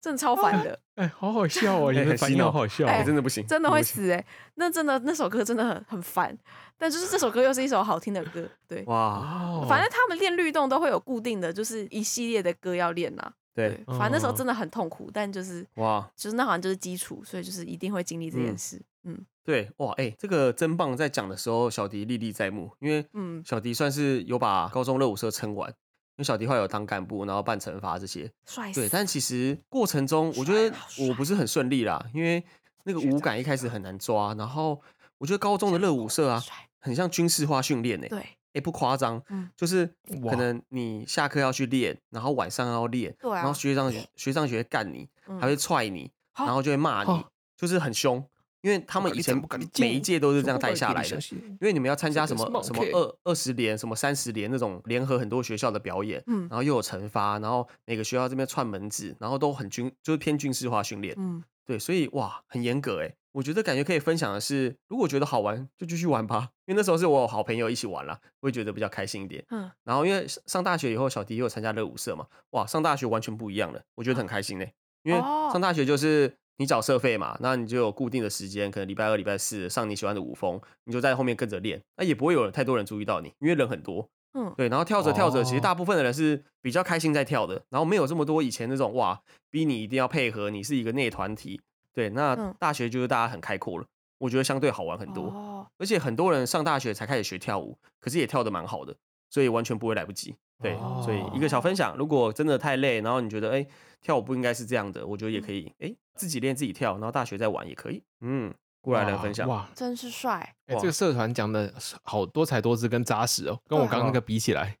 Speaker 2: 真的超烦 的，
Speaker 1: 哎，好好笑哦，你
Speaker 3: 哎
Speaker 1: 的
Speaker 3: 很
Speaker 1: 反
Speaker 3: 洗
Speaker 1: 应
Speaker 3: 脑
Speaker 1: 好好笑哦，
Speaker 3: 哎、真的不行，
Speaker 2: 真的会
Speaker 3: 不行。
Speaker 2: 死哎，那真的那首歌真的很很烦，但就是这首歌又是一首好听的歌，对。
Speaker 3: 哇，
Speaker 1: 哦，
Speaker 2: 反正他们练律动都会有固定的，就是一系列的歌要练呐、
Speaker 3: 对，哦
Speaker 2: 反正那时候真的很痛苦，但就是
Speaker 3: 哇，
Speaker 2: 就是那好像就是基础，所以就是一定会经历这件事。
Speaker 3: 哦
Speaker 2: 嗯
Speaker 3: 对，哇，哎、这个真棒！在讲的时候，小迪历历在目，因为
Speaker 2: 嗯，
Speaker 3: 小迪算是有把高中热舞社撑完。因为小迪后来有当干部，然后办惩罚这些，
Speaker 2: 帅死
Speaker 3: 对。但其实过程中，我觉得我不是很顺利啦，因为那个舞感一开始很难抓，然后我觉得高中的热舞社啊，
Speaker 2: 帅
Speaker 3: 很像军事化训练呢、
Speaker 2: 对
Speaker 3: 哎、不夸张，
Speaker 2: 嗯
Speaker 3: 就是
Speaker 1: 哇
Speaker 3: 可能你下课要去练，然后晚上要练，
Speaker 2: 对啊
Speaker 3: 然后学长学学长学会干你，
Speaker 2: 嗯
Speaker 3: 还会踹你，
Speaker 2: 好
Speaker 3: 然后就会骂你
Speaker 1: 好，
Speaker 3: 就是很凶，因为他们以前每一届都是这样带下来的。因为你们要参加什
Speaker 1: 这个是
Speaker 3: 么
Speaker 1: 冒
Speaker 3: 什么
Speaker 1: 牌
Speaker 3: 二二十连、什么三十连那种联合很多学校的表演，
Speaker 2: 嗯
Speaker 3: 然后又有惩罚，然后每个学校这边串门子，然后都很军，就是偏军事化训练，
Speaker 2: 嗯，
Speaker 3: 对，所以哇，很严格哎。我觉得感觉可以分享的是，如果觉得好玩就继续玩吧，因为那时候是我有好朋友一起玩啦，会觉得比较开心一点。
Speaker 2: 嗯，
Speaker 3: 然后因为上上大学以后，小迪也有参加热舞社嘛，哇，上大学完全不一样了，我觉得很开心呢、因为
Speaker 2: 啊哦
Speaker 3: 上大学就是你缴社费嘛，那你就有固定的时间，可能礼拜二、礼拜四上你喜欢的舞风，你就在后面跟着练，那也不会有人太多人注意到你，因为人很多。
Speaker 2: 嗯
Speaker 3: 对，然后跳着跳着，其
Speaker 1: 哦
Speaker 3: 实大部分的人是比较开心在跳的，然后没有这么多以前那种哇，逼你一定要配合，你是一个内团体。对，那
Speaker 2: 嗯
Speaker 3: 大学就是大家很开阔了，我觉得相对好玩很多。
Speaker 2: 哦，
Speaker 3: 而且很多人上大学才开始学跳舞，可是也跳得蛮好的，所以完全不会来不及。对，
Speaker 1: 哦
Speaker 3: 所以一个小分享，如果真的太累，然后你觉得哎、跳舞不应该是这样的，我觉得也可以哎、自己练自己跳，然后大学再玩也可以。嗯，过来人分享。
Speaker 1: 哇，
Speaker 2: 真是帅，
Speaker 1: 哎
Speaker 3: 哇
Speaker 1: 这个社团讲的好多彩多姿跟扎实哦，跟我刚刚那个比起来，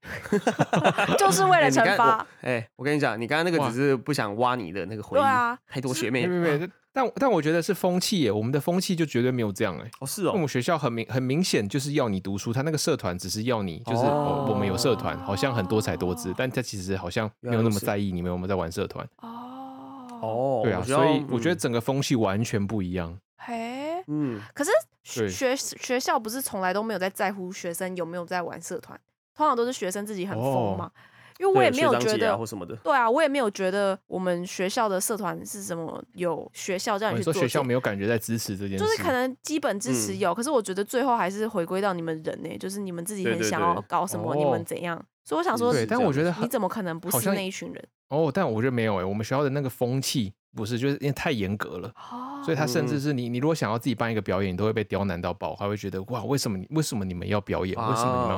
Speaker 2: 就是为了
Speaker 3: 哎你刚
Speaker 2: 惩罚
Speaker 3: 我。哎，我跟你讲，你刚刚那个
Speaker 1: 哇
Speaker 3: 只是不想挖你的那个回忆，
Speaker 2: 对啊
Speaker 3: 太多学妹
Speaker 1: 没没没，这但但我觉得是风气耶，我们的风气就绝对没有这样哎。
Speaker 3: 哦，是
Speaker 1: 因为我
Speaker 3: 哦，
Speaker 1: 们学校很明很明显就是要你读书，他那个社团只是要你就是、
Speaker 3: 哦
Speaker 1: 哦我们有社团，好像很多彩多姿，但他其实好像没有那么在意你们有没有在玩社团。
Speaker 2: 哦，
Speaker 3: 哦，
Speaker 1: 对啊，
Speaker 3: 我觉得
Speaker 1: 所以我觉得
Speaker 3: 嗯
Speaker 1: 整个风气完全不一样。
Speaker 2: 嘿，
Speaker 3: 嗯，
Speaker 2: 可是学
Speaker 1: 对
Speaker 2: 学学校不是从来都没有在在乎学生有没有在玩社团，通常都是学生自己很疯
Speaker 1: 哦
Speaker 2: 嘛。因 为我
Speaker 3: 对
Speaker 2: 也没有
Speaker 3: 学长
Speaker 2: 觉
Speaker 3: 姐啊
Speaker 2: 得
Speaker 3: 或，什么的，
Speaker 2: 对啊，我也没有觉得我们学校的社团是什么有学校叫
Speaker 1: 哦
Speaker 2: 你
Speaker 1: 你
Speaker 2: 去
Speaker 1: 说
Speaker 2: 做这，
Speaker 1: 学校没有感觉在支持这件事，
Speaker 2: 就是可能基本支持
Speaker 3: 嗯
Speaker 2: 有，可是我觉得最后还是回归到你们人呢、就是你们自己
Speaker 3: 对
Speaker 2: 很
Speaker 3: 对
Speaker 2: 想
Speaker 3: 对
Speaker 2: 要搞什么，你
Speaker 1: 哦
Speaker 2: 们怎样。所以我想说，
Speaker 1: 对，但我觉得
Speaker 2: 你
Speaker 1: 很
Speaker 2: 怎么可能不
Speaker 1: 好
Speaker 2: 是
Speaker 1: 像
Speaker 2: 那一群人？
Speaker 1: 哦，但我觉得没有哎、我们学校的那个风气不是，就是因为太严格了。
Speaker 2: 哦
Speaker 1: 所以他甚
Speaker 3: 嗯
Speaker 1: 至是你，你如果想要自己办一个表演，你都会被刁难到爆，还会觉得哇，为什么你为什么你们要表演？为什么你们要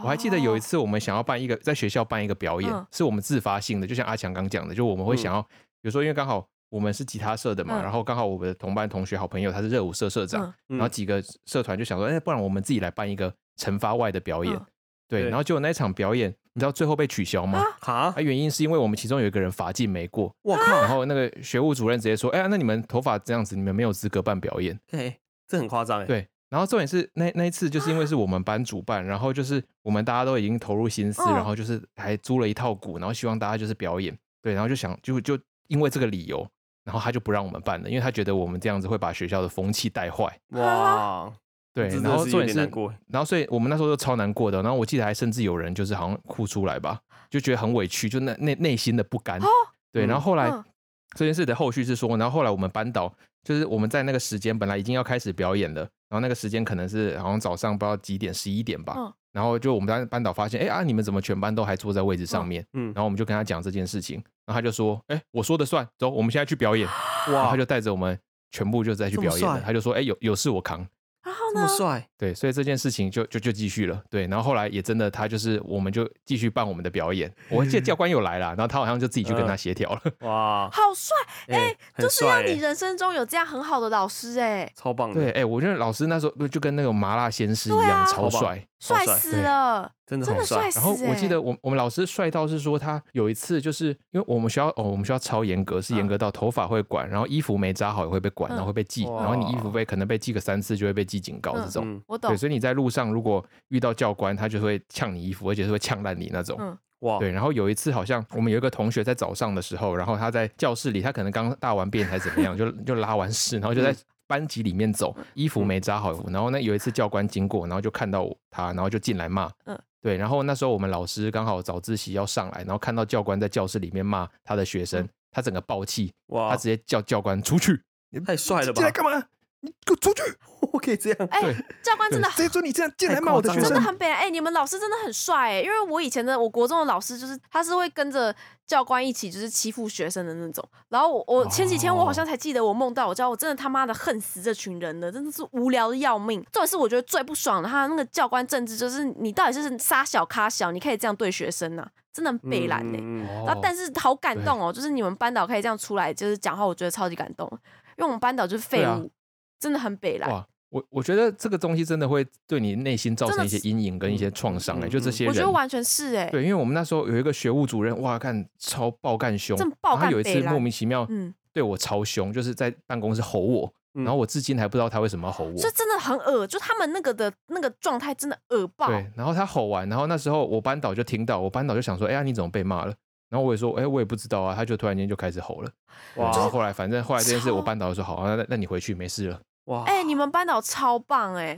Speaker 2: 我
Speaker 1: 我还记得有一次，我们想要办一个在学校办一个表演，
Speaker 2: 嗯
Speaker 1: 是我们自发性的，就像阿强刚讲的，就我们
Speaker 3: 嗯
Speaker 1: 会想要，比如说因为刚好我们是吉他社的嘛，
Speaker 2: 嗯
Speaker 1: 然后刚好我们的同班同学好朋友他是热舞社社长，
Speaker 2: 嗯
Speaker 3: 嗯
Speaker 1: 然后几个社团就想说，哎、不然我们自己来办一个惩罚外的表演，
Speaker 2: 嗯
Speaker 1: 对，
Speaker 3: 对
Speaker 1: 然后结果那一场表演，你知道最后被取消吗？
Speaker 3: 哈
Speaker 1: 啊，，原因是因为我们其中有一个人罚进没过，
Speaker 3: 我
Speaker 2: 啊
Speaker 1: 然
Speaker 3: 靠，
Speaker 1: 后那个学务主任直接说，哎、呀，那你们头发这样子，你们没有资格办表演。
Speaker 3: 哎，这很夸张哎，
Speaker 1: 对，然后重点是那那一次就是因为是我们班主办，然后就是我们大家都已经投入心思，
Speaker 2: 嗯
Speaker 1: 然后就是还租了一套鼓，然后希望大家就是表演，对，然后就想就就因为这个理由，然后他就不让我们办了，因为他觉得我们这样子会把学校的风气带坏，
Speaker 3: 欸哇，
Speaker 1: 对，
Speaker 3: 这真的
Speaker 1: 然后
Speaker 3: 是
Speaker 1: 重
Speaker 3: 有
Speaker 1: 点
Speaker 3: 点
Speaker 1: 是
Speaker 3: 难过，欸
Speaker 1: 然后所以我们那时候就超难过的，然后我记得还甚至有人就是好像哭出来吧，就觉得很委屈，就那内内心的不甘，对，
Speaker 3: 嗯
Speaker 1: 然后后来。
Speaker 2: 嗯
Speaker 1: 这件事的后续是说，然后后来我们班导就是我们在那个时间本来已经要开始表演了，然后那个时间可能是好像早上不知道几点，十一点吧。
Speaker 2: 嗯
Speaker 1: 然后就我们班班导发现，哎啊，你们怎么全班都还坐在位置上面？
Speaker 3: 嗯
Speaker 1: 然，后我们就跟他讲这件事情，然后他就说，哎，我说的算，走，我们现在去表演。然后
Speaker 3: 哇，
Speaker 1: 他就带着我们全部就再去
Speaker 3: 这么
Speaker 1: 表演了。
Speaker 3: 帅
Speaker 1: 他就说，哎，有有事我扛。
Speaker 2: 然后
Speaker 3: 这
Speaker 2: 呢
Speaker 3: 么？帅，
Speaker 1: 对，所以这件事情就就就继续了。对，然后后来也真的，他就是我们就继续办我们的表演。我记得教官有来啦，然后他好像就自己去跟他协调了。
Speaker 3: 哇，
Speaker 2: 好帅，
Speaker 3: 哎，
Speaker 2: 就
Speaker 3: 很
Speaker 2: 是要
Speaker 3: 帅
Speaker 1: 欸
Speaker 2: 你
Speaker 3: 哎，
Speaker 2: 人生中有这样很好的老师哎，
Speaker 3: 超棒
Speaker 1: 对，
Speaker 3: 的，
Speaker 1: 哎、我觉得老师那时候不就跟那个麻辣鲜师一
Speaker 2: 对
Speaker 1: 样，
Speaker 2: 啊
Speaker 1: 超
Speaker 3: 超棒
Speaker 1: 帅。
Speaker 3: 超
Speaker 2: 帅
Speaker 3: 帅
Speaker 2: 死
Speaker 1: 对
Speaker 2: 了，
Speaker 3: 真的
Speaker 2: 真
Speaker 3: 好
Speaker 2: 的
Speaker 3: 帅
Speaker 2: 帅，死
Speaker 1: 然后我记
Speaker 2: 哎
Speaker 1: 得我我们老师帅到是说他有一次就是因为我们学校哦，我们学校超严格，是严格到头发会管，然后衣服没扎好也会被管，然后会被记，
Speaker 3: 嗯
Speaker 1: 然后你衣服被可能被记个三次就会被记警告这种。
Speaker 3: 嗯，
Speaker 2: 我懂
Speaker 1: 对，，所以你在路上如果遇到教官，他就会呛你衣服，而且是会呛烂你那种。
Speaker 2: 嗯
Speaker 3: 哇，
Speaker 1: 对，然后有一次好像我们有一个同学在早上的时候，然后他在教室里，他可能刚大完便还是怎么样，就就拉完屎，然后
Speaker 2: 嗯
Speaker 1: 就在班级里面走，衣服没扎好，然后那有一次教官经过，然后就看到我他，然后就进来骂，
Speaker 2: 嗯
Speaker 1: 对，然后那时候我们老师刚好早自习要上来，然后看到教官在教室里面骂他的学
Speaker 2: 嗯
Speaker 1: 生，他整个爆气，
Speaker 3: 哇
Speaker 2: 哦
Speaker 1: 他，直接叫教官出去，
Speaker 3: 太帅了吧
Speaker 1: 进来！干嘛？你给我出去！
Speaker 3: 我可以这 样，
Speaker 2: 哎
Speaker 1: 对，
Speaker 2: 教官真的
Speaker 1: 谁准你这样进来骂我的学
Speaker 3: 太夸
Speaker 2: 真
Speaker 3: 张
Speaker 2: 的
Speaker 1: 生？
Speaker 2: 很北蓝哎、你们老师真的很帅哎、因为我以前的我国中的老师就是他是会跟着教官一起就是欺负学生的那种。然后我我前几天我好
Speaker 1: 哦
Speaker 2: 像才记得我梦到我教我真的他妈的恨死这群人了，真的是无聊的要命。重点是我觉得最不爽的他那个教官政治就是你到底是杀小咖小，你可以这样对学生呐、真的很北蓝哎、
Speaker 3: 嗯嗯
Speaker 1: 哦
Speaker 3: 嗯
Speaker 2: 然后但是好感动哦，就是你们班导可以这样出来就是讲话，我觉得超级感动，因为我们班导就是废
Speaker 1: 对
Speaker 2: 物，
Speaker 1: 啊
Speaker 2: 真的很北蓝。
Speaker 1: 哇，我我觉得这个东西真的会对你内心造
Speaker 2: 真
Speaker 1: 成
Speaker 2: 的
Speaker 1: 一些
Speaker 2: 是
Speaker 1: 阴影跟一些
Speaker 3: 嗯
Speaker 1: 创伤哎、
Speaker 3: 嗯
Speaker 1: 就这
Speaker 3: 嗯
Speaker 1: 些
Speaker 2: 我
Speaker 1: 人，
Speaker 2: 觉得完全是哎、
Speaker 1: 对，因为我们那时候有一个学务主任，哇，看超爆干凶，
Speaker 2: 真爆
Speaker 1: 然后他
Speaker 2: 干
Speaker 1: 有一次
Speaker 2: 北兰
Speaker 1: 莫名其妙
Speaker 2: 嗯，
Speaker 1: 对我超凶，就是在办公室吼我，
Speaker 3: 嗯
Speaker 1: 然后我至今还不知道他为什么要吼我
Speaker 2: 就。真的很恶，就他们那个的那个状态真的恶爆。
Speaker 1: 对，然后他吼完，然后那时候我班导就听到，我班导就想说，哎呀，你怎么被骂了？然后我也说，哎，我也不知道啊。他就突然间就开始吼了，对然后
Speaker 3: 哇
Speaker 1: 后来反正后来这件事，
Speaker 2: 超
Speaker 1: 我班导就说，好，啊那那那你回去没事了。
Speaker 3: 哇，
Speaker 2: 哎、你们班导超棒哎、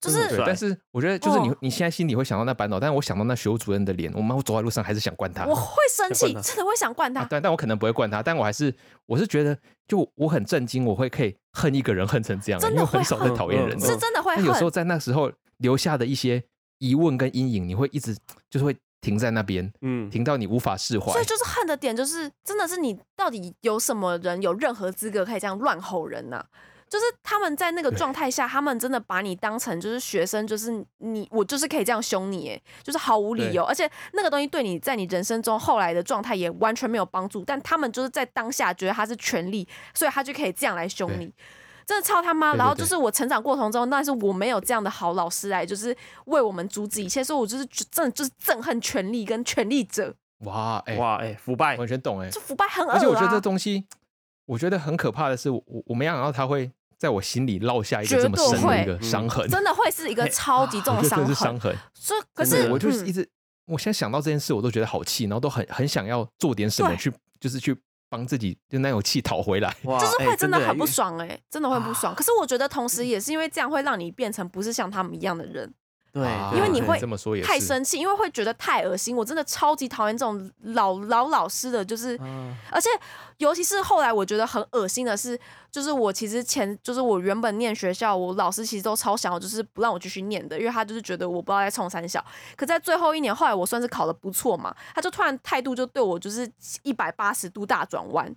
Speaker 2: 就
Speaker 3: 真的
Speaker 1: 对
Speaker 2: 是
Speaker 3: 很帅，
Speaker 1: 但是我觉得就是你
Speaker 2: 哦
Speaker 1: 你现在心里会想到那班导，但是我想到那学务主任的脸，我妈我走在路上还是想惯他。
Speaker 2: 我会生气，
Speaker 3: 想灌他
Speaker 2: 真的会想灌他。
Speaker 1: 啊，但但我可能不会惯他，但我还是我是觉得，就我很震惊，我会可以恨一个人恨成这样，欸
Speaker 2: 真的
Speaker 1: 因为我
Speaker 2: 会
Speaker 1: 很少在
Speaker 3: 恨
Speaker 1: 讨厌人
Speaker 3: 嗯
Speaker 1: 的。
Speaker 2: 是真的会
Speaker 1: 但
Speaker 2: 恨，
Speaker 1: 有时候在那时候留下的一些疑问跟阴影，你会一直就是会停在那边，
Speaker 3: 嗯，
Speaker 1: 停到你无法释怀
Speaker 2: 所。以就是恨的点就是，真的是你到底有什么人有任何资格可以这样乱吼人呢、就是他们在那个
Speaker 1: 对
Speaker 2: 状态下，他们真的把你当成就是学生，就是你我就是可以这样凶你，哎，就是毫无理由，而且那个东西对你在你人生中后来的状态也完全没有帮助。但他们就是在当下觉得他是权利，所以他就可以这样来凶
Speaker 1: 对
Speaker 2: 你，真的超他妈！
Speaker 1: 对对
Speaker 2: 然后就是我成长过程中，但是我没有这样的好老师来，就是为我们阻止一切，所以我就是真的就是憎恨权力跟权力者，
Speaker 1: 哇，哎、
Speaker 3: 哇，哎，腐败
Speaker 1: 完全懂哎、
Speaker 2: 这腐败很恶、啊。
Speaker 1: 而且我觉得这东西，我觉得很可怕的是，我我没想到它会在我心里烙下一个这么深的一
Speaker 3: 嗯
Speaker 1: 个伤痕，
Speaker 2: 真的 会是一个超级重
Speaker 1: 啊我
Speaker 2: 的
Speaker 1: 觉得
Speaker 2: 伤
Speaker 1: 这是
Speaker 2: 痕
Speaker 1: 伤。痕。
Speaker 2: 所以可
Speaker 1: 真
Speaker 2: 是
Speaker 1: 的我就是一
Speaker 2: 嗯
Speaker 1: 直，我现在想到这件事，我都觉得好气，然后都很很想要做点什么
Speaker 2: 对
Speaker 1: 去，就是去帮自己就那种气讨回 来。
Speaker 3: 哇，
Speaker 2: 嗯就是
Speaker 3: 哎
Speaker 2: 会真的很不。
Speaker 3: 哎
Speaker 2: 爽哎、真的会很不
Speaker 1: 啊
Speaker 2: 爽。可是我觉得同时也是因为这样会让你变成不是像他们一样的人，
Speaker 3: 对
Speaker 1: 啊，
Speaker 2: 因为你
Speaker 1: 对
Speaker 2: 会
Speaker 1: 这么说也是
Speaker 2: 太生气，因为会觉得太恶心。我真的超级讨厌这种老老老师的，就是
Speaker 3: 嗯
Speaker 2: 而且尤其是后来我觉得很恶心的是，就是我其实前就是我原本念学校，我老师其实都超想要就是不让我继续念的，因为他就是觉得我不知道在冲三小。可在最后一年，后来我算是考的不错嘛，他就突然态度就对我就是一百八十度大转弯，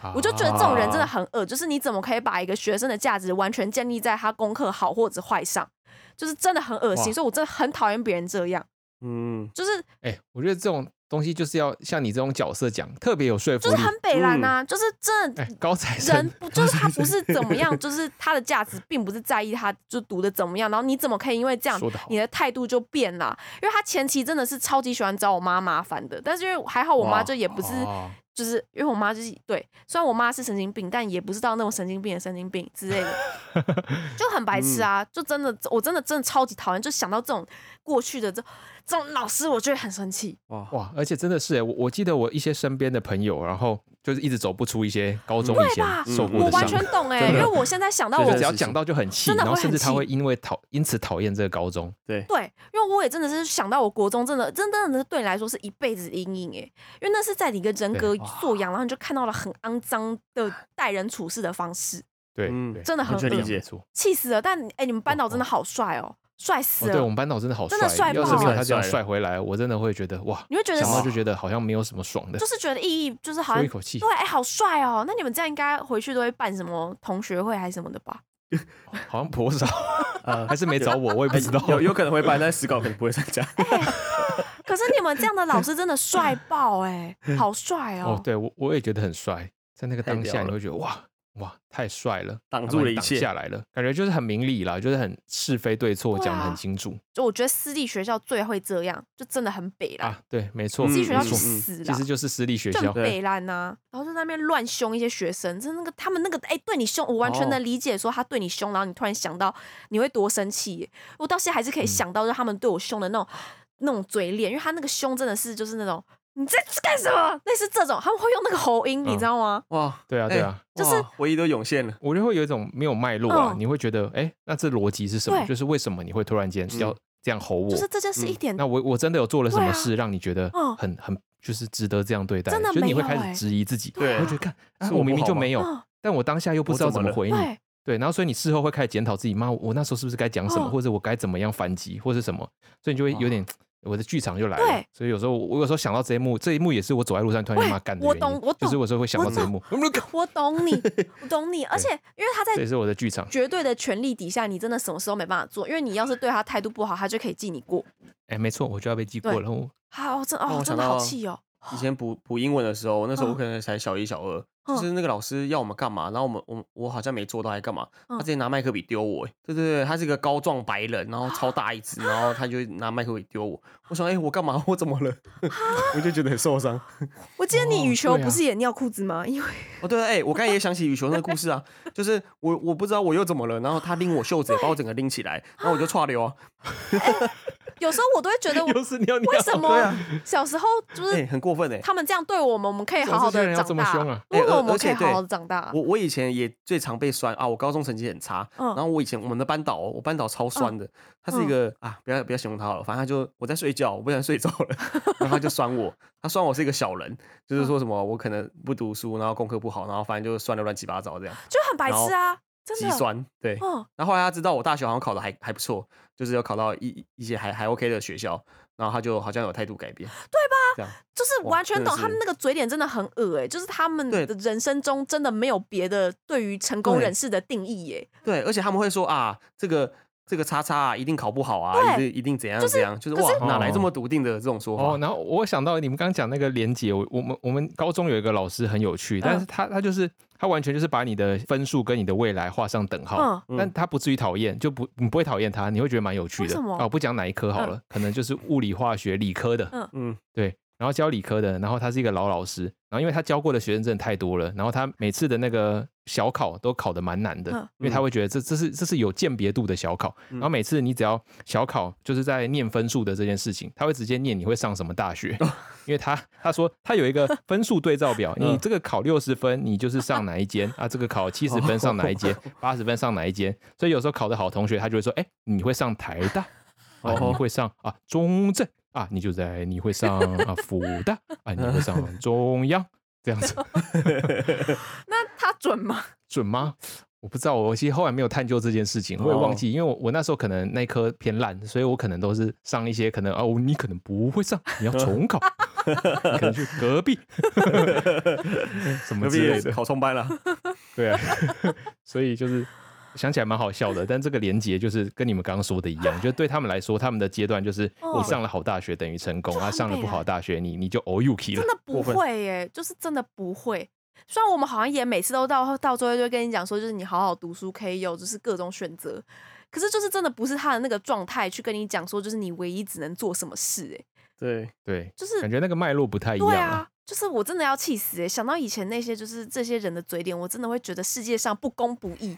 Speaker 1: 啊
Speaker 2: 我就觉得这种人真的很恶，就是你怎么可以把一个学生的价值完全建立在他功课好或者坏上，就是真的很恶
Speaker 1: 哇
Speaker 2: 心，所以我真的很讨厌别人这样，
Speaker 3: 嗯，
Speaker 2: 就是
Speaker 1: 哎、我觉得这种东西就是要像你这种角色讲，特别有说服
Speaker 2: 就
Speaker 1: 力
Speaker 2: 是。很北蓝呐、就是真的
Speaker 1: 哎、高材
Speaker 2: 人
Speaker 1: 生
Speaker 2: 不就是他不是怎 么样，就是他的价值并不是在意他就读的怎么样，然后你怎么可以因为这样
Speaker 1: 说得好
Speaker 2: 你的态度就变啦？因为他前期真的是超级喜欢找我妈麻烦的，但是因为还好我
Speaker 3: 哇
Speaker 2: 妈就也不是
Speaker 1: 哦
Speaker 2: 就是因为我妈就是对，虽然我妈是神经病，但也不是到那种神经病的神经病之 类的，就很白
Speaker 1: 嗯
Speaker 2: 痴啊！就真的，我真的真的超级讨厌，就想到这种过去的这这种老师，我就会很生气。
Speaker 3: 哇
Speaker 1: 哇，而且真的是哎、我我记得我一些身边的朋友，然后就是一直走不出一些高中以前
Speaker 2: 嗯吧
Speaker 1: 受过
Speaker 2: 我
Speaker 1: 的伤
Speaker 2: 完。全懂哎、
Speaker 3: 真
Speaker 2: 因
Speaker 3: 的
Speaker 2: 为我现在想到
Speaker 3: 真
Speaker 2: 我
Speaker 3: 的
Speaker 1: 只要讲到就很气，
Speaker 2: 真的
Speaker 1: 然
Speaker 2: 会
Speaker 1: 后甚至
Speaker 2: 很
Speaker 1: 他
Speaker 2: 气
Speaker 1: 会因为讨因此讨厌这个高中。
Speaker 3: 对，
Speaker 2: 对，因为我也真的是想到我国中真的真的真的对你来说是一辈子阴影哎、因为那是在你一个人格
Speaker 1: 对
Speaker 2: 素养，然后你就看到了很肮脏 的待人处事的方式，
Speaker 1: 对，
Speaker 3: 嗯
Speaker 1: 对
Speaker 2: 真的很
Speaker 3: 完全理
Speaker 2: 恶，
Speaker 3: 解
Speaker 1: 没错
Speaker 2: 气死了！但哎、你们班导真的好帅哦，帅
Speaker 1: 哦，
Speaker 2: 死
Speaker 1: 对
Speaker 2: 了！
Speaker 1: 我们班导真的好帅，
Speaker 2: 真的帅
Speaker 1: 要是
Speaker 2: 爆
Speaker 1: 没有他这样
Speaker 3: 帅了
Speaker 1: 帅回来，我真的会觉得哇，
Speaker 2: 你会觉得
Speaker 1: 想到
Speaker 2: 是
Speaker 1: 就觉得好像没有什么爽的
Speaker 2: 就，是觉得意义就是好
Speaker 1: 出
Speaker 2: 像
Speaker 1: 一口气
Speaker 2: 对，哎、好帅哦！那你们这样应该回去都会办什么同学会还是什么的吧？
Speaker 1: 好像颇 少，
Speaker 3: 呃
Speaker 1: 还，是没找我，我也不知道。
Speaker 3: 有有可能 会办，但是史稿可能不会参加。
Speaker 2: 哎可是你们这样的老师真 的帅爆哎、好帅
Speaker 1: 哦
Speaker 2: 哦，！
Speaker 1: 对我我也觉得很帅，在那个
Speaker 3: 太
Speaker 1: 当下
Speaker 3: 屌
Speaker 1: 你
Speaker 3: 了
Speaker 1: 会觉得哇哇太帅了，
Speaker 3: 挡
Speaker 1: 他
Speaker 3: 住
Speaker 1: 把
Speaker 3: 了
Speaker 1: 你
Speaker 3: 一
Speaker 1: 挡
Speaker 3: 切
Speaker 1: 下来了，感觉就是很明理啦，就是很是非对错
Speaker 2: 对
Speaker 1: 讲的
Speaker 2: 啊
Speaker 1: 很清楚
Speaker 2: 就我觉得私立学校最会这样，就真的很北啦，
Speaker 1: 啊，对，没错，
Speaker 3: 嗯
Speaker 2: 私立学校
Speaker 1: 没
Speaker 2: 去
Speaker 1: 错，
Speaker 3: 嗯
Speaker 2: 死
Speaker 1: 其
Speaker 2: 啦。
Speaker 1: 实就是私立学
Speaker 2: 就
Speaker 1: 校
Speaker 2: 很，北烂呐、然后就在那边乱凶一些学生，真的那个他们那个哎、对你凶，我完全
Speaker 3: 哦
Speaker 2: 能理解，说他对你凶，然后你突然想到你会多生气耶，我到现在还是可以想到，就他们对我凶的那种、那种嘴脸，因为他那个凶真的是就是那种你在干什么，类似这种，他们会用那个喉音，你知道吗？
Speaker 3: 哇，
Speaker 1: 对啊对啊，
Speaker 3: 哎，
Speaker 2: 就是
Speaker 3: 哇回忆都涌现了。
Speaker 1: 我就会有一种没有脉络啊，
Speaker 2: 嗯
Speaker 1: 你会觉得哎，那这逻辑是什么？
Speaker 2: 对
Speaker 1: 就是为什么你会突然间
Speaker 3: 嗯
Speaker 1: 要这样吼我
Speaker 2: 就是？这件事一点、
Speaker 1: 那我我真的有做了什
Speaker 2: 嗯对
Speaker 1: 么
Speaker 2: 啊
Speaker 1: 事让你觉得
Speaker 2: 嗯
Speaker 1: 很很就是值得这样对待？
Speaker 2: 真的
Speaker 1: 就是你会
Speaker 2: 没有
Speaker 1: 开
Speaker 2: 欸
Speaker 1: 始质疑自己，
Speaker 3: 对
Speaker 1: 我会觉得看啊，
Speaker 3: 是我
Speaker 1: 我明明
Speaker 3: 不好
Speaker 1: 就
Speaker 3: 吗
Speaker 1: 没有，
Speaker 2: 嗯
Speaker 1: 但我当下又不
Speaker 3: 我
Speaker 1: 知道
Speaker 3: 怎
Speaker 1: 怎
Speaker 3: 么
Speaker 1: 么
Speaker 3: 了
Speaker 1: 回你，
Speaker 2: 对，
Speaker 1: 对，然后所以你事后会开始检讨自己，妈，我那时候是不是该讲什么，
Speaker 2: 嗯
Speaker 1: 或者我该怎么样反击，或者什么？所以你就会有
Speaker 3: 啊
Speaker 1: 点，我的剧场就来了
Speaker 2: 对。
Speaker 1: 所以有时候我我有时候想到这一幕，这一幕也是我走在路上突然间
Speaker 2: 喂
Speaker 1: 骂干的
Speaker 2: 我
Speaker 1: 原因
Speaker 2: 懂我
Speaker 1: 就是
Speaker 2: 懂
Speaker 1: 我有时候会想到
Speaker 2: 我
Speaker 1: 这一幕，
Speaker 2: 我懂你，我懂你，而且因为他在
Speaker 1: 这也是我的剧场。
Speaker 2: 绝对的权利底下，你真的什么事都没办法做，因为你要是对他态度不好，他就可以记你过。
Speaker 1: 哎，没错，我就要被记过
Speaker 2: 对
Speaker 1: 了。我
Speaker 2: 好，真
Speaker 3: 让
Speaker 2: 哦
Speaker 3: 我，
Speaker 2: 真
Speaker 3: 想
Speaker 2: 的好
Speaker 3: 到
Speaker 2: 气哦。
Speaker 3: 以前补补英文的时候，那时候我
Speaker 2: 嗯
Speaker 3: 可能才小一、小二，
Speaker 2: 嗯
Speaker 3: 就是那个老师要我们干嘛，然后我们我我好像没做到，还干嘛？他
Speaker 2: 嗯
Speaker 3: 直接拿麦克笔丢我、欸，对对对，他是一个高壮白人，然后超大一只，然后他就拿麦克笔丢我。我想，哎、我干嘛？我 怎么了？我就觉得很受伤。
Speaker 2: 我记得你羽球
Speaker 1: 对啊
Speaker 2: 不是也尿裤子吗？因为
Speaker 3: 哦，对，哎、我刚才也想起羽球那个故事啊，就是我我不知道我又怎么了，然后他拎我袖子，把我整个拎起来，然后 我就岔流啊，
Speaker 2: 有时候我都会觉得我，
Speaker 1: 又是尿尿，
Speaker 2: 为什
Speaker 3: 对
Speaker 2: 么
Speaker 3: 啊
Speaker 2: 小时候就
Speaker 3: 哎、
Speaker 2: 是
Speaker 3: 很过分哎、
Speaker 2: 他们这样对我们，我们可以好好
Speaker 1: 总是这
Speaker 2: 的
Speaker 1: 样要这
Speaker 2: 长
Speaker 1: 么
Speaker 2: 大
Speaker 1: 凶啊，
Speaker 2: 为什
Speaker 3: 哎
Speaker 2: 么
Speaker 3: 而
Speaker 2: 我们可以
Speaker 3: 而且对
Speaker 2: 好好的长大？
Speaker 3: 我我以前也最常被酸啊，我高中成绩很差，
Speaker 2: 嗯
Speaker 3: 然后我以前我们的班导哦，我班导超酸的，他是一个啊，不要不要形容他好了，反正他就我在睡觉，我不想睡着了，然后他就酸我，他酸我是一个小人，就是
Speaker 2: 嗯
Speaker 3: 说什么我可能不读书，然后功课不好，然后反正就酸的乱七八糟这样，
Speaker 2: 就很白痴啊，真
Speaker 3: 极
Speaker 2: 的。
Speaker 3: 酸，对。
Speaker 2: 嗯，
Speaker 3: 然后后来他知道我大学好像考的还还不错，就是有考到一一些还还 OK 的学校，然后他就好像有态度改 变，对吧？这样
Speaker 2: 就是
Speaker 3: 哇
Speaker 2: 完全
Speaker 3: 真的
Speaker 2: 懂
Speaker 3: 是
Speaker 2: 他们那个嘴脸真的很恶哎、就是他们
Speaker 3: 对
Speaker 2: 的人生中真的没有别的对于成功
Speaker 3: 对
Speaker 2: 人士的定义耶、哎
Speaker 3: 对，而且他们会说啊，这个这个叉叉啊，一定考不好啊，一
Speaker 2: 对
Speaker 3: 定一定怎样
Speaker 2: 就是
Speaker 3: 怎样，就是
Speaker 2: 可
Speaker 3: 哇
Speaker 2: 是，
Speaker 3: 哪来这么笃定的这种说
Speaker 1: 哦，
Speaker 3: 法？
Speaker 1: 然后我想到你们刚刚讲那个连结，我我们我们高中有一个老师很有趣，
Speaker 2: 嗯
Speaker 1: 但是他他就是他完全就是把你的分数跟你的未来画上等号，
Speaker 3: 嗯
Speaker 1: 但他不至于讨厌，就不你不会讨厌他，你会觉得蛮有趣
Speaker 2: 为
Speaker 1: 的。
Speaker 2: 什么
Speaker 1: 啊，我不讲哪一科好了，可能就是物理、化学、理科的，
Speaker 2: 嗯
Speaker 3: 嗯，
Speaker 1: 对。然后教理科的，然后他是一个老老师，然后因为他教过的学生真的太多了，然后他每次的那个小考都考得蛮难的，
Speaker 2: 嗯
Speaker 1: 因为他会觉得这这是这是有鉴别度的小考，然后每次你只要小考就是在念分数的这件事情，他会直接念你会上什么大学，因为他他说他有一个分数对照表，
Speaker 3: 嗯
Speaker 1: 你这个考六十分，你就是上哪一间啊？这个考七十分上哪一间？八十分上哪一间？所以有时候考得好同学，他就会说，哎，你会上台大。啊，
Speaker 3: 哦
Speaker 1: 你会上啊中正啊，你就在你会上啊福大啊，你会 上中央这样子
Speaker 2: 那他准吗？
Speaker 1: 准吗？我不知道，我其实后来没有探究这件事情，我
Speaker 3: 哦
Speaker 1: 也忘记，因为我我那时候可能那一科偏烂，所以我可能都是上一些可能哦，你可能不会上，你要重考， 你可能去隔壁 什么
Speaker 3: 隔
Speaker 1: 之
Speaker 3: 壁
Speaker 1: 类的，
Speaker 3: 考冲 班了，
Speaker 1: 对啊， 所以就是想起来蛮好笑的，但这个连结就是跟你们刚刚说的一样，就对他们来说，他们的阶段就是
Speaker 2: 哦
Speaker 1: 你上了好大学等于成功
Speaker 2: 这
Speaker 1: 啊，
Speaker 2: 很
Speaker 1: 上了
Speaker 2: 北
Speaker 1: 不好
Speaker 2: 兰
Speaker 1: 大学你你就 o u k 了
Speaker 2: 真，的不
Speaker 3: 过分
Speaker 2: 会耶、就是真的不会。虽然我们好像也每次都到到最后就会跟你讲说，就是你好好读书可以有就是各种选择，可是就是真的不是他的那个状态去跟你讲说，就是你唯一只能做什么事、欸，
Speaker 3: 对，
Speaker 1: 对，
Speaker 2: 就是
Speaker 1: 感觉那个脉络不太一样
Speaker 2: 对啊，就是我真的要气死哎、欸！想到以前那些就是这些人的嘴脸，我真的会觉得世界上不公不义。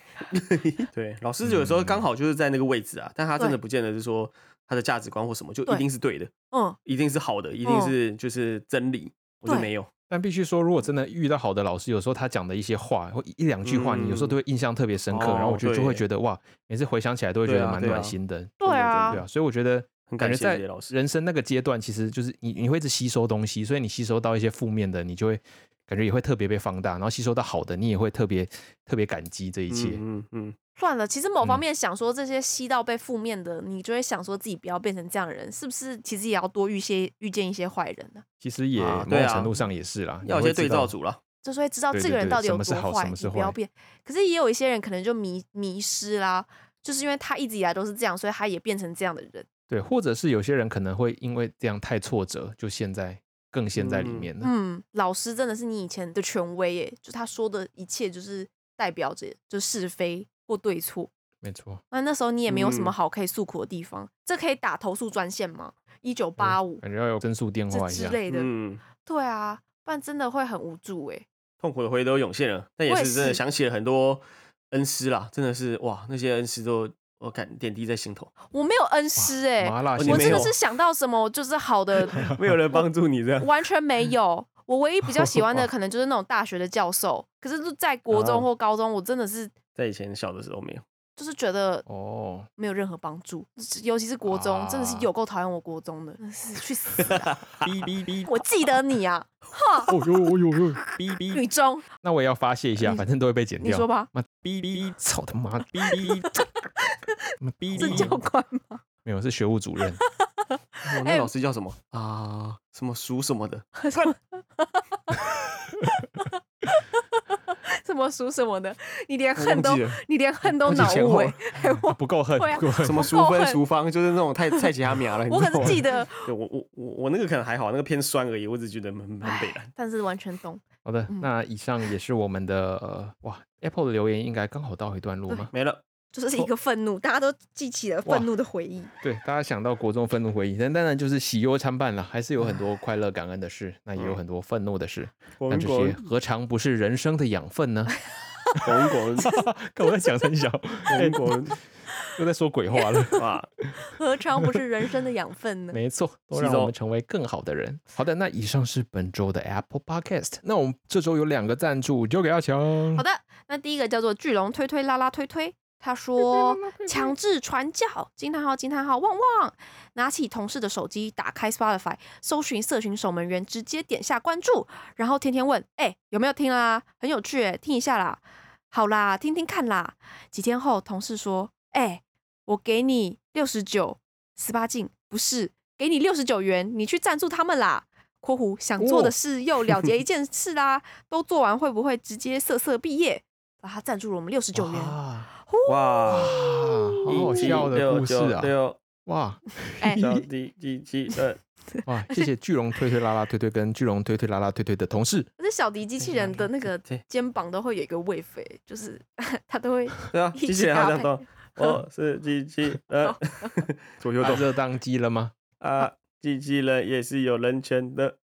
Speaker 3: 对，老师有时候刚好就是在那个位置啊，但他真的不见得是说他的价值观或什么就一定是对的，
Speaker 2: 嗯，
Speaker 3: 一定是好的，一定是就是真理，我就
Speaker 2: 对
Speaker 3: 没有。
Speaker 1: 但必须说，如果真的遇到好的老师，有时候他讲的一些话或一一两句话，你有时候都会印象特别深刻，
Speaker 3: 嗯哦
Speaker 1: 然后我就就
Speaker 3: 对
Speaker 1: 会觉得哇，每次回想起来都会觉
Speaker 3: 对
Speaker 1: 得
Speaker 3: 啊
Speaker 1: 蛮
Speaker 3: 对啊
Speaker 1: 暖心的。
Speaker 2: 对啊
Speaker 1: 对啊，所以我觉得
Speaker 3: 很
Speaker 1: 感
Speaker 3: 感
Speaker 1: 觉
Speaker 3: 谢
Speaker 1: 在
Speaker 3: 这些老师
Speaker 1: 人生那个阶段，其实就是你你会一直吸收东西，所以你吸收到一些负面的，你就会感觉也会特别被放大，然后吸收到好的，你也会特别特别感激这一切。
Speaker 3: 嗯嗯嗯，
Speaker 2: 算了，其实某方
Speaker 1: 嗯
Speaker 2: 面想说这些吸到被负面的，你就会想说自己不要变成这样的人，是不是？其实也要多遇些遇见一些坏人呢、
Speaker 1: 其实也
Speaker 3: 啊
Speaker 1: 某
Speaker 3: 对啊
Speaker 1: 种程度上也是啦，
Speaker 3: 要有
Speaker 1: 你会
Speaker 3: 些对
Speaker 1: 知道
Speaker 3: 照。组了，
Speaker 2: 就是会知道
Speaker 1: 对
Speaker 2: 这个
Speaker 1: 对
Speaker 2: 人
Speaker 1: 对
Speaker 2: 到底有
Speaker 1: 什么是
Speaker 2: 多
Speaker 1: 好
Speaker 2: 坏，
Speaker 1: 什么是
Speaker 2: 你不要
Speaker 1: 坏
Speaker 2: 变。可是也有一些人可能就迷迷失啦，就是因为他一直以来都是这样，所以他也变成这样的人。
Speaker 1: 对，或者是有些人可能会因为这样太挫折，就陷在更陷在里
Speaker 3: 嗯
Speaker 1: 面了。
Speaker 2: 嗯，老师真的是你以前的权威耶，就他说的一切就是代表着就是非或对错。
Speaker 1: 没错，
Speaker 2: 那那时候你也没有什么
Speaker 3: 嗯
Speaker 2: 好可以诉苦的地方，这可以打投诉专线吗？一
Speaker 1: 哎
Speaker 2: 九八五
Speaker 1: 感觉要有申诉电
Speaker 2: 这
Speaker 1: 话一
Speaker 2: 之
Speaker 1: 下。
Speaker 2: 类的，
Speaker 3: 嗯，
Speaker 2: 对啊，不然真的会很无助哎。
Speaker 3: 痛苦的回忆都涌现了，但也
Speaker 2: 我也
Speaker 3: 是真的
Speaker 2: 是
Speaker 3: 想起了很多恩师啦，真的是哇，那些恩师都我感点滴在心头，
Speaker 2: 我没有恩师哎、
Speaker 1: 麻辣
Speaker 3: 哦你
Speaker 1: 鲜
Speaker 2: 我
Speaker 3: 没
Speaker 2: 真的
Speaker 3: 有
Speaker 2: 是想到什么就 是好的，
Speaker 3: 没有人帮助你这样，
Speaker 2: 完全 没有。我唯一比较喜欢的可能就是那种大学的教授，可是就在国
Speaker 3: 哦
Speaker 2: 中或高中，我真的是
Speaker 3: 在以前小的时候没有，
Speaker 2: 就是觉得
Speaker 1: 哦，
Speaker 2: 没有任何帮助，尤其是国中，真的是
Speaker 1: 啊
Speaker 2: 有够讨厌我国中 的，真的是去死啊！
Speaker 3: 哔哔哔
Speaker 2: 我记得你啊，
Speaker 1: 哦呦哦呦呦，
Speaker 3: 哔哔
Speaker 2: 女中，
Speaker 1: 那我也要发泄一下，
Speaker 2: 你
Speaker 1: 反正都会被剪
Speaker 2: 你
Speaker 1: 掉。
Speaker 2: 说吧，
Speaker 3: 哔哔
Speaker 1: 操他妈的，
Speaker 3: 哔哔，
Speaker 1: 逼
Speaker 2: 是教官吗？
Speaker 1: 没有是学务主任，
Speaker 3: 我那老师叫什么啊？什么叔什么的，
Speaker 2: 什么属什么的，你连
Speaker 3: 我
Speaker 2: 恨
Speaker 3: 忘
Speaker 2: 都
Speaker 3: 记，了。
Speaker 2: 你连恨都
Speaker 1: 忘记
Speaker 2: 脑
Speaker 1: 前
Speaker 2: 雾
Speaker 1: 后
Speaker 2: 哎、哎我
Speaker 1: 不够恨，
Speaker 2: 对啊
Speaker 1: 不够
Speaker 3: 什
Speaker 1: 恨。
Speaker 3: 么
Speaker 2: 我
Speaker 3: 淑
Speaker 2: 够
Speaker 3: 芬、
Speaker 2: 恨
Speaker 3: 淑芳，就是那种太太其他 苗了。你
Speaker 2: 我
Speaker 3: 知
Speaker 2: 可
Speaker 3: 道吗
Speaker 2: 是记，得，
Speaker 3: 对我我我我那个可能还好，那个偏酸而已，我只觉得啊很很北蓝。
Speaker 2: 但是完全懂。
Speaker 1: 好的，
Speaker 2: 嗯
Speaker 1: 那以上也是我们的呃，哇，Apple 的留言应该刚好到一段落吗？
Speaker 3: 没了，
Speaker 2: 就是一个愤怒，大家都记起了
Speaker 1: 哇
Speaker 2: 愤怒的回忆。
Speaker 1: 对，大家想到国中愤怒回忆，但当然就是喜忧参半了，还是有很多快乐感恩的 事，那也有很多愤怒的事，
Speaker 3: 滚
Speaker 1: 那这些
Speaker 3: 滚
Speaker 1: 何尝不是人生的养分 呢？
Speaker 3: 滚滚
Speaker 1: 跟我在讲三小，
Speaker 3: 滚滚，
Speaker 1: 又在说鬼 话了。
Speaker 3: 哇，
Speaker 2: 何尝不是人生的养分呢？
Speaker 1: 没错，都
Speaker 3: 吸
Speaker 1: 让
Speaker 3: 收
Speaker 1: 我们成为更好的人。好的，那以上是本周的 Apple Podcast。那我们这周有两个赞助，交给阿强。
Speaker 2: 好的，那第一个叫做巨龙推推拉拉推推，他说强制传教，惊叹号惊叹号旺旺，拿起同事的手机，打开 Spotify，搜寻社群守门员，直接点下关注，然后天天问，哎、有没有听啦？很有趣、欸，听一下啦，好啦，听听看啦。几天后，同事说，哎、我给你六十九，十八禁不是，给你六十九元，你去赞助他们啦。（括弧想做
Speaker 3: 哦
Speaker 2: 的事又了结一 件事啦，都做完会不会直接瑟瑟毕业？）啊，他赞助了我们六十九元，
Speaker 1: 哇
Speaker 3: 哇，
Speaker 1: 好好笑的故事啊！
Speaker 3: 六
Speaker 1: 哇
Speaker 2: 哎
Speaker 3: 九九第第几二？
Speaker 1: 哇，谢谢巨龙推推拉拉推推跟巨龙推推拉拉推推的同事，
Speaker 2: 可是小迪机器人的那个
Speaker 3: 对
Speaker 2: 肩膀都会有一个位飞，就是 它都 会
Speaker 3: 对啊，
Speaker 2: 一
Speaker 3: 机器人
Speaker 2: 起
Speaker 3: 他
Speaker 2: 搭
Speaker 3: 这样
Speaker 2: 配
Speaker 3: 动，我是机器人，左右
Speaker 1: 有
Speaker 3: 动
Speaker 1: 热当机了吗？
Speaker 3: 啊，机器人也是有人权的。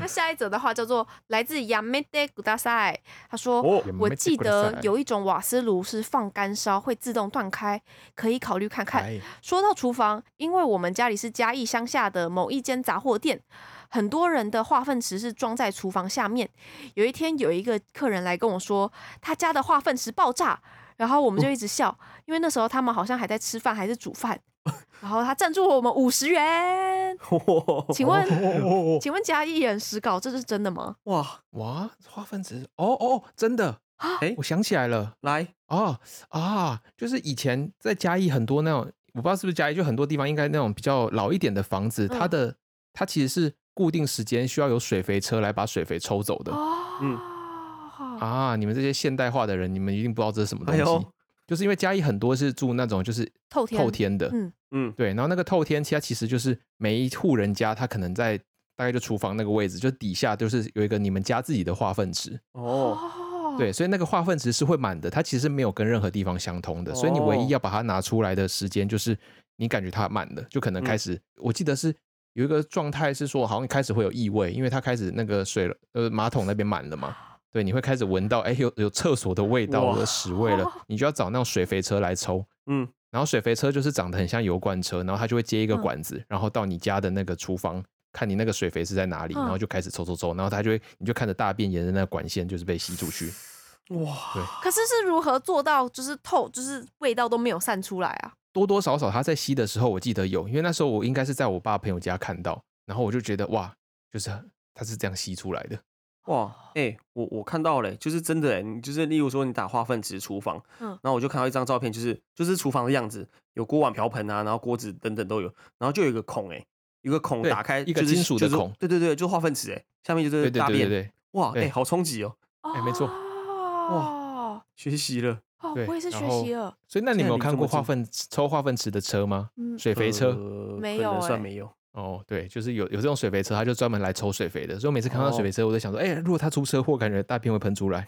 Speaker 2: 那下一则的话叫做来自 Yamete g u d a s a i 他说：“
Speaker 3: 哦
Speaker 2: 我记得有一种瓦斯炉是放干烧会自动断开，可以考虑看看。
Speaker 1: 哎
Speaker 2: 说到厨房，因为我们家里是嘉义乡下的某一间杂货店，很多人的化粪池是装在厨房下面。有一天有一个客人来跟我说，他家的化粪池爆炸，然后我
Speaker 1: 哦
Speaker 2: 们就一直笑，因为那时候他们好像还在吃饭还是煮饭。然后他赞助我们五十元，
Speaker 1: 哦
Speaker 2: 请问请问嘉义人实稿这是真的吗？
Speaker 3: 哇，
Speaker 1: 哇，化粪池哦哦，真 的，
Speaker 2: 啊
Speaker 3: 哎
Speaker 1: 我，想起来了，
Speaker 3: 来，
Speaker 1: 哦啊，就是以前在嘉义很多那种，我不知道是不是嘉义，就很多地方应该那种比较老一点的房子，它
Speaker 2: 嗯
Speaker 1: 的它其实是固定时间需要有水肥车来把水肥抽走的
Speaker 2: 哦，
Speaker 3: 嗯
Speaker 1: 啊。你们这些现代化的人，你们一定不知道这是什么东
Speaker 3: 哎
Speaker 1: 西，
Speaker 3: 呦，
Speaker 1: 就是因为嘉义很多是住那种就是
Speaker 2: 透天
Speaker 1: 透天的，
Speaker 2: 嗯，
Speaker 3: 嗯，
Speaker 1: 对，然后那个透天，其实它其实就是每一户人家，他可能在大概就厨房那个位置，就底下就是有一个你们家自己的化粪池，
Speaker 3: 哦，
Speaker 2: 哦，
Speaker 1: 对，所以那个化粪池是会满的，它其实没有跟任何地方相通的，所以你唯
Speaker 3: 哦
Speaker 1: 一要把它拿出来的时间就是你感觉它满了，就可能开
Speaker 3: 嗯
Speaker 1: 始，我记得是有一个状态是说，好像开始会有异味，因为它开始那个水呃马桶那边满了嘛。对，你会开始闻到，哎，有有厕所的味道
Speaker 3: 哇
Speaker 1: 有屎味了，你就要找那种水肥车来抽。
Speaker 3: 嗯，
Speaker 1: 然后水肥车就是长得很像油罐车，然后它就会接一个
Speaker 2: 嗯
Speaker 1: 管子，然后到你家的那个厨房，看你那个水肥是在哪里，
Speaker 2: 嗯
Speaker 1: 然后就开始抽抽抽，然后它就会，你就看着大便沿着那个管线就是被吸出去。
Speaker 3: 哇，
Speaker 2: 可是是如何做到就是透，就是味道都没有散出来啊？
Speaker 1: 多多少少它在吸的时候，我记得有，因为那时候我应该是在我爸朋友家看到，然后我就觉得哇，就是它是这样吸出来的。哦
Speaker 3: 哇，哎、我我看到了、就是真的、欸，你就是例如说你打化粪池厨房，
Speaker 2: 嗯
Speaker 3: 然后我就看到一张照片，就是就是厨房的样子，有锅碗瓢盆啊，然后锅子等等都有，然后就有一个孔、欸，有个孔
Speaker 1: 对
Speaker 3: 打开，
Speaker 1: 一个
Speaker 3: 就是
Speaker 1: 金属的孔
Speaker 3: 就是，对对对，就是化粪池、欸，下面就是
Speaker 1: 对对
Speaker 3: 大
Speaker 1: 对
Speaker 3: 便，
Speaker 1: 对对，
Speaker 3: 哇，哎、
Speaker 1: 对
Speaker 3: 好冲击哦，
Speaker 1: 哎没错
Speaker 2: 哇，
Speaker 3: 学习了，
Speaker 2: 哦，
Speaker 1: 对
Speaker 2: 我也是
Speaker 1: 然
Speaker 2: 学
Speaker 1: 后
Speaker 2: 习了，
Speaker 1: 所以那你们有
Speaker 3: 现在离
Speaker 1: 看
Speaker 3: 这么
Speaker 1: 过化
Speaker 3: 近
Speaker 1: 粪抽化粪池的车吗？
Speaker 2: 嗯，
Speaker 1: 水肥车？
Speaker 3: 呃
Speaker 2: 没
Speaker 3: 可能
Speaker 2: 有欸
Speaker 3: 算没有，
Speaker 1: 哦，对，就是有有这种水肥车，它就专门来抽水肥的。所以我每次看到
Speaker 3: 哦
Speaker 1: 水肥车，我都想说，哎、如果它出车祸，感觉大便会喷出来，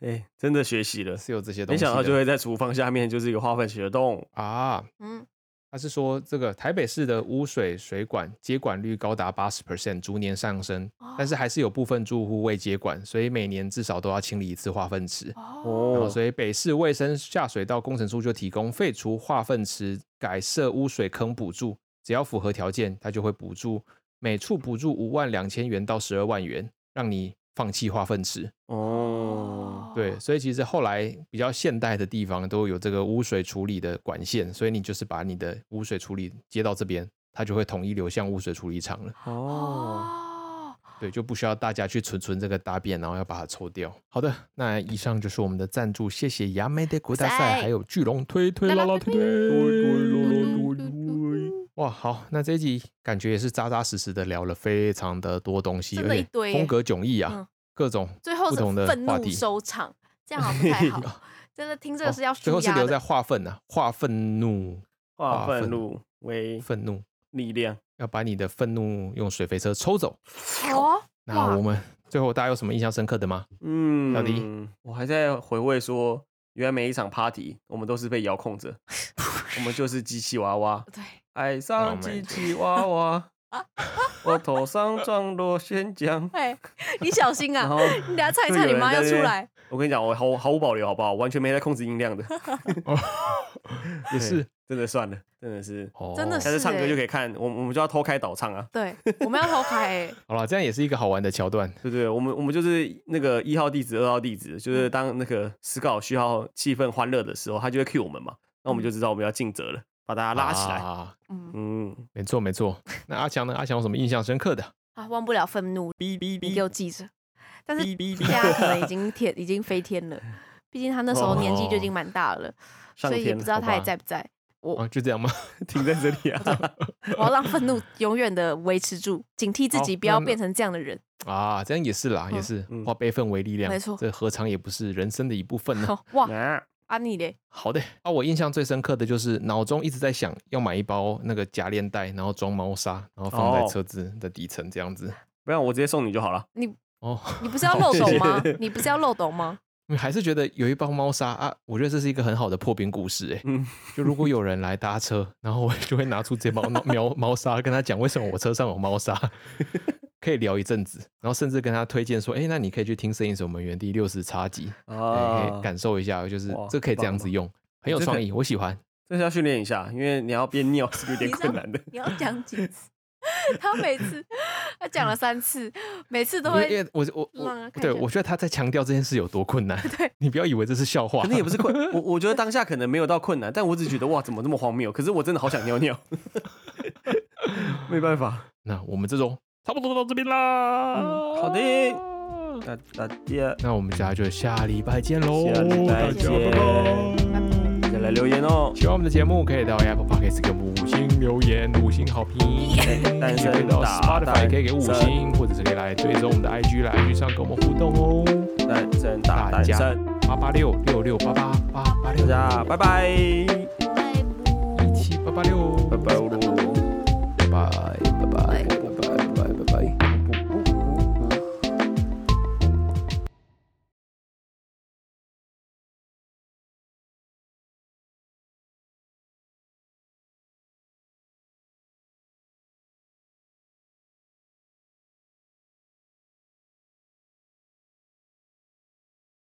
Speaker 3: 哎、真的学习了，
Speaker 1: 是有这些东
Speaker 3: 没
Speaker 1: 西的。
Speaker 3: 想到就会在厨房下面就是一个化粪池的洞，
Speaker 1: 啊，
Speaker 2: 嗯，
Speaker 1: 他是说这个台北市的污水水管接管率高达八十 percent，逐年上升，
Speaker 2: 哦
Speaker 1: 但是还是有部分住户未接管，所以每年至少都要清理一次化粪池。
Speaker 2: 哦，
Speaker 1: 然后
Speaker 3: 哦，
Speaker 1: 所以北市卫生下水道工程处就提供废除化粪池改设污水坑补助，只要符合条件，它就会补助每处补助五万两千元到十二万元，让你放弃化粪池。
Speaker 3: 哦，
Speaker 1: 对，所以其实后来比较现代的地方都有这个污水处理的管线，所以你就是把你的污水处理接到这边，它就会统一流向污水处理厂了。
Speaker 3: 哦，
Speaker 2: 哦，
Speaker 1: 对，就不需要大家去存存这个大便，然后要把它抽掉。好的，那以上就是我们的赞助，谢谢牙美的国大赛，还有巨龙推推啦啦推推。哇，好，那这一集感觉也是扎扎实实的聊了非常的多东西，
Speaker 2: 真
Speaker 1: 而
Speaker 2: 的
Speaker 1: 且
Speaker 2: 一堆耶
Speaker 1: 风格迥异啊，
Speaker 2: 嗯
Speaker 1: 各种
Speaker 2: 最后
Speaker 1: 不
Speaker 2: 是
Speaker 1: 同的
Speaker 2: 愤
Speaker 1: 话
Speaker 2: 怒
Speaker 1: 题。
Speaker 2: 收场，这样好像不太好。真的听这个是要
Speaker 1: 哦最后
Speaker 2: 舒
Speaker 1: 是
Speaker 2: 压
Speaker 1: 留在
Speaker 2: 的，
Speaker 1: 化粪啊，化愤 怒，
Speaker 3: 化
Speaker 1: 化
Speaker 3: 粪
Speaker 1: 粪
Speaker 3: 路为
Speaker 1: 愤怒，
Speaker 3: 力量。
Speaker 1: 要把你的愤怒用水肥车抽走。
Speaker 2: 哦，哇
Speaker 1: 那我们最后大家有什么印象深刻的吗？
Speaker 3: 嗯，
Speaker 1: 小迪
Speaker 3: 我还在回味说，原来每一场 party 我们都是被遥 控着，我们就是机器娃娃，
Speaker 2: 对，
Speaker 3: 爱
Speaker 1: 我
Speaker 2: ，Oh
Speaker 3: 上
Speaker 1: 们
Speaker 3: 机
Speaker 1: 就
Speaker 3: 器娃娃，我头上撞螺 旋桨。
Speaker 2: 哎，你小心
Speaker 3: 然
Speaker 2: 啊
Speaker 3: 后，
Speaker 2: 你等下菜
Speaker 3: 就
Speaker 2: 菜
Speaker 3: 有
Speaker 2: 你
Speaker 3: 人
Speaker 2: 妈
Speaker 3: 在
Speaker 2: 要
Speaker 3: 那
Speaker 2: 出
Speaker 3: 边
Speaker 2: 来，
Speaker 3: 我跟你讲，我毫毫无保留，好不好？完全没在控制音 量的，
Speaker 1: 也是
Speaker 3: 对，真的算了，真的是。
Speaker 1: 哦
Speaker 2: 真的
Speaker 3: 下
Speaker 2: 是
Speaker 3: 次唱歌
Speaker 2: 欸
Speaker 3: 就可以看，我我们就要偷开导唱啊，
Speaker 2: 对，我们要偷拍 哎，
Speaker 1: 好了，这样也是一个好玩的桥段。
Speaker 3: 对不对？我们我们就是那个一号弟子、二号弟子，
Speaker 2: 嗯
Speaker 3: 就是当那个思考需要气氛欢乐的时候，他就会 cue 我们嘛，那我们就知道我们要尽责了，把大家拉起来。
Speaker 1: 啊
Speaker 2: 嗯，
Speaker 3: 嗯，
Speaker 1: 没错没错。那阿强呢？阿强有什么印象深刻的？
Speaker 2: 啊，忘不了愤怒，
Speaker 3: 哔哔
Speaker 2: 你给我记着。但是
Speaker 3: 哔哔哔
Speaker 2: 现在可 能已经天已经飞天了，毕竟他那时候年纪就已经蛮大了，
Speaker 3: 上
Speaker 2: 所以也
Speaker 3: 天
Speaker 2: 不知道
Speaker 1: 哦好
Speaker 2: 他还
Speaker 1: 吧
Speaker 2: 在不在。我
Speaker 1: 啊，就这样吗？
Speaker 3: 停在这里 啊。
Speaker 2: 我要让愤怒永远的维持住，警惕自己
Speaker 1: 好
Speaker 2: 不要
Speaker 1: 那
Speaker 2: 变成这样的人。
Speaker 1: 啊，这样也是啦，也
Speaker 2: 嗯
Speaker 1: 是
Speaker 3: 嗯
Speaker 1: 化悲愤为力量，
Speaker 2: 没错
Speaker 1: 这何尝也不是人生的一部分呢？
Speaker 2: 哦 哇，
Speaker 3: 啊
Speaker 2: 啊你嘞，
Speaker 1: 好的，啊，我印象最深刻的就是脑中一直在想要买一包那个夹链袋，然后装猫砂，然后放在
Speaker 3: 哦
Speaker 1: 车子的底层这样子。
Speaker 3: 不然我直接送你就 好了。
Speaker 1: 哦，
Speaker 2: 你不是要漏
Speaker 1: 谢
Speaker 2: 斗
Speaker 3: 谢
Speaker 2: 吗？你不是要漏 斗吗？
Speaker 1: 因为还是觉得有一包猫砂啊，我觉得这是一个很好的破冰故事哎、
Speaker 3: 嗯，
Speaker 1: 就如果有人来搭车，然后我就会拿出这包猫猫猫砂，跟他讲为什么我车上有猫 砂，可以聊一阵子，然后甚至跟他推荐说，哎、那你可以去听《摄影守门员》第六十叉集，哎可
Speaker 3: 啊
Speaker 1: 以，感受一下，就是
Speaker 3: 哇啊
Speaker 1: 这可以这样子用，很有
Speaker 3: 这个
Speaker 1: 创意，我喜欢。
Speaker 3: 这是要训练一下，因为你要憋尿是有点困难的。
Speaker 2: 你要讲几次？ 他每次他讲了三次，每次都
Speaker 1: 因为因
Speaker 2: 会
Speaker 1: 为我我我
Speaker 2: 让他看一
Speaker 1: 对
Speaker 2: 下
Speaker 1: 我觉得他在强调这件事有多困 难，对你不要以为这是笑话
Speaker 3: 可，能也不是困，我我觉得当下可能没有到困难，但我只觉得哇，怎么这么荒谬？可是我真的好想尿尿， 没办法。
Speaker 1: 那我们这种差不多到这边啦。
Speaker 3: 嗯好的， 那大家
Speaker 1: 那我们大家就下礼拜见喽，
Speaker 3: 下礼
Speaker 1: 大家
Speaker 3: 拜见
Speaker 1: 拜拜
Speaker 3: 大家来留言哦。
Speaker 1: 喜欢我们的节目，可以到 Apple Podcast 给我们五星留言、五星好评。
Speaker 3: 单
Speaker 1: 也可以
Speaker 3: 身
Speaker 1: 到
Speaker 3: 打
Speaker 1: Spotify
Speaker 3: 单
Speaker 1: 可以给五
Speaker 3: 身，
Speaker 1: 星，或者是可以来追踪我们的 IG 来 IG 上跟我们互动哦。
Speaker 3: 单身打
Speaker 1: 大
Speaker 3: 单
Speaker 1: 家
Speaker 3: 身，
Speaker 1: 八八六六六八八八八
Speaker 3: 大
Speaker 1: 六。
Speaker 3: 家拜拜。